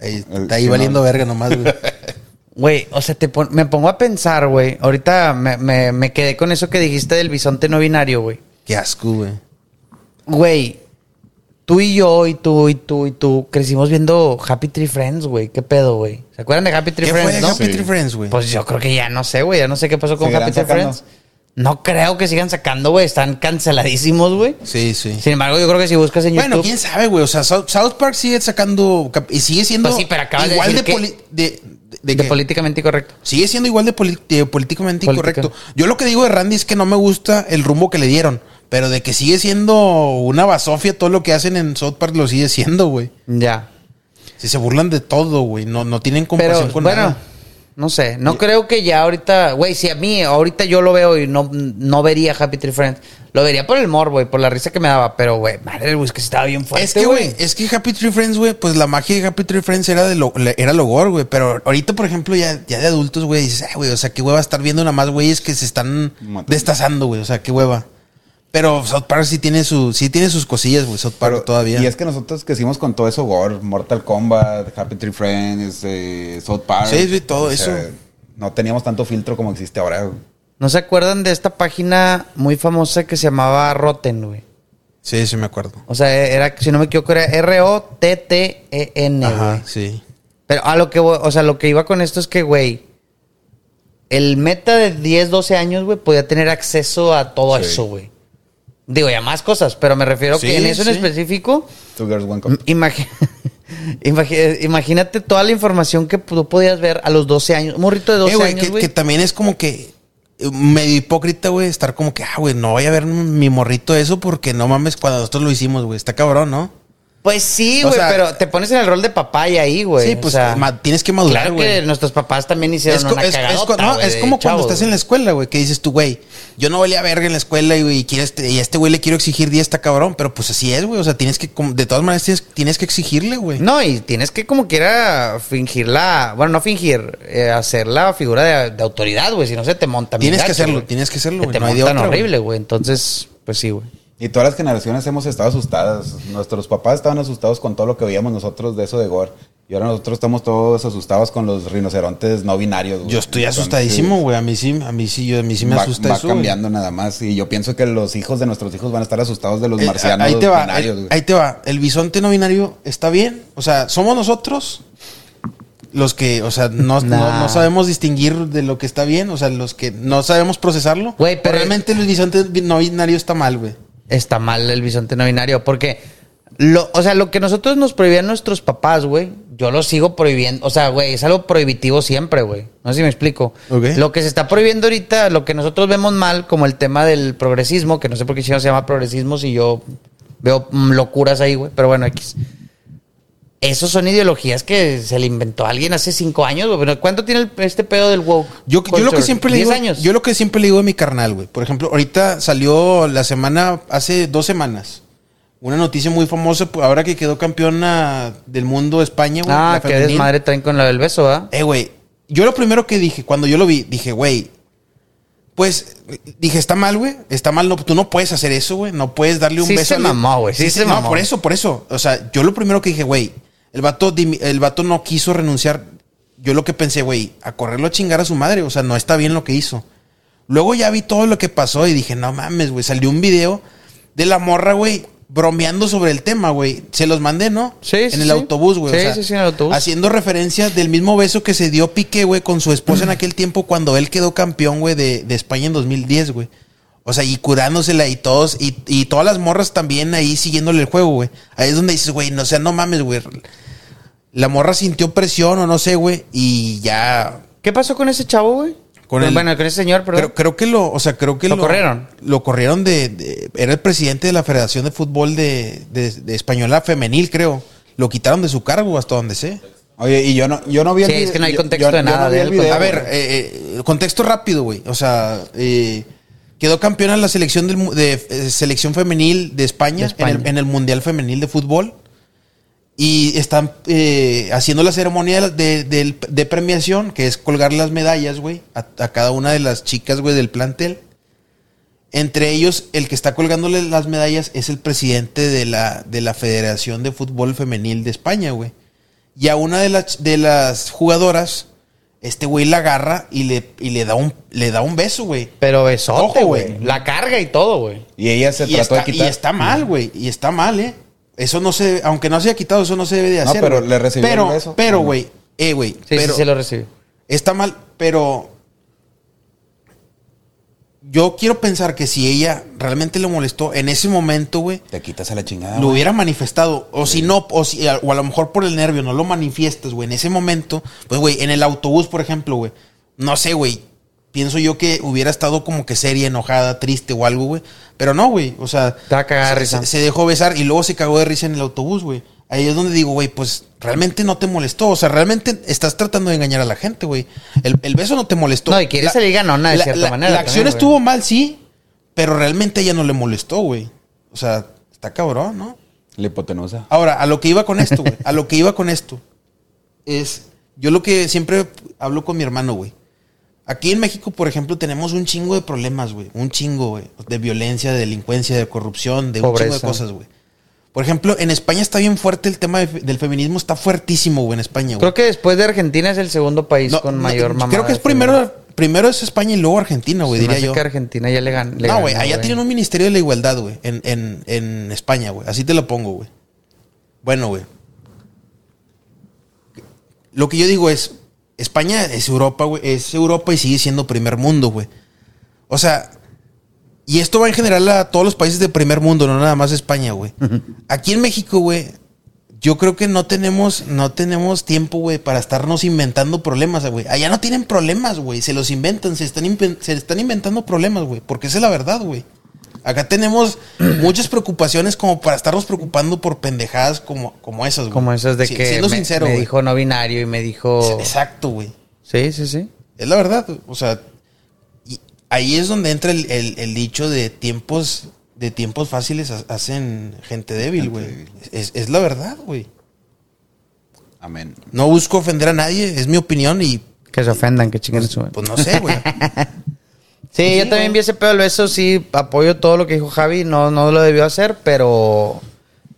Speaker 3: Ahí,
Speaker 1: El-
Speaker 3: está ahí
Speaker 1: sí,
Speaker 3: valiendo
Speaker 1: no.
Speaker 3: verga nomás, güey. (laughs)
Speaker 2: Güey, o sea, te pon- me pongo a pensar, güey. Ahorita me, me- me quedé con eso que dijiste del bisonte no binario, güey.
Speaker 3: Qué asco, güey.
Speaker 2: Güey, tú y yo, y tú, y tú, y tú, crecimos viendo Happy Tree Friends, güey. ¿Qué pedo, güey? ¿Se acuerdan de Happy Tree
Speaker 3: ¿Qué
Speaker 2: Friends,
Speaker 3: fue de
Speaker 2: no?
Speaker 3: Happy
Speaker 1: Sí.
Speaker 3: Tree Friends, güey?
Speaker 2: Pues yo creo que ya no sé, güey. Ya no sé qué pasó con
Speaker 1: ¿Seguirán
Speaker 2: Happy Tree
Speaker 1: sacando?
Speaker 2: Friends. No creo que sigan sacando, güey. Están canceladísimos, güey.
Speaker 3: Sí, sí.
Speaker 2: Sin embargo, yo creo que si buscas en YouTube.
Speaker 3: Bueno, quién sabe, güey. O sea, South, South Park sigue sacando. cap- Y sigue siendo.
Speaker 2: Pues sí, pero acabas de
Speaker 3: igual
Speaker 2: decir que-
Speaker 3: poli- de- de- de
Speaker 2: de
Speaker 3: que-
Speaker 2: políticamente incorrecto.
Speaker 3: Sigue siendo igual de, poli- de políticamente
Speaker 2: Política.
Speaker 3: incorrecto. Yo lo que digo de Randy es que no me gusta el rumbo que le dieron. Pero de que sigue siendo una basofia todo lo que hacen en South Park lo sigue siendo, güey.
Speaker 2: Ya.
Speaker 3: Si se burlan de todo, güey. No, no tienen compasión
Speaker 2: Pero
Speaker 3: con
Speaker 2: bueno,
Speaker 3: nada.
Speaker 2: no sé. No creo que ya ahorita, güey, si a mí ahorita yo lo veo y no, no vería Happy Tree Friends. Lo vería por el humor, güey, por la risa que me daba. Pero, güey, madre, güey, es que estaba bien fuerte.
Speaker 3: Es que, güey, es que Happy Tree Friends, güey, pues la magia de Happy Tree Friends era de lo, le- era lo gore, güey. Pero ahorita, por ejemplo, ya, ya de adultos, güey, dices, "Ay, güey, o sea, qué hueva estar viendo nada más, güeyes que se están
Speaker 1: Matando.
Speaker 3: destazando, güey. O sea, qué hueva. Pero South Park sí tiene su, sí tiene sus cosillas, güey. South Park
Speaker 1: Pero-
Speaker 3: todavía.
Speaker 1: Y es que nosotros crecimos con todo eso gore, Mortal Kombat, Happy Tree Friends, eh, South Park.
Speaker 3: Sí, sí, todo eso.
Speaker 1: No teníamos tanto filtro como existe ahora. güey.
Speaker 2: ¿No se acuerdan de esta página muy famosa que se llamaba Rotten, güey?
Speaker 3: Sí, sí me acuerdo.
Speaker 2: O sea, era, si no me equivoco, era R-O-T-T-E-N, E güey.
Speaker 3: Ajá, sí.
Speaker 2: Pero a lo que, voy- o sea, lo que iba con esto es que, güey, el meta de 10, 12 años, güey, podía tener acceso a todo
Speaker 1: Sí.
Speaker 2: eso, güey. Digo, y a más cosas, pero me refiero
Speaker 3: Sí,
Speaker 2: que en eso
Speaker 3: sí.
Speaker 2: en específico,
Speaker 1: Two Girls, One
Speaker 3: Mm.
Speaker 1: Cup.
Speaker 2: imagi- (laughs) imagi- imagínate toda la información que tú podías ver a los 12 años. Un morrito de 12
Speaker 3: Eh, güey,
Speaker 2: años,
Speaker 3: que,
Speaker 2: güey.
Speaker 3: que también es como que eh, medio hipócrita, güey, estar como que, ah, güey, no voy a ver mi morrito eso porque no mames, cuando nosotros lo hicimos, güey, está cabrón, ¿no?
Speaker 2: Pues sí,
Speaker 3: O
Speaker 2: güey,
Speaker 3: sea-
Speaker 2: pero te pones en el rol de papá y ahí, güey.
Speaker 3: sí,
Speaker 2: o
Speaker 3: pues
Speaker 2: sea,
Speaker 3: ma- tienes que madurar,
Speaker 2: claro
Speaker 3: güey.
Speaker 2: que nuestros papás también hicieron
Speaker 3: Es, co-
Speaker 2: una
Speaker 3: es- es co-
Speaker 2: cagadota,
Speaker 3: no,
Speaker 2: güey,
Speaker 3: es
Speaker 2: de
Speaker 3: como cuando
Speaker 2: chavos,
Speaker 3: estás en la
Speaker 2: güey.
Speaker 3: escuela, güey, que dices tú, güey, yo no valía verga en la escuela y, güey, y quieres te- y a este güey le quiero exigir 10, está cabrón, pero pues así es, güey, o sea, tienes que, como- de todas maneras, tienes, tienes que exigirle, güey.
Speaker 2: No, y tienes que como quiera fingirla, bueno, no fingir, eh, hacer la figura de, de autoridad, güey, si no se te monta. bien
Speaker 3: Tienes que
Speaker 2: gacho,
Speaker 3: hacerlo,
Speaker 2: güey.
Speaker 3: tienes que hacerlo,
Speaker 2: Se
Speaker 3: güey,
Speaker 2: Te
Speaker 3: no hay de
Speaker 2: montan
Speaker 3: otra, güey.
Speaker 2: horrible, güey, entonces, pues sí, güey.
Speaker 1: Y todas las generaciones hemos estado asustadas. Nuestros papás estaban asustados con todo lo que veíamos nosotros de eso de gore. Y ahora nosotros estamos todos asustados con los rinocerontes no binarios. güey.
Speaker 3: Yo estoy
Speaker 1: Entonces,
Speaker 3: asustadísimo, güey, a mí sí, a mí sí, yo, a mí sí me
Speaker 1: va,
Speaker 3: asusta
Speaker 1: va
Speaker 3: eso, güey.
Speaker 1: cambiando nada más. Y yo pienso que los hijos de nuestros hijos van a estar asustados de los
Speaker 3: Eh,
Speaker 1: marcianos
Speaker 3: ahí te va,
Speaker 1: binarios.
Speaker 3: ahí-
Speaker 1: güey.
Speaker 3: ahí te va. El bisonte no binario está bien. O sea, somos nosotros los que, o sea, no, no-
Speaker 2: Nah.
Speaker 3: no sabemos distinguir de lo que está bien. O sea, los que no sabemos procesarlo.
Speaker 2: Güey, pero-
Speaker 3: realmente el bisonte bi- no binario está mal, güey.
Speaker 2: Está mal el bisonte no binario, porque, lo, o sea, lo que nosotros nos prohibían nuestros papás, güey, yo lo sigo prohibiendo, o sea, güey, es algo prohibitivo siempre, güey. No sé si me explico.
Speaker 3: Ok.
Speaker 2: Lo que se está prohibiendo ahorita, lo que nosotros vemos mal, como el tema del progresismo, que no sé por qué chingados se llama progresismo si yo veo mm, locuras ahí, güey, pero bueno, X. Esos son ideologías que se le inventó alguien hace cinco años, güey. Bueno, ¿Cuánto tiene el- este pedo del woke?
Speaker 3: Yo, yo lo que
Speaker 2: culture?
Speaker 3: siempre le
Speaker 2: ¿Diez
Speaker 3: digo,
Speaker 2: años?
Speaker 3: yo lo que siempre le digo a mi carnal, güey. Por ejemplo, ahorita salió la semana, hace dos semanas, una noticia muy famosa, pues, ahora que quedó campeona del mundo España, güey.
Speaker 2: ah,
Speaker 3: la
Speaker 2: que
Speaker 3: femenil.
Speaker 2: desmadre traen con la del beso, ¿ah?
Speaker 3: Eh, güey, yo lo primero que dije cuando yo lo vi, dije, güey, pues dije, está mal, güey, está mal, no, tú no puedes hacer eso, güey, no puedes darle un
Speaker 2: Sí
Speaker 3: beso.
Speaker 2: se
Speaker 3: a alguien.
Speaker 2: mamó, güey, sí se
Speaker 3: no,
Speaker 2: mamó.
Speaker 3: por eso, por eso. O sea, yo lo primero que dije, güey, el vato, dimi- el vato no quiso renunciar. Yo lo que pensé, güey, a correrlo a chingar a su madre, o sea, no está bien lo que hizo. Luego ya vi todo lo que pasó y dije, no mames, güey, salió un video de la morra, güey, bromeando sobre el tema, güey. Se los mandé, ¿no?
Speaker 2: Sí, sí,
Speaker 3: En el
Speaker 2: sí.
Speaker 3: autobús, güey. o
Speaker 2: Sí,
Speaker 3: sea,
Speaker 2: sí, sí, en el autobús.
Speaker 3: Haciendo referencia del mismo beso que se dio Piqué, güey, con su esposa en
Speaker 2: (clears throat)
Speaker 3: aquel tiempo cuando él quedó campeón, güey, de, de España en 2010, güey. O sea, y curándosela y todos, y, y todas las morras también ahí siguiéndole el juego, güey. Ahí es donde dices, güey, no, o sea, no mames, güey. La morra sintió presión o no sé, güey, y ya
Speaker 2: ¿Qué pasó con ese chavo, güey?
Speaker 3: Con el-
Speaker 2: Bueno, con ese señor, perdón.
Speaker 3: Creo, creo que lo, o sea, creo que
Speaker 2: ¿Lo corrieron?
Speaker 3: Lo corrieron de, de- era el presidente de la Federación de Fútbol de, de- de Española Femenil, creo. Lo quitaron de su cargo hasta donde sé.
Speaker 1: Oye, y yo no, yo no vi
Speaker 2: Sí,
Speaker 1: vide-
Speaker 2: es que no hay
Speaker 1: yo-
Speaker 2: contexto
Speaker 1: yo-
Speaker 2: de
Speaker 1: yo
Speaker 2: nada,
Speaker 1: no vi
Speaker 2: de
Speaker 1: el
Speaker 2: él,
Speaker 1: video,
Speaker 2: pues,
Speaker 3: A ver,
Speaker 1: güey.
Speaker 3: eh, eh, contexto rápido, güey. O sea, eh, quedó campeona la selección del mu- de eh, selección femenil de España,
Speaker 2: De España.
Speaker 3: En, el, en el mundial femenil de fútbol y están eh, haciendo la ceremonia de, de- de premiación, que es colgar las medallas, güey, a, a cada una de las chicas, güey, del plantel. Entre ellos, el que está colgándole las medallas es el presidente de la, de la Federación de Fútbol Femenil de España, güey. Y a una de las, de las jugadoras, este güey la agarra y le, y le, da, un, le da un beso, güey.
Speaker 2: Pero besote,
Speaker 3: Ojo,
Speaker 2: güey.
Speaker 3: güey.
Speaker 2: La carga y todo, güey.
Speaker 1: Y ella se
Speaker 3: Y
Speaker 1: trató
Speaker 3: está,
Speaker 1: de
Speaker 3: y
Speaker 1: quitar.
Speaker 3: está mal, güey. Y está mal, ¿eh? Eso no se debe- aunque no se haya quitado, eso no se debe de
Speaker 1: No,
Speaker 3: hacer.
Speaker 1: pero
Speaker 3: güey.
Speaker 1: le recibió el
Speaker 3: Pero,
Speaker 1: beso.
Speaker 3: pero,
Speaker 1: Ajá.
Speaker 3: güey, eh, güey.
Speaker 2: Sí,
Speaker 3: pero
Speaker 2: sí, se lo recibió.
Speaker 3: Está mal, pero yo quiero pensar que si ella realmente le molestó en ese momento, güey,
Speaker 1: Te quitas a la chingada.
Speaker 3: lo
Speaker 1: güey.
Speaker 3: hubiera manifestado. O si no, o, si, o a lo mejor por el nervio no lo manifiestas, güey. En ese momento, pues, güey, en el autobús, por ejemplo, güey. No sé, güey. Pienso yo que hubiera estado como que seria, enojada, triste o algo, güey. Pero no, güey. O sea,
Speaker 2: Te va a cagar de
Speaker 3: se,
Speaker 2: risa.
Speaker 3: se- se dejó besar y luego se cagó de risa en el autobús, güey. Ahí es donde digo, güey, pues realmente no te molestó. O sea, realmente estás tratando de engañar a la gente, güey. El, el beso no te molestó.
Speaker 2: No, y quieres
Speaker 3: La-
Speaker 2: salir ganona de
Speaker 3: la-
Speaker 2: cierta
Speaker 3: la-
Speaker 2: manera
Speaker 3: La
Speaker 2: también,
Speaker 3: acción
Speaker 2: güey.
Speaker 3: estuvo mal, sí, pero realmente a ella no le molestó, güey. O sea, está cabrón, ¿no?
Speaker 1: La hipotenusa.
Speaker 3: Ahora, a lo que iba con esto, güey. A lo que iba con esto. Es. Yo lo que siempre hablo con mi hermano, güey. Aquí en México, por ejemplo, tenemos un chingo de problemas, güey. Un chingo, güey. De violencia, de delincuencia, de corrupción, de un
Speaker 2: Pobreza.
Speaker 3: chingo de cosas, güey. Por ejemplo, en España está bien fuerte el tema de fe- del feminismo. Está fuertísimo, güey, en España, güey.
Speaker 2: Creo que después de Argentina es el segundo país
Speaker 3: No,
Speaker 2: con
Speaker 3: no,
Speaker 2: mayor mamá.
Speaker 3: Creo que es primero, primero es España y luego Argentina, güey, diría yo.
Speaker 2: que Argentina ya le gan- le gana.
Speaker 3: No, güey, allá tienen un ministerio de la igualdad, güey, en, en- en España, güey. Así te lo pongo, güey. Bueno, güey. Lo que yo digo es, España es Europa, güey, es Europa y sigue siendo primer mundo, güey. O sea, y esto va en general a todos los países de primer mundo, no nada más España, güey. Aquí en México, güey, yo creo que no tenemos, no tenemos tiempo, güey, para estarnos inventando problemas, güey. Allá no tienen problemas, güey. Se los inventan, se están, inven- se están inventando problemas, güey. Porque esa es la verdad, güey. Acá tenemos muchas preocupaciones como para estarnos preocupando por pendejadas como, como esas, güey.
Speaker 2: Como esas de
Speaker 3: Sí,
Speaker 2: que
Speaker 3: Siendo
Speaker 2: me,
Speaker 3: sincero,
Speaker 2: me
Speaker 3: güey.
Speaker 2: dijo no binario y me dijo...
Speaker 3: Exacto, güey.
Speaker 2: Sí, sí, sí.
Speaker 3: Es la verdad, güey. o sea, y ahí es donde entra el, el- el dicho de tiempos de tiempos fáciles ha- hacen gente débil, güey. Es, es la verdad, güey.
Speaker 1: Amén.
Speaker 3: No busco ofender a nadie, es mi opinión y
Speaker 2: Que se ofendan, que chinguen su...
Speaker 3: pues no sé, (laughs) güey.
Speaker 2: Pues Sí, yo también vi ese pedo del beso, sí, apoyo todo lo que dijo Javi, no, no lo debió hacer, pero,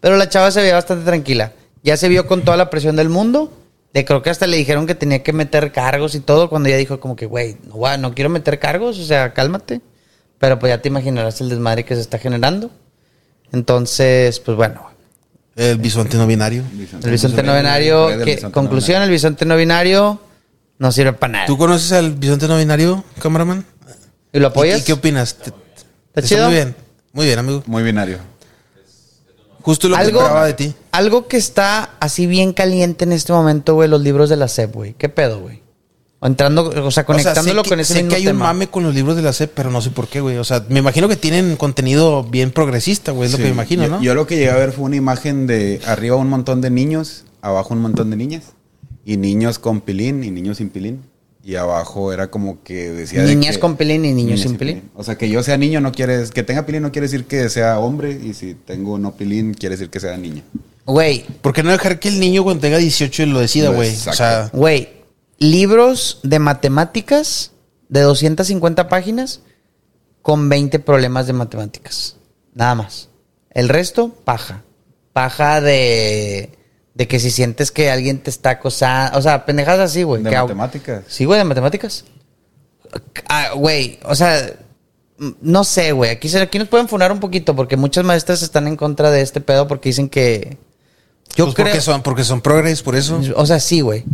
Speaker 2: pero la chava se veía bastante tranquila. Ya se vio con toda la presión del mundo, de creo que hasta le dijeron que tenía que meter cargos y todo, cuando ella dijo como que, güey, no, voy a- no quiero meter cargos, o sea, cálmate. Pero pues ya te imaginarás el desmadre que se está generando. Entonces, pues bueno,
Speaker 3: El bisonte no binario.
Speaker 2: el bisonte no binario,
Speaker 1: Red del
Speaker 2: que-
Speaker 1: bisonte no
Speaker 2: conclusión, el
Speaker 1: binario.
Speaker 2: bisonte no binario no sirve para nada.
Speaker 3: ¿Tú conoces al bisonte no binario, cameraman?
Speaker 2: ¿Y lo
Speaker 3: ¿Y,
Speaker 2: apoyas?
Speaker 3: y qué opinas? ¿Te- te-
Speaker 2: chido?
Speaker 3: Muy bien, muy bien, amigo.
Speaker 1: Muy binario.
Speaker 3: Justo lo que
Speaker 2: algo,
Speaker 3: esperaba de ti.
Speaker 2: algo que está así bien caliente en este momento, güey, los libros de la SEP, güey. ¿Qué pedo, güey? O Entrando, o sea, conectándolo
Speaker 3: o sea, sé
Speaker 2: con
Speaker 3: que,
Speaker 2: ese
Speaker 3: sé
Speaker 2: mismo
Speaker 3: que hay un
Speaker 2: tema.
Speaker 3: mame con los libros de la SEP, pero no sé por qué, güey. O sea, me imagino que tienen contenido bien progresista, güey. Pues Es lo
Speaker 1: Sí.
Speaker 3: que me imagino,
Speaker 1: yo,
Speaker 3: ¿no?
Speaker 1: Yo lo que llegué a ver fue una imagen de arriba un montón de niños, abajo un montón de niñas. Y niños con pilín y niños sin pilín. Y abajo era como que decía. de
Speaker 2: Niñas
Speaker 1: que-
Speaker 2: con pilín y niños sin pilín.
Speaker 1: O sea, que yo sea niño no quiere. Que tenga pilín no quiere decir que sea hombre. Y si tengo no pilín, quiere decir que sea niña.
Speaker 2: Güey,
Speaker 3: ¿Por qué no dejar que el niño cuando tenga 18 lo decida,
Speaker 1: Lo
Speaker 3: güey? O
Speaker 1: exacto.
Speaker 3: sea,
Speaker 2: güey, libros de matemáticas de 250 páginas con 20 problemas de matemáticas. Nada más. El resto, paja. Paja de, de que si sientes que alguien te está acosando. O sea, pendejas así, güey.
Speaker 1: De
Speaker 2: Pues que au-
Speaker 1: matemáticas.
Speaker 2: Sí, güey, de matemáticas. Ah, Güey, o sea, m- no sé, güey. Aquí, se- aquí nos pueden funar un poquito porque muchas maestras están en contra de este pedo porque dicen que. Yo
Speaker 3: pues,
Speaker 2: creo.
Speaker 3: porque son, porque son progres, por eso.
Speaker 2: O sea, sí, güey.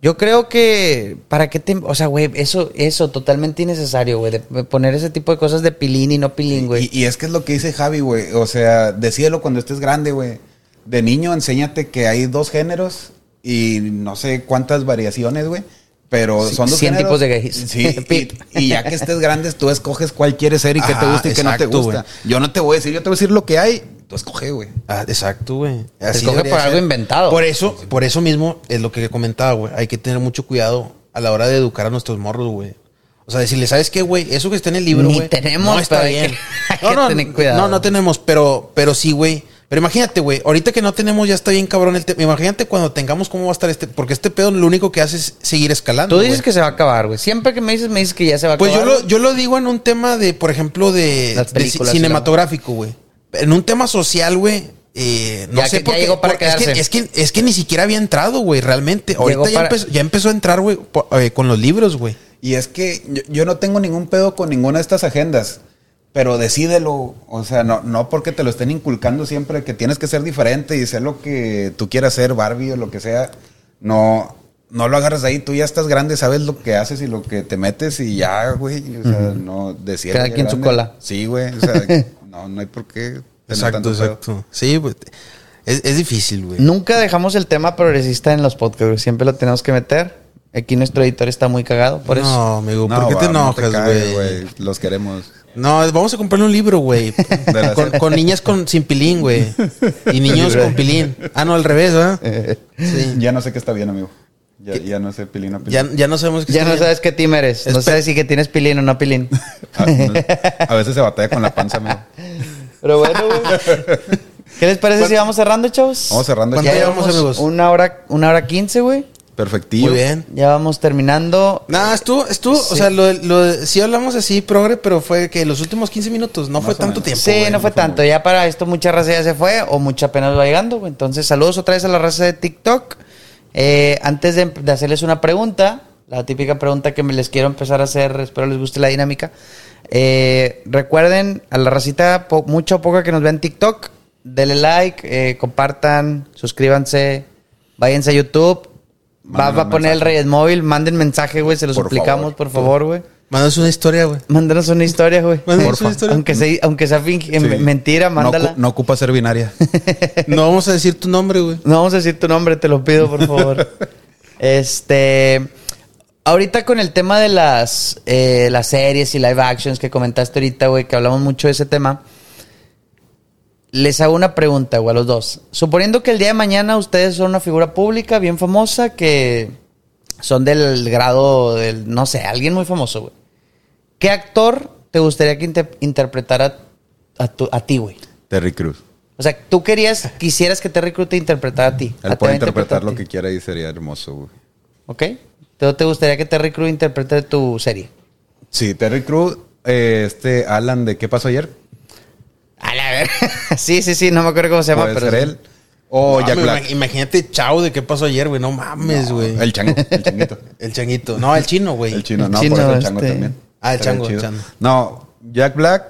Speaker 2: Yo creo que para qué te, o sea, güey, eso eso totalmente innecesario, güey, de de poner ese tipo de cosas de pilín y no pilín, güey.
Speaker 1: Y, y es que es lo que dice Javi, güey. O sea, decídelo cuando estés grande, güey. De niño, enséñate que hay dos géneros y no sé cuántas variaciones, güey. Pero
Speaker 2: Sí,
Speaker 1: son dos
Speaker 2: 100
Speaker 1: géneros.
Speaker 2: tipos de gays. (laughs)
Speaker 1: Sí,
Speaker 2: Pip.
Speaker 1: y, y ya que estés grande, tú escoges cuál quieres ser y qué te
Speaker 3: Ajá,
Speaker 1: gusta y qué no te
Speaker 3: exacto,
Speaker 1: gusta. Yo no te voy a decir, yo te voy a decir lo que hay. Tú escoge, güey.
Speaker 3: Ah, exacto, güey.
Speaker 2: Se coge
Speaker 3: debería
Speaker 2: por algo inventado.
Speaker 3: Por eso, por eso mismo es lo que comentaba, güey. Hay que tener mucho cuidado a la hora de educar a nuestros morros, güey. O sea, decirle, ¿sabes qué, güey? Eso que está en el libro,
Speaker 2: Ni
Speaker 3: güey.
Speaker 2: tenemos,
Speaker 3: no está
Speaker 2: pero hay
Speaker 3: bien.
Speaker 2: que- (laughs) hay
Speaker 3: no,
Speaker 2: que
Speaker 3: no,
Speaker 2: tener cuidado.
Speaker 3: no, no tenemos, pero, pero sí, güey. Pero imagínate, güey, ahorita que no tenemos ya está bien cabrón el tema. Imagínate cuando tengamos cómo va a estar este, porque este pedo lo único que hace es seguir escalando.
Speaker 2: Tú dices
Speaker 3: güey.
Speaker 2: que se va a acabar, güey. Siempre que me dices me dices que ya se va a
Speaker 3: Pues yo
Speaker 2: acabar.
Speaker 3: lo, yo lo digo en un tema de, por ejemplo, de,
Speaker 2: Las
Speaker 3: de
Speaker 2: películas
Speaker 3: ci- cinematográfico, güey. En un tema social, güey. eh, no
Speaker 2: Ya que-
Speaker 3: sé
Speaker 2: ya
Speaker 3: por qué.
Speaker 2: llegó para
Speaker 3: por- es, que,
Speaker 2: quedarse.
Speaker 3: es, que, es que ni siquiera había entrado, güey, realmente. Ahorita
Speaker 2: Llegó
Speaker 3: ya,
Speaker 2: para-
Speaker 3: empezó, ya empezó a entrar, güey, po- eh, con los libros, güey.
Speaker 1: Y es que yo, yo no tengo ningún pedo con ninguna de estas agendas. Pero decídelo. O sea, no, no porque te lo estén inculcando siempre que tienes que ser diferente y ser lo que tú quieras ser, Barbie o lo que sea. No. no lo agarras ahí, tú ya estás grande, sabes lo que haces y lo que te metes y ya, güey. O sea, no decía.
Speaker 2: Cada
Speaker 1: ya
Speaker 2: quien su
Speaker 1: grande.
Speaker 2: cola.
Speaker 1: Sí, güey. O
Speaker 2: (laughs)
Speaker 1: sea, no, no hay por qué. tener
Speaker 3: Exacto,
Speaker 1: tanto pedo.
Speaker 3: exacto. Sí, pues, es, es difícil, güey.
Speaker 2: Nunca dejamos el tema progresista en los podcasts, güey. Siempre lo tenemos que meter. Aquí nuestro editor está muy cagado por eso.
Speaker 3: No, amigo, ¿por
Speaker 1: No,
Speaker 3: qué te
Speaker 1: va, no
Speaker 3: enojas,
Speaker 1: cagues,
Speaker 3: güey?
Speaker 1: Los queremos.
Speaker 3: No, es- vamos a comprarle un
Speaker 1: (laughs)
Speaker 3: libro, güey.
Speaker 1: las-
Speaker 3: con, con niñas con, sin
Speaker 1: (laughs)
Speaker 3: pilín, güey. Y niños con pilín. Ah, no, al revés, ¿verdad?
Speaker 2: eh,
Speaker 3: Sí.
Speaker 1: Ya no sé qué está bien, amigo. Ya, ya no sé, pilino,
Speaker 3: Ya, ya no sabemos qué
Speaker 2: Ya
Speaker 3: está
Speaker 2: no
Speaker 3: bien.
Speaker 2: sabes qué team eres. No
Speaker 3: Espe-
Speaker 2: sabes si que tienes pilín o no pilín.
Speaker 1: A, a veces se batalla con la panza, amigo.
Speaker 2: (laughs) Pero bueno, güey. ¿Qué les parece si vamos cerrando, chavos?
Speaker 1: Vamos cerrando
Speaker 2: Ya
Speaker 1: aquí.
Speaker 3: ¿Cuánto llevamos,
Speaker 2: llevamos
Speaker 3: amigos?
Speaker 2: una hora, una hora quince, güey.
Speaker 1: Perfectillo.
Speaker 3: Muy bien.
Speaker 2: Ya vamos terminando.
Speaker 3: Nada, estuvo, estuvo,
Speaker 2: Sí.
Speaker 3: o sea, lo, lo, sí hablamos así, progre, pero fue que los últimos 15 minutos, no
Speaker 1: Más
Speaker 3: fue
Speaker 1: o
Speaker 3: tanto
Speaker 1: menos.
Speaker 3: tiempo.
Speaker 2: sí,
Speaker 3: güey.
Speaker 2: no fue tanto. Ya para esto mucha raza ya se fue o mucha apenas va llegando. güey. Entonces, saludos otra vez a la raza de TikTok. Eh, antes de, de hacerles una pregunta, la típica pregunta que me les quiero empezar a hacer, espero les guste la dinámica. Eh, recuerden a la racita, po- mucha o poca que nos vean en TikTok, denle like, eh, compartan, suscríbanse, váyanse a YouTube. Va,
Speaker 1: Manden
Speaker 2: va
Speaker 1: un
Speaker 2: a poner el
Speaker 1: mensaje.
Speaker 2: Reyes Móvil, manden mensaje, güey, se los
Speaker 1: Por
Speaker 2: suplicamos,
Speaker 1: favor.
Speaker 2: por favor, güey.
Speaker 3: Mándanos una historia,
Speaker 2: (laughs)
Speaker 3: güey.
Speaker 2: Mándanos una historia, güey.
Speaker 3: Mándanos
Speaker 1: Porfa.
Speaker 3: una historia.
Speaker 2: Aunque sea, aunque sea fingi-
Speaker 1: Sí.
Speaker 2: me- mentira,
Speaker 1: No
Speaker 2: mándala.
Speaker 1: ocu-
Speaker 2: No,
Speaker 1: No, ocupa ser
Speaker 3: (laughs)
Speaker 1: binaria.
Speaker 3: No vamos a decir tu nombre, güey.
Speaker 2: vamos a decir tu nombre, te lo pido, por favor. este. Ahorita con el tema de las, eh, las series y live actions que comentaste ahorita, güey, que hablamos mucho de ese tema. Les hago una pregunta, güey, a los dos. Suponiendo que el día de mañana ustedes son una figura pública bien famosa que son del grado del, no sé, alguien muy famoso, güey. ¿Qué actor te gustaría que inter- interpretara a, tu- a ti, güey?
Speaker 1: Terry Cruz.
Speaker 2: O sea, tú querías, quisieras que Terry Crews te interpretara a ti.
Speaker 1: Él
Speaker 2: Ah, te va
Speaker 1: puede
Speaker 2: a
Speaker 1: interpretar
Speaker 2: a
Speaker 1: lo
Speaker 2: ti.
Speaker 1: que quiera y sería hermoso, güey.
Speaker 2: ¿Ok? Entonces, ¿te gustaría que Terry Crews interprete tu serie? (laughs)
Speaker 1: Sí, Terry Cruz, eh, este Alan de ¿Qué pasó ayer?
Speaker 2: A la
Speaker 3: (laughs)
Speaker 2: ver. sí, sí, sí, no me acuerdo cómo se llama,
Speaker 1: Puede
Speaker 2: pero.
Speaker 1: ser él. O
Speaker 2: Oh,
Speaker 3: No,
Speaker 1: Jack
Speaker 3: Ah, me
Speaker 1: Black.
Speaker 3: imag- Imagínate, chao, de qué pasó ayer, güey. No mames, güey.
Speaker 1: El chango,
Speaker 3: (laughs)
Speaker 1: el changuito.
Speaker 3: El changuito. No, el chino, güey.
Speaker 1: El chino,
Speaker 2: El
Speaker 1: no,
Speaker 2: chino,
Speaker 1: por eso el chango
Speaker 2: este.
Speaker 1: también.
Speaker 3: Ah, el
Speaker 1: Estaría
Speaker 3: chango,
Speaker 1: chido.
Speaker 3: el chango.
Speaker 1: No, Jack Black.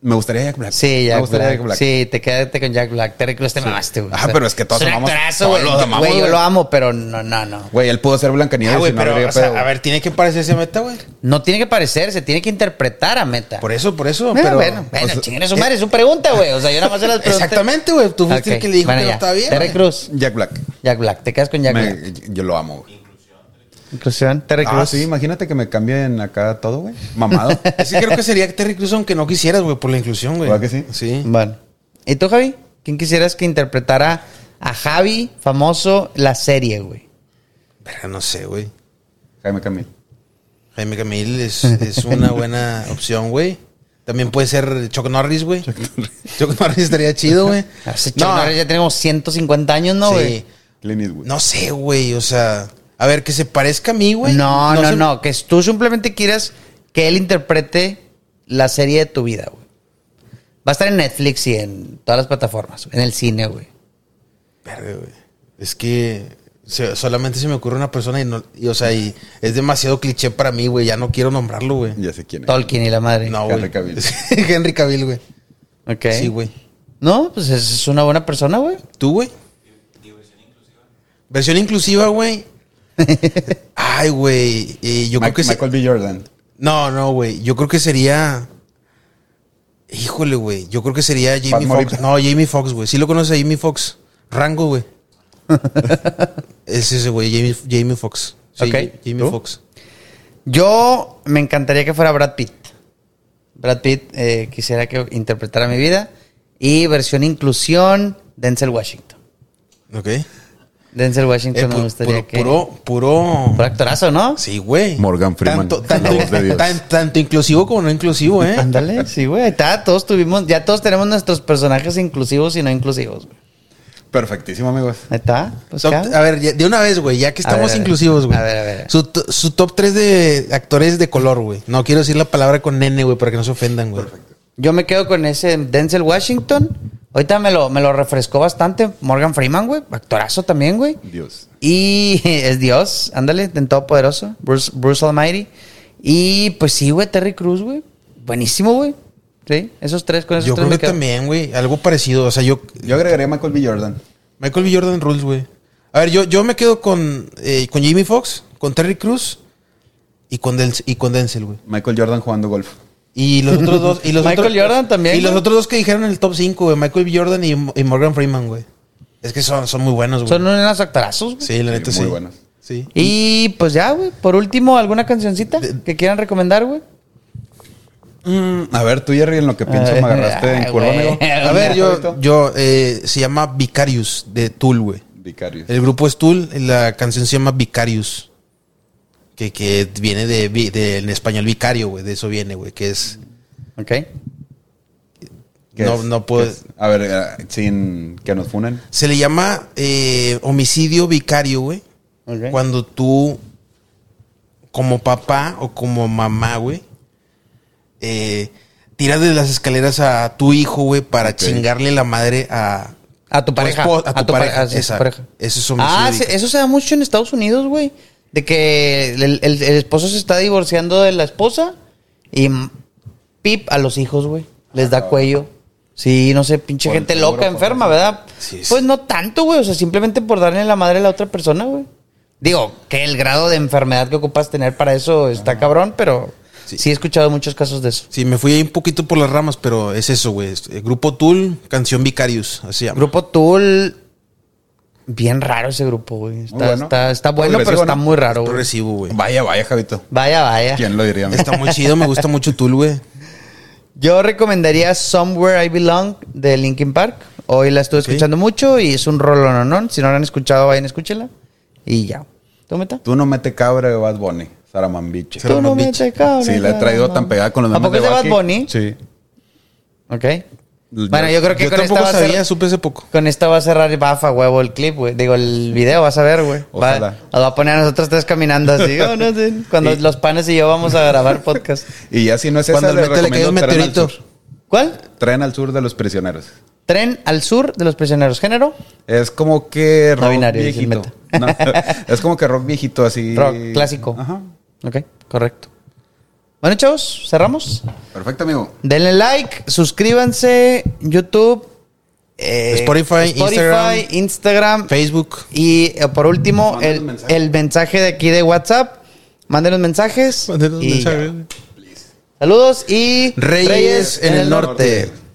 Speaker 1: Me gustaría Jack Black.
Speaker 2: Sí, Jack
Speaker 1: Me gustaría
Speaker 2: Black.
Speaker 1: Jack Black.
Speaker 2: Sí, te quedaste con Jack Black. Terry Crews te mamaste, güey.
Speaker 1: Ah, pero es que todos
Speaker 2: es un
Speaker 1: amamos-
Speaker 2: actorazo,
Speaker 1: todos
Speaker 2: güey.
Speaker 1: los amamos,
Speaker 2: Güey, yo
Speaker 1: güey.
Speaker 2: lo amo, pero no, no, no.
Speaker 1: Güey, él pudo ser
Speaker 3: Ah,
Speaker 1: Blancanieves
Speaker 3: güey,
Speaker 1: y no
Speaker 3: pero,
Speaker 1: habría
Speaker 3: o sea,
Speaker 1: pedo.
Speaker 3: a ver, tiene que parecerse a meta, güey.
Speaker 2: No tiene que parecerse, tiene que interpretar a Meta.
Speaker 3: Por eso, por eso.
Speaker 2: Bueno,
Speaker 3: pero,
Speaker 2: bueno, bueno,
Speaker 1: o sea, eh,
Speaker 2: chinguen a su madre, es su pregunta, güey. O sea, yo nada más se las pregunté.
Speaker 3: Exactamente, güey. Tú fuiste el
Speaker 2: Ok,
Speaker 3: que le dijo
Speaker 2: bueno,
Speaker 3: que
Speaker 2: ya.
Speaker 3: no está bien.
Speaker 2: Terry
Speaker 3: güey.
Speaker 2: Crews,
Speaker 1: Jack Black.
Speaker 2: Jack Black. Te quedas con Jack
Speaker 1: Me-
Speaker 2: Black.
Speaker 1: yo lo amo, güey.
Speaker 2: Inclusión, Terry
Speaker 1: Ah,
Speaker 2: Crews.
Speaker 1: sí, imagínate que me cambien acá todo, güey. (laughs) Mamado.
Speaker 3: Es que creo que sería Terry Crews aunque no quisieras, güey, por la inclusión, güey.
Speaker 1: ¿Verdad que sí?
Speaker 3: Sí.
Speaker 2: Bueno. ¿Y tú, Javi? ¿Quién quisieras que interpretara a Javi, famoso, la serie, güey?
Speaker 3: Verga, no sé, güey.
Speaker 1: Jaime Camil.
Speaker 3: Jaime Camil es, es
Speaker 2: (laughs)
Speaker 3: una buena opción, güey. También puede ser Chuck Norris, güey. Chuck Norris. estaría chido,
Speaker 2: (laughs)
Speaker 3: güey.
Speaker 2: Ah, Ese Chuck Norris ya tenemos 150 años, ¿no,
Speaker 3: sí.
Speaker 2: güey?
Speaker 1: Clint Eastwood.
Speaker 3: No sé, güey. O sea, a ver, que se parezca a mí, güey.
Speaker 2: No, no,
Speaker 3: se-
Speaker 2: no. Que tú simplemente quieras que él interprete la serie de tu vida, güey. Va a estar en Netflix y en todas las plataformas. En el cine, güey.
Speaker 3: Verga, güey. Es que se- solamente se me ocurre una persona y, no, y, o sea, y es demasiado cliché para mí, güey. Ya no quiero nombrarlo, güey.
Speaker 1: Ya sé quién es.
Speaker 2: Tolkien y la madre.
Speaker 3: No,
Speaker 1: Henry
Speaker 3: güey. (laughs)
Speaker 1: Cavill.
Speaker 3: Henry Cavill, güey.
Speaker 2: Ok.
Speaker 3: Sí, güey.
Speaker 2: No, pues es es una buena persona, güey.
Speaker 3: ¿Tú, güey? Versión
Speaker 2: (laughs)
Speaker 3: inclusiva, güey. Ay, güey. eh, yo
Speaker 1: Ma-
Speaker 3: creo que se-
Speaker 1: Michael B. Jordan.
Speaker 3: No, no, güey. Yo creo que sería. Híjole, güey. Yo creo que sería Jamie
Speaker 1: Morita.
Speaker 3: Foxx. No, Jamie Foxx, güey. Sí lo conoces a Jamie Foxx.
Speaker 1: (laughs)
Speaker 3: Rango, güey. es ese, güey. Jamie, Jamie Foxx. Sí,
Speaker 2: Ok.
Speaker 3: Ja- Jamie
Speaker 1: ¿Tú?
Speaker 3: Foxx.
Speaker 2: Yo me encantaría que fuera Brad Pitt. Brad Pitt eh, quisiera que interpretara mi vida. Y versión inclusión, Denzel Washington.
Speaker 3: Ok.
Speaker 2: Denzel Washington
Speaker 3: Eh,
Speaker 2: me
Speaker 3: pu-
Speaker 2: gustaría
Speaker 3: puro,
Speaker 2: que...
Speaker 3: puro, puro-
Speaker 2: puro actorazo, ¿no?
Speaker 3: Sí, güey.
Speaker 1: Morgan Freeman,
Speaker 3: Tanto,
Speaker 1: la
Speaker 3: tanto,
Speaker 1: voz de Dios.
Speaker 3: tan- tanto inclusivo como no inclusivo, ¿eh?
Speaker 2: Ándale, sí, güey. ahí Está, todos tuvimos, ya todos tenemos nuestros personajes inclusivos y no inclusivos. güey.
Speaker 1: Perfectísimo, amigos.
Speaker 2: Ahí está. Pues,
Speaker 3: Top-
Speaker 2: ¿qué hago?
Speaker 3: a ver, ya- de una vez, güey, ya que
Speaker 2: A ver,
Speaker 3: estamos
Speaker 2: a ver.
Speaker 3: inclusivos, güey.
Speaker 2: A ver, a ver.
Speaker 3: Su, to- su top 3 de actores de color, güey. No quiero decir la palabra con nene, güey, para que no se ofendan, güey.
Speaker 2: Yo me quedo con ese Denzel Washington. Ahorita me lo, me lo refrescó bastante Morgan Freeman, güey. Actorazo también, güey.
Speaker 1: Dios.
Speaker 2: Y (laughs) es Dios, ándale, en todopoderoso, Bruce, Bruce Almighty. Y pues sí, güey, Terry Cruz, güey. Buenísimo, güey. Sí, esos tres, con esos
Speaker 3: Yo
Speaker 2: tres
Speaker 3: creo
Speaker 2: me
Speaker 3: que
Speaker 2: quedo.
Speaker 3: también, güey. Algo parecido. O sea, yo.
Speaker 1: Yo agregaría a Michael B. Jordan.
Speaker 3: Michael B. Jordan Rules, güey. A ver, yo, yo me quedo con, eh, con Jimmy Fox, con Terry Cruz y con, Del- y con Denzel, güey.
Speaker 1: Michael Jordan jugando golf.
Speaker 3: Y los otros dos. Y los
Speaker 2: (laughs) Michael
Speaker 3: otros-
Speaker 2: Jordan también,
Speaker 3: Y los
Speaker 2: ¿no?
Speaker 3: otros dos que dijeron en el top 5, güey. Michael Jordan y, y Morgan Freeman, güey. Es que son, son muy buenos, güey.
Speaker 2: Son unos actorazos, güey.
Speaker 3: Sí, la
Speaker 1: Sí,
Speaker 3: neta sí.
Speaker 1: muy buenos.
Speaker 3: Sí.
Speaker 2: Y pues ya, güey. Por último, ¿alguna cancioncita
Speaker 3: De-
Speaker 2: que quieran recomendar, güey?
Speaker 1: Mm, a ver, tú, Jerry, en lo que pienso,
Speaker 2: Ay,
Speaker 1: me agarraste en
Speaker 2: ay,
Speaker 1: curva,
Speaker 2: güey.
Speaker 1: amigo.
Speaker 3: A ver, yo, yo eh, se llama Vicarius de Tool, güey.
Speaker 1: Vicarious.
Speaker 2: Eh,
Speaker 3: El grupo es Tool, y la canción se llama Vicarius. Que, que viene de, vi- de- en español vicario, güey. De eso viene, güey. Que es.
Speaker 2: Ok.
Speaker 1: ¿Qué
Speaker 3: No,
Speaker 1: es?
Speaker 3: no puedo.
Speaker 1: ¿Qué es? A ver, eh, sin que nos funen.
Speaker 3: Se le llama eh, homicidio vicario, güey.
Speaker 2: Ok.
Speaker 3: Cuando tú, como papá o como mamá, güey, eh, tiras de las escaleras a tu hijo, güey, para
Speaker 1: Ok.
Speaker 3: chingarle la madre a,
Speaker 2: A tu pareja.
Speaker 3: espo- a tu pareja,
Speaker 2: pare- ah, sí, a tu
Speaker 3: esa.
Speaker 2: pareja.
Speaker 3: Eso es homicidio
Speaker 2: Ah, se-
Speaker 3: vicario.
Speaker 2: eso se da mucho en Estados Unidos, güey. De que el, el- el esposo se está divorciando de la esposa y m- pip a los hijos, güey. Les da cuello. Sí, no sé, pinche
Speaker 1: Por el
Speaker 2: gente
Speaker 1: seguro,
Speaker 2: loca,
Speaker 1: por
Speaker 2: enferma,
Speaker 1: eso.
Speaker 2: ¿verdad?
Speaker 3: Sí, sí.
Speaker 2: Pues no tanto, güey. O sea, simplemente por darle la madre a la otra persona, güey. Digo, que el grado de enfermedad que ocupas tener para eso está cabrón, pero sí.
Speaker 3: Sí.
Speaker 2: he escuchado muchos casos de eso.
Speaker 3: Sí, me fui ahí un poquito por las ramas, pero es eso, güey. Es- eh, Grupo Tool, canción Vicarius, así se llama.
Speaker 2: Grupo Tool. Bien raro ese grupo, güey. Está
Speaker 1: Muy
Speaker 2: bueno,
Speaker 1: bueno.
Speaker 2: está, está bueno pero
Speaker 1: Progresivo,
Speaker 2: está
Speaker 1: ¿no?
Speaker 2: muy raro, güey.
Speaker 3: Progresivo, güey.
Speaker 1: Vaya, vaya, Javito.
Speaker 2: Vaya, vaya.
Speaker 1: ¿Quién lo diría? amigo?
Speaker 3: Está muy chido, me gusta mucho Tool, güey.
Speaker 2: Yo recomendaría Somewhere I Belong de Linkin Park. Hoy la estuve
Speaker 3: Ok.
Speaker 2: escuchando mucho y es un rolononón. Si no la han escuchado, vayan, escúchela. Y ya. ¿Tú meta?
Speaker 1: Tú no mete cabra de Bad Bunny, Saramambiche.
Speaker 3: Tú no me te
Speaker 1: Sí, la he traído tan pegada con los
Speaker 2: ¿A
Speaker 1: memes
Speaker 2: poco es de Bad
Speaker 1: Baki.
Speaker 2: Bunny?
Speaker 1: Sí.
Speaker 2: Ok. Bueno, yo creo que
Speaker 3: Yo
Speaker 2: con esta,
Speaker 3: tampoco
Speaker 2: va a
Speaker 3: sabía,
Speaker 2: cer-
Speaker 3: supe hace poco.
Speaker 2: con esta va a cerrar Bafa, huevo, el clip, güey. Digo, el video, vas a ver, güey. Va,
Speaker 1: Ojalá.
Speaker 2: nos va a poner a nosotros tres
Speaker 1: (laughs)
Speaker 2: caminando así. oh, no sé, Cuando los panes y yo vamos a grabar podcast.
Speaker 1: Y ya si no es
Speaker 3: Cuando
Speaker 1: esa,
Speaker 3: el
Speaker 1: le
Speaker 3: mete le cae
Speaker 1: recomiendo
Speaker 3: un
Speaker 1: Tren al
Speaker 3: meteorito.
Speaker 1: Sur.
Speaker 2: ¿Cuál?
Speaker 1: Tren al Sur de los Prisioneros.
Speaker 2: Tren al sur de los prisioneros. ¿Género?
Speaker 1: Es como que
Speaker 2: No
Speaker 1: rock
Speaker 2: binario, es el
Speaker 1: viejito.
Speaker 2: meta.
Speaker 1: (laughs) No, es como que rock viejito así.
Speaker 2: Rock clásico.
Speaker 1: Ajá.
Speaker 2: Ok, correcto. Bueno, chavos, cerramos.
Speaker 1: Perfecto, amigo.
Speaker 2: Denle like, suscríbanse, YouTube, eh,
Speaker 3: Spotify, Instagram.
Speaker 2: Instagram,
Speaker 3: Facebook.
Speaker 2: Y eh, por último,
Speaker 1: Mándenos
Speaker 2: el,
Speaker 1: mensajes.
Speaker 2: el mensaje de aquí de WhatsApp. Manden los mensajes.
Speaker 3: Mándenos
Speaker 2: y
Speaker 3: mensajes.
Speaker 2: ya. Saludos y
Speaker 3: Reyes en el norte.